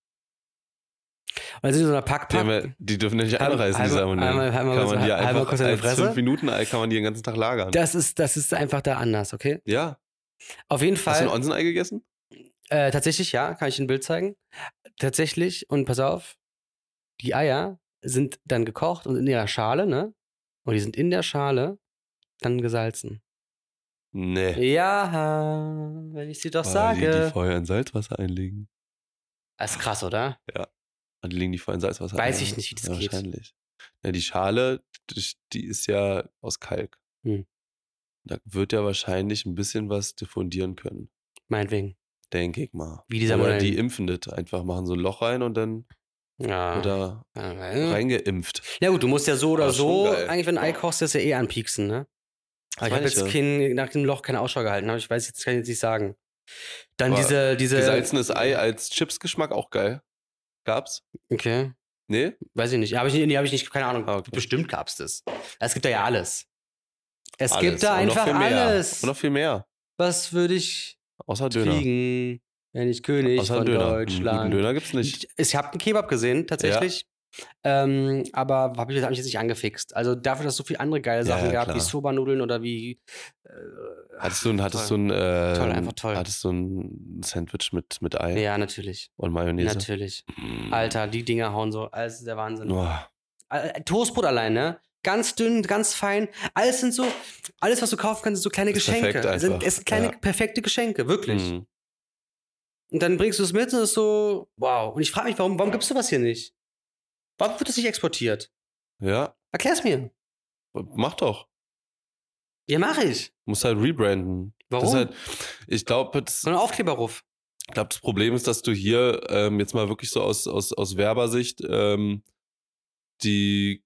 Speaker 4: dann sind die in so einer
Speaker 5: Die, haben ja,
Speaker 4: Packpack.
Speaker 5: die dürfen ja nicht
Speaker 4: Einmal-
Speaker 5: anreißen, die
Speaker 4: einmal-
Speaker 5: Salmonellen.
Speaker 4: einmal- einmal
Speaker 5: ne? kann
Speaker 4: kurz-
Speaker 5: man die
Speaker 4: einmal
Speaker 5: einfach
Speaker 4: kurz in die
Speaker 5: als
Speaker 4: Fresse.
Speaker 5: 5 Minuten Ei kann man die den ganzen Tag lagern.
Speaker 4: Das ist, das ist einfach da anders, okay?
Speaker 5: ja.
Speaker 4: Auf jeden
Speaker 5: Hast du
Speaker 4: Fall.
Speaker 5: ein Onsen-Ei gegessen?
Speaker 4: Äh, tatsächlich, ja, kann ich ein Bild zeigen. Tatsächlich, und pass auf, die Eier sind dann gekocht und in ihrer Schale, ne? Und die sind in der Schale dann gesalzen.
Speaker 5: Nee.
Speaker 4: Ja, wenn ich sie doch
Speaker 5: Weil Die, die
Speaker 4: sage.
Speaker 5: vorher in Salzwasser einlegen.
Speaker 4: Das ist krass, oder?
Speaker 5: Und die legen die vorher in Salzwasser
Speaker 4: Weiß
Speaker 5: ein,
Speaker 4: ich
Speaker 5: ne?
Speaker 4: nicht, wie das
Speaker 5: ja,
Speaker 4: geht.
Speaker 5: Wahrscheinlich. Ja, die Schale, die- die ist ja aus Kalk.
Speaker 4: Hm.
Speaker 5: Da wird ja wahrscheinlich ein bisschen was diffundieren können.
Speaker 4: Meinetwegen.
Speaker 5: Denke ich mal.
Speaker 4: Wie die
Speaker 5: oder
Speaker 4: Salmonellen.
Speaker 5: die impfen das einfach, machen so ein Loch rein und dann
Speaker 4: Ja.
Speaker 5: oder
Speaker 4: Ah. ja, Ah,
Speaker 5: reingeimpft.
Speaker 4: ja gut, du musst ja so oder
Speaker 5: Aber schon
Speaker 4: so,
Speaker 5: geil.
Speaker 4: eigentlich, wenn du ein Ei kochst, das ja eh anpieksen, ne? ich
Speaker 5: meine
Speaker 4: habe
Speaker 5: ich
Speaker 4: jetzt
Speaker 5: ja.
Speaker 4: kein, nach dem Loch keine Ausschau gehalten, aber ich weiß jetzt, kann ich jetzt nicht sagen. Dann
Speaker 5: Aber
Speaker 4: diese, diese.
Speaker 5: Gesalzenes Ei als Chipsgeschmack auch geil. Gab's?
Speaker 4: Okay.
Speaker 5: Nee?
Speaker 4: Weiß ich nicht. Habe ich, nicht- nee, hab ich nicht, keine Ahnung.
Speaker 5: Ah, okay.
Speaker 4: Bestimmt gab es das. Es gibt da ja alles. Es
Speaker 5: Alles.
Speaker 4: gibt da
Speaker 5: Und noch
Speaker 4: einfach
Speaker 5: viel mehr.
Speaker 4: alles.
Speaker 5: Und noch viel mehr.
Speaker 4: Was würde ich
Speaker 5: Außer Döner.
Speaker 4: kriegen, wenn ich König
Speaker 5: Außer
Speaker 4: von
Speaker 5: Döner. Einen Guten
Speaker 4: Deutschland
Speaker 5: Döner gibt's nicht.
Speaker 4: ich ich habe einen Kebab gesehen, tatsächlich. Ähm, aber habe ich, hab ich jetzt nicht angefixt. Also dafür, dass es so viele andere geile
Speaker 5: Ja,
Speaker 4: Sachen
Speaker 5: ja,
Speaker 4: gab, wie
Speaker 5: klar.
Speaker 4: Soba-Nudeln oder wie. Äh,
Speaker 5: Hattest du ein, hattest
Speaker 4: toll.
Speaker 5: du ein, äh,
Speaker 4: Toll, einfach toll.
Speaker 5: Hattest du ein Sandwich mit, mit Ei
Speaker 4: Ja, natürlich.
Speaker 5: und Mayonnaise?
Speaker 4: Natürlich.
Speaker 5: Mm.
Speaker 4: Alter, die Dinger hauen so. Alles ist der Wahnsinn.
Speaker 5: Boah.
Speaker 4: Äh, Toastbrot allein, ne? Ganz dünn, ganz fein. Alles sind so, alles, was du kaufen kannst, sind so kleine
Speaker 5: Ist
Speaker 4: Geschenke.
Speaker 5: perfekt
Speaker 4: Es sind,
Speaker 5: einfach,
Speaker 4: es sind kleine,
Speaker 5: ja.
Speaker 4: perfekte Geschenke, wirklich.
Speaker 5: Mm.
Speaker 4: Und dann bringst du es mit und es ist so, wow. Und ich frage mich, warum, warum gibst du was hier nicht? Warum wird das nicht exportiert?
Speaker 5: Ja,
Speaker 4: Erklär's mir.
Speaker 5: mach doch.
Speaker 4: Ja, mache ich.
Speaker 5: Musst halt rebranden. Das
Speaker 4: Warum?
Speaker 5: ist halt, ich glaube, das
Speaker 4: so ein Aufkleberruf.
Speaker 5: Ich glaube, das Problem ist, dass du hier ähm, jetzt mal wirklich so aus, aus, aus Werbersicht ähm, die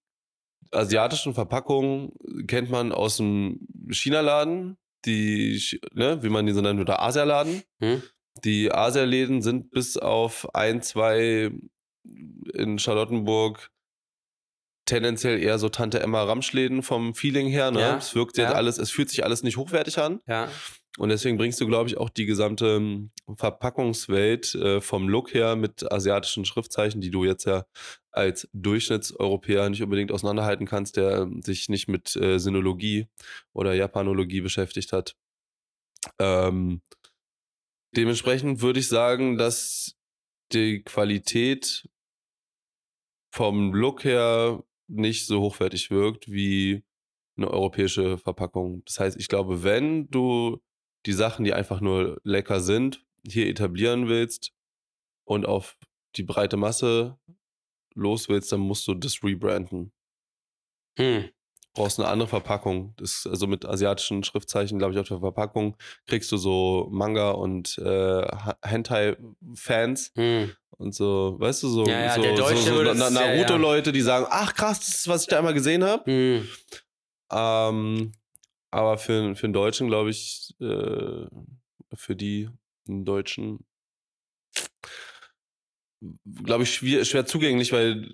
Speaker 5: asiatischen Verpackungen kennt man aus dem China-Laden, die, Chi- ne, wie man die so nennt, oder Asialaden.
Speaker 4: Hm?
Speaker 5: Die Asialäden sind bis auf ein, zwei in Charlottenburg tendenziell eher so Tante Emma Ramschläden vom Feeling her. Ne?
Speaker 4: Ja,
Speaker 5: es wirkt jetzt
Speaker 4: ja.
Speaker 5: alles, es fühlt sich alles nicht hochwertig an.
Speaker 4: Ja.
Speaker 5: Und deswegen bringst du, glaube ich, auch die gesamte ähm, Verpackungswelt äh, vom Look her mit asiatischen Schriftzeichen, die du jetzt ja als Durchschnittseuropäer nicht unbedingt auseinanderhalten kannst, der ähm, sich nicht mit äh, Sinologie oder Japanologie beschäftigt hat. Ähm, dementsprechend würde ich sagen, dass die Qualität vom Look her nicht so hochwertig wirkt wie eine europäische Verpackung. Das heißt, ich glaube, wenn du die Sachen, die einfach nur lecker sind, hier etablieren willst und auf die breite Masse los willst, dann musst du das rebranden.
Speaker 4: Hm.
Speaker 5: brauchst eine andere Verpackung. Das, also mit asiatischen Schriftzeichen, glaube ich, auf der Verpackung kriegst du so Manga und äh, Ha- Hentai-Fans
Speaker 4: Hm.
Speaker 5: und so, weißt du, so,
Speaker 4: Ja, ja,
Speaker 5: so,
Speaker 4: der Deutsche
Speaker 5: so, so
Speaker 4: würde es-
Speaker 5: Na-
Speaker 4: ja, ja.
Speaker 5: Naruto-Leute, die sagen, ach krass, das ist, was ich da einmal gesehen habe.
Speaker 4: Hm.
Speaker 5: Ähm, aber für, für einen Deutschen, glaube ich, äh, für die einen Deutschen, glaube ich, schwer, schwer zugänglich, weil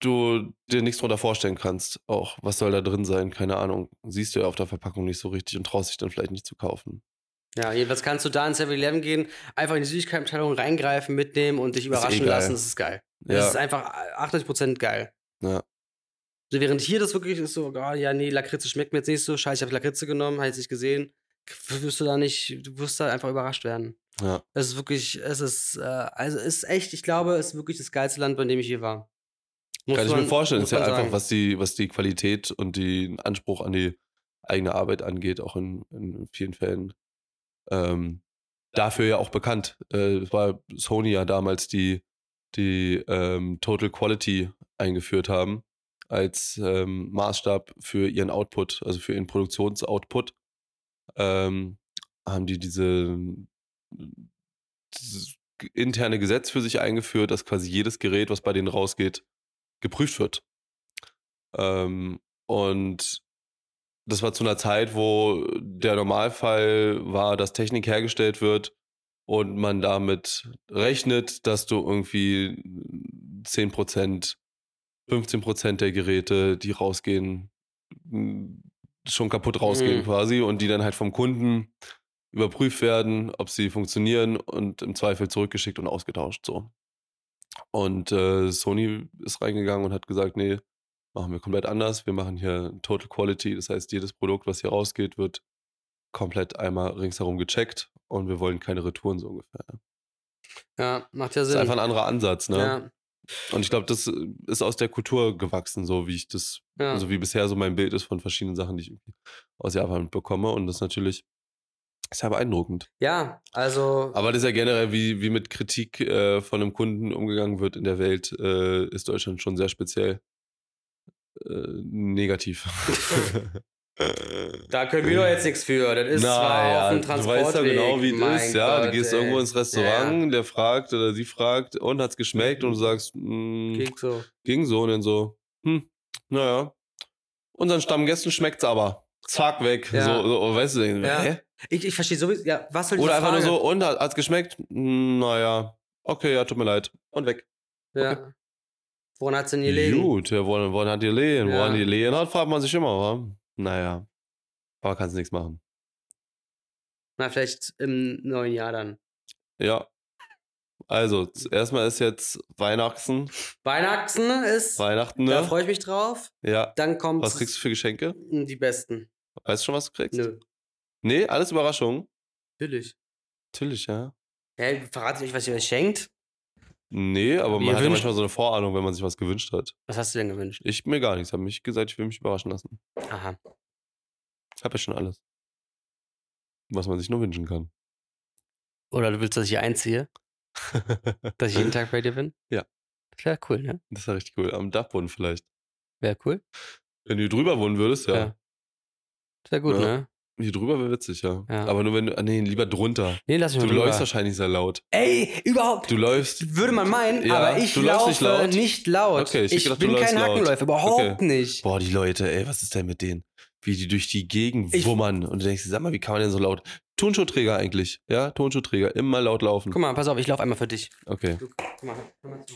Speaker 5: du dir nichts drunter vorstellen kannst. Auch, was soll da drin sein? Keine Ahnung. Siehst du ja auf der Verpackung nicht so richtig und traust dich dann vielleicht nicht zu kaufen.
Speaker 4: Ja, jedenfalls kannst du da in 7-Eleven gehen, einfach in die Süßigkeitenabteilung reingreifen, mitnehmen und dich überraschen
Speaker 5: eh geil.
Speaker 4: lassen. Das ist geil. Das
Speaker 5: Ja,
Speaker 4: ist einfach 80% geil.
Speaker 5: Ja.
Speaker 4: So, während hier das wirklich ist so, ah, ja, nee, Lakritze schmeckt mir jetzt nicht so. Scheiße, ich habe Lakritze genommen, habe ich nicht gesehen. K- Wirst du da nicht, du wirst da einfach überrascht werden.
Speaker 5: Ja.
Speaker 4: Es ist wirklich, es ist, äh, also es ist echt, ich glaube, es ist wirklich das geilste Land, bei dem ich je war. Muss
Speaker 5: kann ich
Speaker 4: man-
Speaker 5: mir vorstellen.
Speaker 4: muss
Speaker 5: Ist ja
Speaker 4: man
Speaker 5: einfach,
Speaker 4: sagen.
Speaker 5: was die, was die Qualität und den Anspruch an die eigene Arbeit angeht, auch in, in vielen Fällen. Ähm, dafür ja auch bekannt. Äh, es war Sony ja damals, die die ähm, Total Quality eingeführt haben als ähm, Maßstab für ihren Output, also für ihren Produktionsoutput, ähm, haben die diese dieses interne Gesetz für sich eingeführt, dass quasi jedes Gerät, was bei denen rausgeht, geprüft wird. Ähm, und das war zu einer Zeit, wo der Normalfall war, dass Technik hergestellt wird und man damit rechnet, dass du irgendwie 10%, 15% der Geräte, die rausgehen, m, schon kaputt rausgehen
Speaker 4: Mhm.
Speaker 5: quasi und die dann halt vom Kunden überprüft werden, ob sie funktionieren und im Zweifel zurückgeschickt und ausgetauscht so. Und äh, Sony ist reingegangen und hat gesagt, nee, machen wir komplett anders. Wir machen hier Total Quality, das heißt, jedes Produkt, was hier rausgeht, wird komplett einmal ringsherum gecheckt und wir wollen keine Retouren so ungefähr.
Speaker 4: Ja, macht ja
Speaker 5: Das ist
Speaker 4: Sinn.
Speaker 5: einfach ein anderer Ansatz, ne?
Speaker 4: ja,
Speaker 5: Und ich glaube, das äh, ist aus der Kultur gewachsen, so wie ich das,
Speaker 4: ja.
Speaker 5: so wie bisher so mein Bild ist von verschiedenen Sachen, die ich irgendwie aus Japan bekomme. Und das ist natürlich sehr beeindruckend.
Speaker 4: ja, also,
Speaker 5: Aber das ist ja generell, wie, wie mit Kritik äh, von einem Kunden umgegangen wird in der Welt, äh, ist Deutschland schon sehr speziell äh, negativ.
Speaker 4: da können wir doch jetzt nichts für. Das ist
Speaker 5: Na,
Speaker 4: zwar
Speaker 5: ja,
Speaker 4: auf dem
Speaker 5: Du weißt ja
Speaker 4: Transportweg.
Speaker 5: genau, wie
Speaker 4: Mein
Speaker 5: es ist. Ja, du
Speaker 4: Gott,
Speaker 5: gehst
Speaker 4: ey.
Speaker 5: irgendwo ins Restaurant, der fragt oder sie fragt und hat's geschmeckt und
Speaker 4: Mhm.
Speaker 5: du sagst, "Mm,
Speaker 4: Ja,
Speaker 5: mh,
Speaker 4: ja. Krieg so.
Speaker 5: ging so und dann so, hm, naja. Unseren Stammgästen schmeckt's aber. Zack, weg.
Speaker 4: Ja.
Speaker 5: So, so, weißt du, denkst,
Speaker 4: Ja.
Speaker 5: hä?
Speaker 4: Ich, ich verstehe sowieso, ja, was soll ich
Speaker 5: Oder einfach
Speaker 4: Frage?
Speaker 5: nur so, und hat- hat's geschmeckt? Hm, Naja. Okay, ja, tut mir leid. Und weg.
Speaker 4: Ja. Woran hat es denn gelegen?
Speaker 5: Gut, ja, woran, woran hat die Lehen?
Speaker 4: Ja.
Speaker 5: Woran die Lehen hat, fragt man sich immer, wa? Naja. Aber kannst nichts machen.
Speaker 4: Na, vielleicht im neuen Jahr dann.
Speaker 5: Ja. Also, z- erstmal ist jetzt Weihnachten.
Speaker 4: Weihnachten ist,
Speaker 5: Weihnachten,
Speaker 4: da
Speaker 5: ne?
Speaker 4: freue ich mich drauf.
Speaker 5: Ja.
Speaker 4: Dann kommt
Speaker 5: Was kriegst du für Geschenke?
Speaker 4: die besten.
Speaker 5: Weißt du schon, was du kriegst?
Speaker 4: Nö,
Speaker 5: Nee, alles Überraschung.
Speaker 4: natürlich.
Speaker 5: Natürlich, ja.
Speaker 4: Hä, verrate ich euch, was ihr euch schenkt?
Speaker 5: Nee, aber
Speaker 4: Wie
Speaker 5: man hat ja
Speaker 4: erwünscht.
Speaker 5: manchmal so eine Vorahnung, wenn man sich was gewünscht hat.
Speaker 4: Was hast du denn gewünscht?
Speaker 5: Ich mir gar nichts, habe mich gesagt, ich will mich überraschen lassen.
Speaker 4: Aha.
Speaker 5: Ich habe ja schon alles. Was man sich nur wünschen kann.
Speaker 4: Oder du willst, dass ich einziehe? Dass ich jeden Tag bei dir bin?
Speaker 5: Ja.
Speaker 4: Das wäre cool, ne?
Speaker 5: das ist ja richtig cool. Am Dachboden vielleicht.
Speaker 4: Wäre cool.
Speaker 5: Wenn du drüber wohnen würdest, ja.
Speaker 4: Ja. Sehr gut,
Speaker 5: Ja.
Speaker 4: ne?
Speaker 5: Hier drüber wäre witzig, ja.
Speaker 4: Ja.
Speaker 5: Aber nur wenn du. ah, Nee, lieber drunter.
Speaker 4: Nee, lass mich
Speaker 5: Du
Speaker 4: mal drüber.
Speaker 5: läufst wahrscheinlich sehr laut.
Speaker 4: Ey, überhaupt.
Speaker 5: Du läufst.
Speaker 4: würde man meinen,
Speaker 5: Ja,
Speaker 4: aber ich
Speaker 5: du läufst
Speaker 4: laufe
Speaker 5: nicht
Speaker 4: nicht
Speaker 5: laut?
Speaker 4: laut.
Speaker 5: Okay, ich hätte
Speaker 4: ich
Speaker 5: gedacht, du
Speaker 4: bin
Speaker 5: läufst
Speaker 4: kein
Speaker 5: laut.
Speaker 4: Hakenläufer, überhaupt
Speaker 5: Okay.
Speaker 4: nicht.
Speaker 5: Boah, die Leute, ey, was ist denn mit denen? Wie die durch die Gegend
Speaker 4: Ich-
Speaker 5: wummern. Und du denkst, dir, sag mal, wie kann man denn so laut? Tonschuhträger eigentlich, ja? Tonschuhträger, immer laut laufen.
Speaker 4: Guck mal, pass auf, ich laufe einmal für dich.
Speaker 5: Okay.
Speaker 4: Du, guck mal, hör mal zu.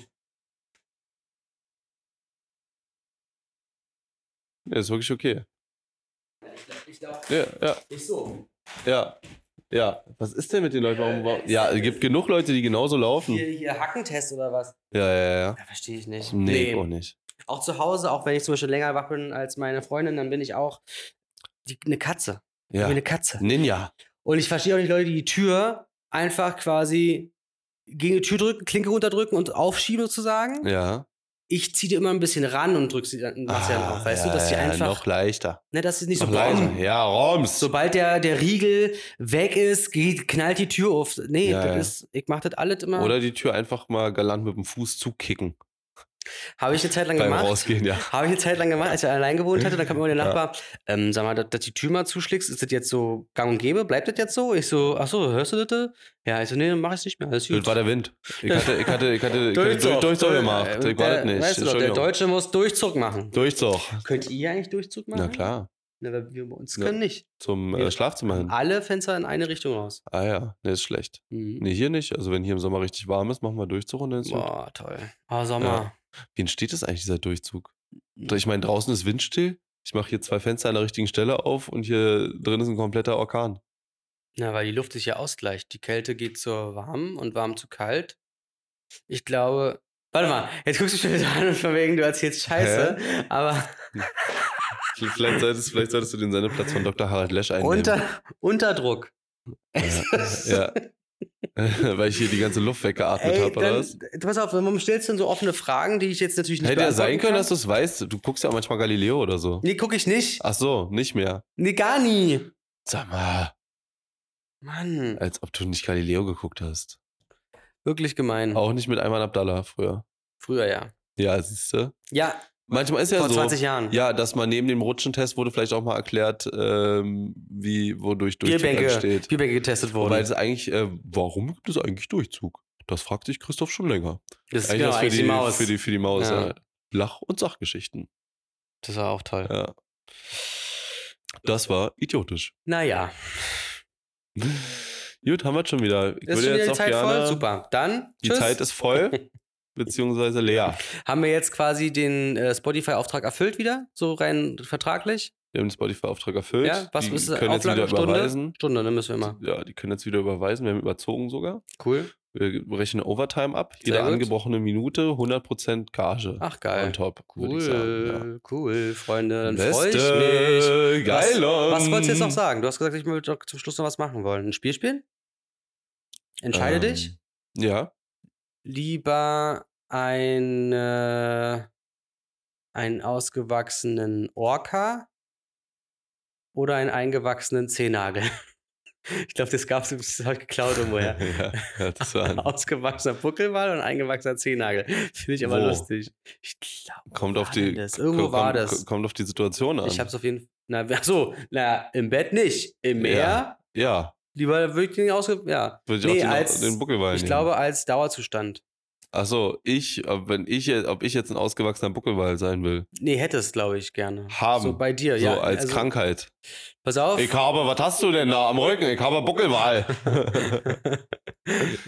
Speaker 5: Ja, ist wirklich okay.
Speaker 4: Ich laufe
Speaker 5: Ja, ja,
Speaker 4: nicht so.
Speaker 5: ja. Ja. Was ist denn mit den Leuten? Warum, warum? Ja, es gibt genug Leute, die genauso laufen.
Speaker 4: Hier, hier Hackentest oder was?
Speaker 5: Ja, ja, Hm. ja.
Speaker 4: Da verstehe ich nicht.
Speaker 5: Nee, auch nicht.
Speaker 4: Auch zu Hause, auch wenn ich zum Beispiel länger wach bin als meine Freundin, dann bin ich auch die, eine Katze. Ich bin
Speaker 5: Ja.
Speaker 4: eine Katze.
Speaker 5: Ninja.
Speaker 4: Und ich verstehe auch nicht Leute, die die Tür einfach quasi gegen die Tür drücken, Klinke runterdrücken und aufschieben sozusagen.
Speaker 5: Ja.
Speaker 4: Ich ziehe die immer ein bisschen ran und drücke sie dann, mach sie dann auf, weißt
Speaker 5: Ah, ja,
Speaker 4: du? Dass sie
Speaker 5: ja,
Speaker 4: einfach,
Speaker 5: Noch leichter.
Speaker 4: ne, dass sie nicht so
Speaker 5: Noch leiser.
Speaker 4: baumeln.
Speaker 5: Ja, Roms.
Speaker 4: Sobald der, der Riegel weg ist, geht, knallt die Tür auf. Nee,
Speaker 5: Ja,
Speaker 4: das
Speaker 5: ja.
Speaker 4: ist, ich mache das alles immer.
Speaker 5: Oder die Tür einfach mal galant mit dem Fuß zukicken.
Speaker 4: Habe ich eine Zeit lang
Speaker 5: beim
Speaker 4: gemacht.
Speaker 5: Rausgehen, ja.
Speaker 4: Habe ich eine Zeit lang gemacht, als ich allein gewohnt hatte. Dann kam immer der Nachbar, ähm, sag mal, dass, dass die Tür mal zuschlägst, ist das jetzt so gang und gäbe? Bleibt das jetzt so? Ich so, ach so, hörst du das? Ja, ich so, nee, mach ich nicht mehr. Alles
Speaker 5: Das
Speaker 4: gut.
Speaker 5: war der Wind. Ich hatte, ich hatte, ich hatte, ich hatte
Speaker 4: Durchzug.
Speaker 5: durch, Durchzug gemacht.
Speaker 4: Äh,
Speaker 5: Ich war das
Speaker 4: der,
Speaker 5: nicht.
Speaker 4: Weißt du doch, der
Speaker 5: Entschuldigung.
Speaker 4: Deutsche muss Durchzug machen.
Speaker 5: Durchzug.
Speaker 4: Könnt ihr eigentlich Durchzug machen?
Speaker 5: Na klar.
Speaker 4: Na, weil wir bei uns
Speaker 5: Ja.
Speaker 4: können nicht.
Speaker 5: Zum
Speaker 4: Wir-
Speaker 5: äh, Schlafzimmer hin.
Speaker 4: Alle Fenster in eine Richtung raus.
Speaker 5: Ah ja, ne, ist schlecht.
Speaker 4: Mhm.
Speaker 5: Ne, hier nicht. Also wenn hier im Sommer richtig warm ist, machen wir Durchzug und dann ist gut.
Speaker 4: Boah, toll. Oh, Sommer.
Speaker 5: Wie entsteht das eigentlich, dieser Durchzug? Ich meine, draußen ist windstill. Ich mache hier zwei Fenster an der richtigen Stelle auf und hier drin ist ein kompletter Orkan.
Speaker 4: Na, weil die Luft sich ja ausgleicht. Die Kälte geht zur warm und warm zu kalt. Ich glaube. Warte mal, jetzt guckst du mich schon wieder an und von wegen, du erzählst Scheiße. Aber
Speaker 5: Vielleicht solltest, vielleicht solltest du den Sendeplatz von Dr. Harald Lesch einnehmen. Äh,
Speaker 4: unter, Unterdruck.
Speaker 5: ja. Weil ich hier die ganze Luft weggeatmet
Speaker 4: Ey,
Speaker 5: habe, oder
Speaker 4: dann-
Speaker 5: was?
Speaker 4: du pass auf, warum stellst du denn so offene Fragen, die ich jetzt natürlich nicht
Speaker 5: Hätte ja sein
Speaker 4: beantworten
Speaker 5: können,
Speaker 4: kann?
Speaker 5: dass du es weißt. Du guckst ja auch manchmal Galileo oder so.
Speaker 4: Nee, guck ich nicht.
Speaker 5: Ach so, nicht mehr.
Speaker 4: Nee, gar nie.
Speaker 5: Sag mal,
Speaker 4: Mann,
Speaker 5: als ob du nicht Galileo geguckt hast.
Speaker 4: wirklich gemein.
Speaker 5: Auch nicht mit Ayman Abdallah früher.
Speaker 4: Früher ja.
Speaker 5: Ja, siehst du.
Speaker 4: Ja,
Speaker 5: Manchmal ist ja
Speaker 4: vor
Speaker 5: so.
Speaker 4: 20 Jahren.
Speaker 5: Ja, dass man neben dem Rutschentest wurde vielleicht auch mal erklärt, ähm, wie, wodurch Durchzug
Speaker 4: Bierbänke,
Speaker 5: entsteht.
Speaker 4: Bierbänke getestet wurden.
Speaker 5: Wobei es eigentlich, äh, warum gibt es eigentlich Durchzug? Das fragt sich Christoph schon länger.
Speaker 4: das ist
Speaker 5: eigentlich
Speaker 4: genau,
Speaker 5: das
Speaker 4: eigentlich die, Maus.
Speaker 5: Für die, für die Maus,
Speaker 4: Ja.
Speaker 5: ja. Lach- und Sachgeschichten.
Speaker 4: das war auch toll.
Speaker 5: Ja. Das war idiotisch.
Speaker 4: Naja,
Speaker 5: Gut, haben wir schon wieder. Ich
Speaker 4: ist
Speaker 5: würde
Speaker 4: schon wieder
Speaker 5: jetzt
Speaker 4: die
Speaker 5: noch
Speaker 4: Zeit
Speaker 5: gerne,
Speaker 4: voll. Super. Dann
Speaker 5: Die
Speaker 4: tschüss.
Speaker 5: Zeit ist voll, beziehungsweise leer.
Speaker 4: Haben wir jetzt quasi den äh, Spotify-Auftrag erfüllt wieder? So rein vertraglich?
Speaker 5: Wir haben den Spotify-Auftrag erfüllt.
Speaker 4: Ja, was
Speaker 5: die
Speaker 4: ist
Speaker 5: können jetzt wieder
Speaker 4: Auflagenstunde?
Speaker 5: überweisen.
Speaker 4: Stunde, ne? Müssen wir immer.
Speaker 5: Ja, die können jetzt wieder überweisen. Wir haben überzogen sogar.
Speaker 4: Cool.
Speaker 5: Wir rechnen Overtime ab.
Speaker 4: Sehr
Speaker 5: Jede
Speaker 4: gut.
Speaker 5: angebrochene Minute 100% Gage.
Speaker 4: Ach, geil.
Speaker 5: On top, würde ich sagen.
Speaker 4: Cool, cool, Freunde.
Speaker 5: Ja.
Speaker 4: Dann freue ich mich.
Speaker 5: Geil.
Speaker 4: Was wolltest du jetzt noch sagen? Du hast gesagt, ich würde doch zum Schluss noch was machen wollen. Ein Spiel spielen? Entscheide
Speaker 5: Ähm,
Speaker 4: dich.
Speaker 5: Ja.
Speaker 4: Lieber ein, äh, einen ausgewachsenen Orca oder einen eingewachsenen Zehnagel. Ich glaube, das gab's, das habe ich geklaut irgendwoher.
Speaker 5: ja, ja, das war ein,
Speaker 4: Ein ausgewachsener Buckelwal und ein eingewachsener Zehennagel. Finde ich aber
Speaker 5: Wo?
Speaker 4: lustig. Ich glaube,
Speaker 5: kommt auf die
Speaker 4: das? Irgendwo war
Speaker 5: kommt,
Speaker 4: das.
Speaker 5: kommt auf die Situation an.
Speaker 4: Ich habe es auf jeden Fall. Na, ach so, na, im Bett nicht. Im Meer?
Speaker 5: Ja. ja,
Speaker 4: Lieber wirklich nicht ausge. Ja.
Speaker 5: würde ich
Speaker 4: Nee,
Speaker 5: auch den,
Speaker 4: als-
Speaker 5: den Buckelwein
Speaker 4: Ich
Speaker 5: nehmen.
Speaker 4: glaube, als Dauerzustand.
Speaker 5: Achso, ich, ob- wenn ich, jetzt- ob ich jetzt ein ausgewachsener Buckelwal sein will.
Speaker 4: Nee, hätte es, glaube ich, gerne.
Speaker 5: Haben.
Speaker 4: So bei dir,
Speaker 5: So
Speaker 4: ja.
Speaker 5: als
Speaker 4: also,
Speaker 5: Krankheit.
Speaker 4: Pass auf.
Speaker 5: Ich habe, was hast du denn da am Rücken? Ich habe Buckelwal.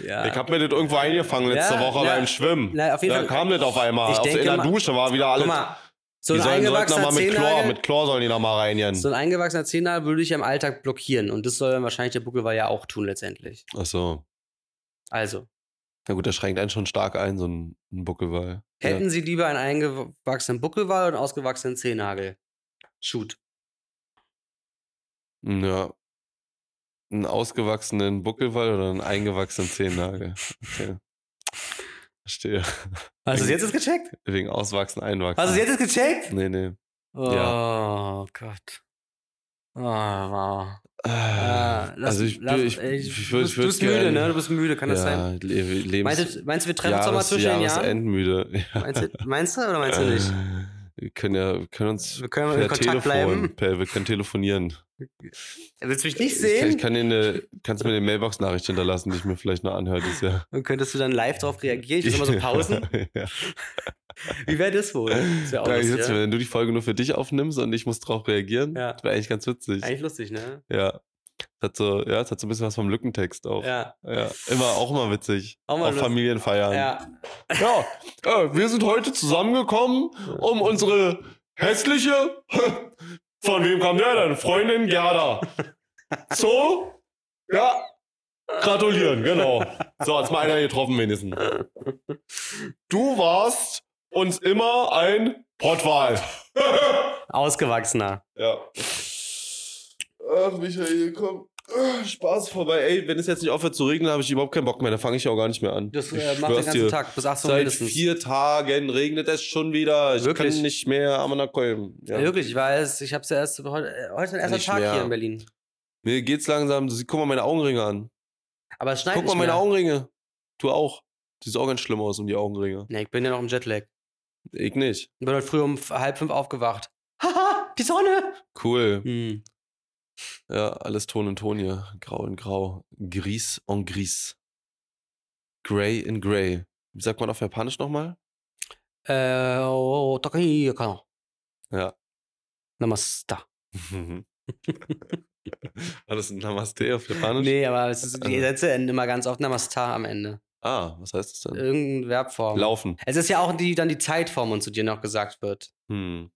Speaker 4: ja.
Speaker 5: Ich habe mir das irgendwo eingefangen letzte
Speaker 4: Ja,
Speaker 5: Woche
Speaker 4: ja.
Speaker 5: beim Schwimmen.
Speaker 4: Na, auf jeden
Speaker 5: da
Speaker 4: Fall.
Speaker 5: kam das auf einmal.
Speaker 4: Ich
Speaker 5: Aus
Speaker 4: denke
Speaker 5: in der
Speaker 4: mal-
Speaker 5: Dusche war wieder
Speaker 4: Guck
Speaker 5: alles.
Speaker 4: mal, so
Speaker 5: die sollen,
Speaker 4: ein
Speaker 5: sollten noch
Speaker 4: eingewachsener
Speaker 5: mal mit Chlor,
Speaker 4: Zehennagel.
Speaker 5: mit Chlor sollen die noch mal reinjagen.
Speaker 4: So ein eingewachsener Zehennagel würde ich ja im Alltag blockieren. Und das soll dann wahrscheinlich der Buckelwal ja auch tun, letztendlich.
Speaker 5: Achso.
Speaker 4: Also,
Speaker 5: Na gut, das schränkt einen schon stark ein, so ein, ein Buckelwal.
Speaker 4: hätten Sie lieber einen eingewachsenen Buckelwal oder einen ausgewachsenen Zehennagel? Shoot.
Speaker 5: ja. Hm, ja. Einen ausgewachsenen Buckelwal oder einen eingewachsenen Zehennagel. Okay. Verstehe.
Speaker 4: Hast du es jetzt gecheckt?
Speaker 5: Wegen Auswachsen, Einwachsen.
Speaker 4: Hast du es jetzt gecheckt?
Speaker 5: Nee, nee.
Speaker 4: Oh
Speaker 5: Ja.
Speaker 4: Gott. Oh, wow. Ah,
Speaker 5: Ah,
Speaker 4: lass-
Speaker 5: also ich,
Speaker 4: lass-
Speaker 5: bin- ich,
Speaker 4: ey,
Speaker 5: ich, ich
Speaker 4: du
Speaker 5: würde
Speaker 4: bist, du bist müde, ne? Du bist müde, kann
Speaker 5: ja,
Speaker 4: das sein?
Speaker 5: Le Lebens
Speaker 4: Meinst du, meinst du, wir treffen uns nochmal zwischen den Jahren?
Speaker 5: Endmüde.
Speaker 4: Meinst du, meinst du oder
Speaker 5: Äh.
Speaker 4: meinst du nicht?
Speaker 5: Wir können ja, wir können uns
Speaker 4: Wir können in Kontakt bleiben.
Speaker 5: Per, wir können telefonieren.
Speaker 4: Willst du mich nicht
Speaker 5: Ich kann,
Speaker 4: sehen?
Speaker 5: ich kann dir eine, kannst mir eine Mailbox-Nachricht hinterlassen, die ich mir vielleicht noch anhöre dieses Jahr.
Speaker 4: Und könntest du dann live drauf reagieren? Ich muss immer so Pausen.
Speaker 5: ja.
Speaker 4: Wie wäre das wohl? Das wäre auch
Speaker 5: Da
Speaker 4: lustig, ne?
Speaker 5: sitzt,
Speaker 4: ja?
Speaker 5: Wenn du die Folge nur für dich aufnimmst und ich muss drauf reagieren,
Speaker 4: Ja.
Speaker 5: das wäre eigentlich ganz witzig.
Speaker 4: Eigentlich lustig, ne?
Speaker 5: Ja. Das hat so, ja, das hat so ein bisschen was vom Lückentext auch.
Speaker 4: Ja.
Speaker 5: Ja, immer, auch immer witzig.
Speaker 4: Auch mal
Speaker 5: auf
Speaker 4: lustig.
Speaker 5: Familienfeiern.
Speaker 4: ja.
Speaker 5: Ja, äh, wir sind heute zusammengekommen, um unsere hässliche, von wem kam der denn? Freundin Gerda. So, ja, gratulieren, genau. So, hat's mal einer getroffen wenigstens. Du warst uns immer ein Pottwal.
Speaker 4: Ausgewachsener.
Speaker 5: Ja. Ach, Michael, komm. Ah, Spaß vorbei. Ey, wenn es jetzt nicht aufhört zu regnen, habe ich überhaupt keinen Bock mehr. Da fange ich auch gar nicht mehr an.
Speaker 4: Das
Speaker 5: Ich
Speaker 4: äh, macht den
Speaker 5: schwör's
Speaker 4: ganzen
Speaker 5: dir.
Speaker 4: Tag, bis 18 Uhr
Speaker 5: Seit
Speaker 4: mindestens.
Speaker 5: vier Tagen regnet es schon wieder. Ich
Speaker 4: Wirklich?
Speaker 5: kann nicht mehr am Anakolm. Ja.
Speaker 4: Wirklich, ich weiß, ich hab's ja erst heute, äh, heute ist mein erster
Speaker 5: Nicht
Speaker 4: Tag
Speaker 5: mehr.
Speaker 4: hier in Berlin.
Speaker 5: Mir geht's langsam. Sie- Guck mal meine Augenringe an.
Speaker 4: Aber es schneit
Speaker 5: Guck
Speaker 4: nicht
Speaker 5: mal meine
Speaker 4: mehr.
Speaker 5: Augenringe. Du auch. Sieht auch ganz schlimm aus um die Augenringe.
Speaker 4: Nee, ich bin ja noch im Jetlag.
Speaker 5: Ich nicht.
Speaker 4: Ich bin heute früh um f- halb fünf aufgewacht. Haha, die Sonne!
Speaker 5: Cool.
Speaker 4: Hm.
Speaker 5: Ja, alles Ton in Ton hier. Grau in Grau. Gris en Gris. Grey in Grey. Wie sagt man auf Japanisch nochmal?
Speaker 4: Äh, oh, Tokai, Kano.
Speaker 5: Ja.
Speaker 4: Namaste.
Speaker 5: War das ein Namaste auf Japanisch?
Speaker 4: Nee, aber es ist, die
Speaker 5: Also-
Speaker 4: Sätze enden immer ganz oft Namaste am Ende.
Speaker 5: Ah, was heißt das denn?
Speaker 4: Irgendeine Verbform.
Speaker 5: Laufen.
Speaker 4: es ist ja auch die, dann die Zeitform und zu dir noch gesagt wird.
Speaker 5: Hm.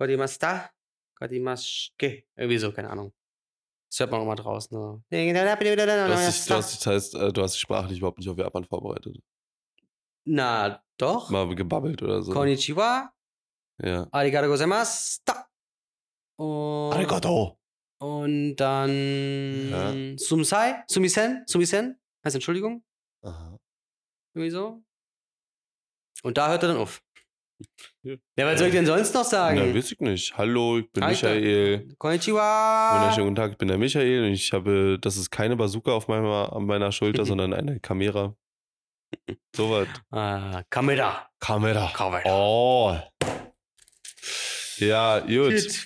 Speaker 4: Kodimasta, Kodimashke. Irgendwie so, keine Ahnung. Das hört man auch mal draußen. So.
Speaker 5: Du, hast dich, du, hast dich, das heißt, äh, du hast dich sprachlich überhaupt nicht auf Japan vorbereitet.
Speaker 4: Na, doch.
Speaker 5: Mal gebabbelt oder so.
Speaker 4: Konnichiwa,
Speaker 5: Ja.
Speaker 4: arigato gozaimasu. Und,
Speaker 5: Arigato.
Speaker 4: und dann
Speaker 5: Ja.
Speaker 4: Sumsai, Sumisen, Sumisen, heißt Entschuldigung,
Speaker 5: Aha.
Speaker 4: irgendwie so. Und da hört er dann auf.
Speaker 5: Ja.
Speaker 4: Ja, was soll ich denn sonst noch
Speaker 5: Na,
Speaker 4: sagen?
Speaker 5: weiß ich nicht. Hallo, ich bin
Speaker 4: Alter.
Speaker 5: Michael. Wunderschönen
Speaker 4: Konnichiwa.
Speaker 5: guten Tag, ich bin der Michael und ich habe, das ist keine Bazooka auf meiner, an meiner Schulter, sondern eine Kamera. Sowas.
Speaker 4: Ah, Kamera.
Speaker 5: Kamera.
Speaker 4: Kamera.
Speaker 5: Oh. Ja, gut.
Speaker 4: Gut,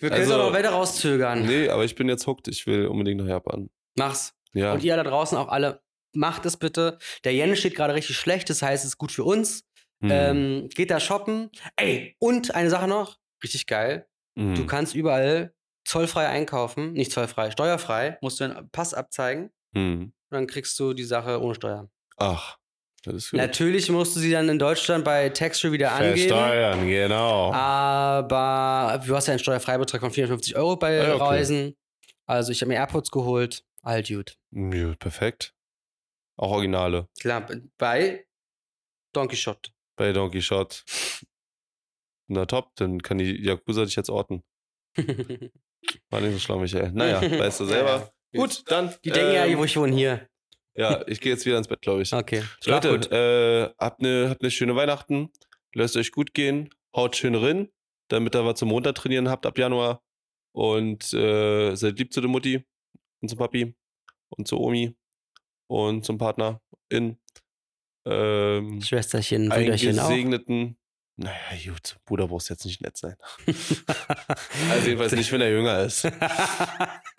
Speaker 4: wir können es
Speaker 5: Also,
Speaker 4: auch noch weiter rauszögern.
Speaker 5: Nee, aber ich bin jetzt hooked. Ich will unbedingt nach Japan.
Speaker 4: Mach's.
Speaker 5: Ja.
Speaker 4: Und ihr da draußen auch alle, macht es bitte. Der Yen steht gerade richtig schlecht, das heißt, es ist gut für uns.
Speaker 5: Hm.
Speaker 4: Ähm, geht da shoppen. Ey, und eine Sache noch, richtig geil.
Speaker 5: Hm.
Speaker 4: Du kannst überall zollfrei einkaufen, nicht zollfrei, steuerfrei. Musst du einen Pass abzeigen und
Speaker 5: Hm.
Speaker 4: dann kriegst du die Sache ohne Steuern.
Speaker 5: Ach, das ist gut.
Speaker 4: Natürlich musst du sie dann in Deutschland bei Taxfree wieder angeben.
Speaker 5: Versteuern, genau.
Speaker 4: Aber du hast ja einen Steuerfreibetrag von 450 Euro bei
Speaker 5: Ah, okay.
Speaker 4: Reisen. Also ich habe mir AirPods geholt. All gut.
Speaker 5: Ja, perfekt. Auch Originale
Speaker 4: Klar, bei Donkey Shot.
Speaker 5: bei Donkey Shot. Na top, dann kann die Yakuza dich jetzt orten.
Speaker 4: Die
Speaker 5: War nicht so schlau, Michael. Naja, weißt du selber. Gut, dann.
Speaker 4: denken ja,
Speaker 5: ähm,
Speaker 4: wo ich wohne hier.
Speaker 5: Ja, ich gehe jetzt wieder ins Bett, glaube ich.
Speaker 4: Okay. Schlaf
Speaker 5: Leute,
Speaker 4: gut.
Speaker 5: äh, habt eine habt ne schöne Weihnachten. Lasst euch gut gehen. Haut schön rein, damit ihr was zum Montag trainieren habt ab Januar. Und äh, seid lieb zu der Mutti und zum Papi und zur Omi und zum Partner in. Ähm,
Speaker 4: Schwesterchen,
Speaker 5: einen
Speaker 4: Brüderchen auch.
Speaker 5: gesegneten. Naja, gut, Bruder brauchst jetzt nicht nett sein. Also jedenfalls nicht, wenn er jünger ist.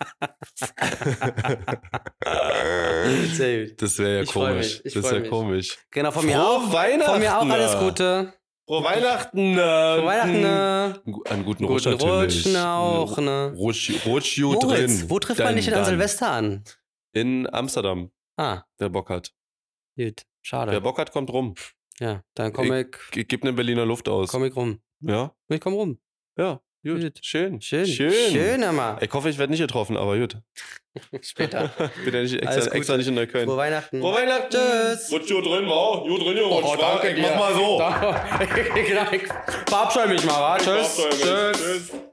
Speaker 4: Sehr gut.
Speaker 5: Das wäre ja
Speaker 4: Ich freu
Speaker 5: komisch.
Speaker 4: mich, ich
Speaker 5: Das
Speaker 4: freu
Speaker 5: wäre
Speaker 4: mich.
Speaker 5: komisch.
Speaker 4: Genau, von mir
Speaker 5: Frohe
Speaker 4: auch.
Speaker 5: Weihnachten!
Speaker 4: Von mir auch alles
Speaker 5: äh.
Speaker 4: Gute.
Speaker 5: Frohe Weihnachten!
Speaker 4: Von Weihnachten. ne?
Speaker 5: Einen guten Rutsch
Speaker 4: Guten
Speaker 5: natürlich.
Speaker 4: Rutschen auch.
Speaker 5: Einen
Speaker 4: Ne?
Speaker 5: Rutsch, Rutsch gut
Speaker 4: Moritz,
Speaker 5: drin.
Speaker 4: wo trifft man
Speaker 5: Dann,
Speaker 4: dich denn an
Speaker 5: dann.
Speaker 4: Silvester an?
Speaker 5: In Amsterdam,
Speaker 4: Ah,
Speaker 5: wer Bock hat.
Speaker 4: gut. Schade.
Speaker 5: Wer Bock hat, kommt rum.
Speaker 4: Ja, dann komm ich,
Speaker 5: G gib eine Berliner Luft aus.
Speaker 4: komm ich rum.
Speaker 5: Ja,
Speaker 4: Ich komm rum.
Speaker 5: ja, gut.
Speaker 4: Gut.
Speaker 5: Schön.
Speaker 4: Schön.
Speaker 5: Schön.
Speaker 4: Schön, Emma.
Speaker 5: Ich hoffe, ich werde nicht getroffen, aber gut.
Speaker 4: Später.
Speaker 5: Bin ja nicht
Speaker 4: Alles
Speaker 5: extra,
Speaker 4: Gute.
Speaker 5: extra nicht in Neukölln.
Speaker 4: Frohe Weihnachten.
Speaker 5: Frohe Weihnachten.
Speaker 4: Tschüss.
Speaker 5: Rutsch gut drin, wow. Gut drin, Junge.
Speaker 4: Oh, danke
Speaker 5: Mach
Speaker 4: dir.
Speaker 5: mal so.
Speaker 4: genau, ich verabscheue mich mal, wa? Tschüss.
Speaker 5: Tschüss. Tschüss.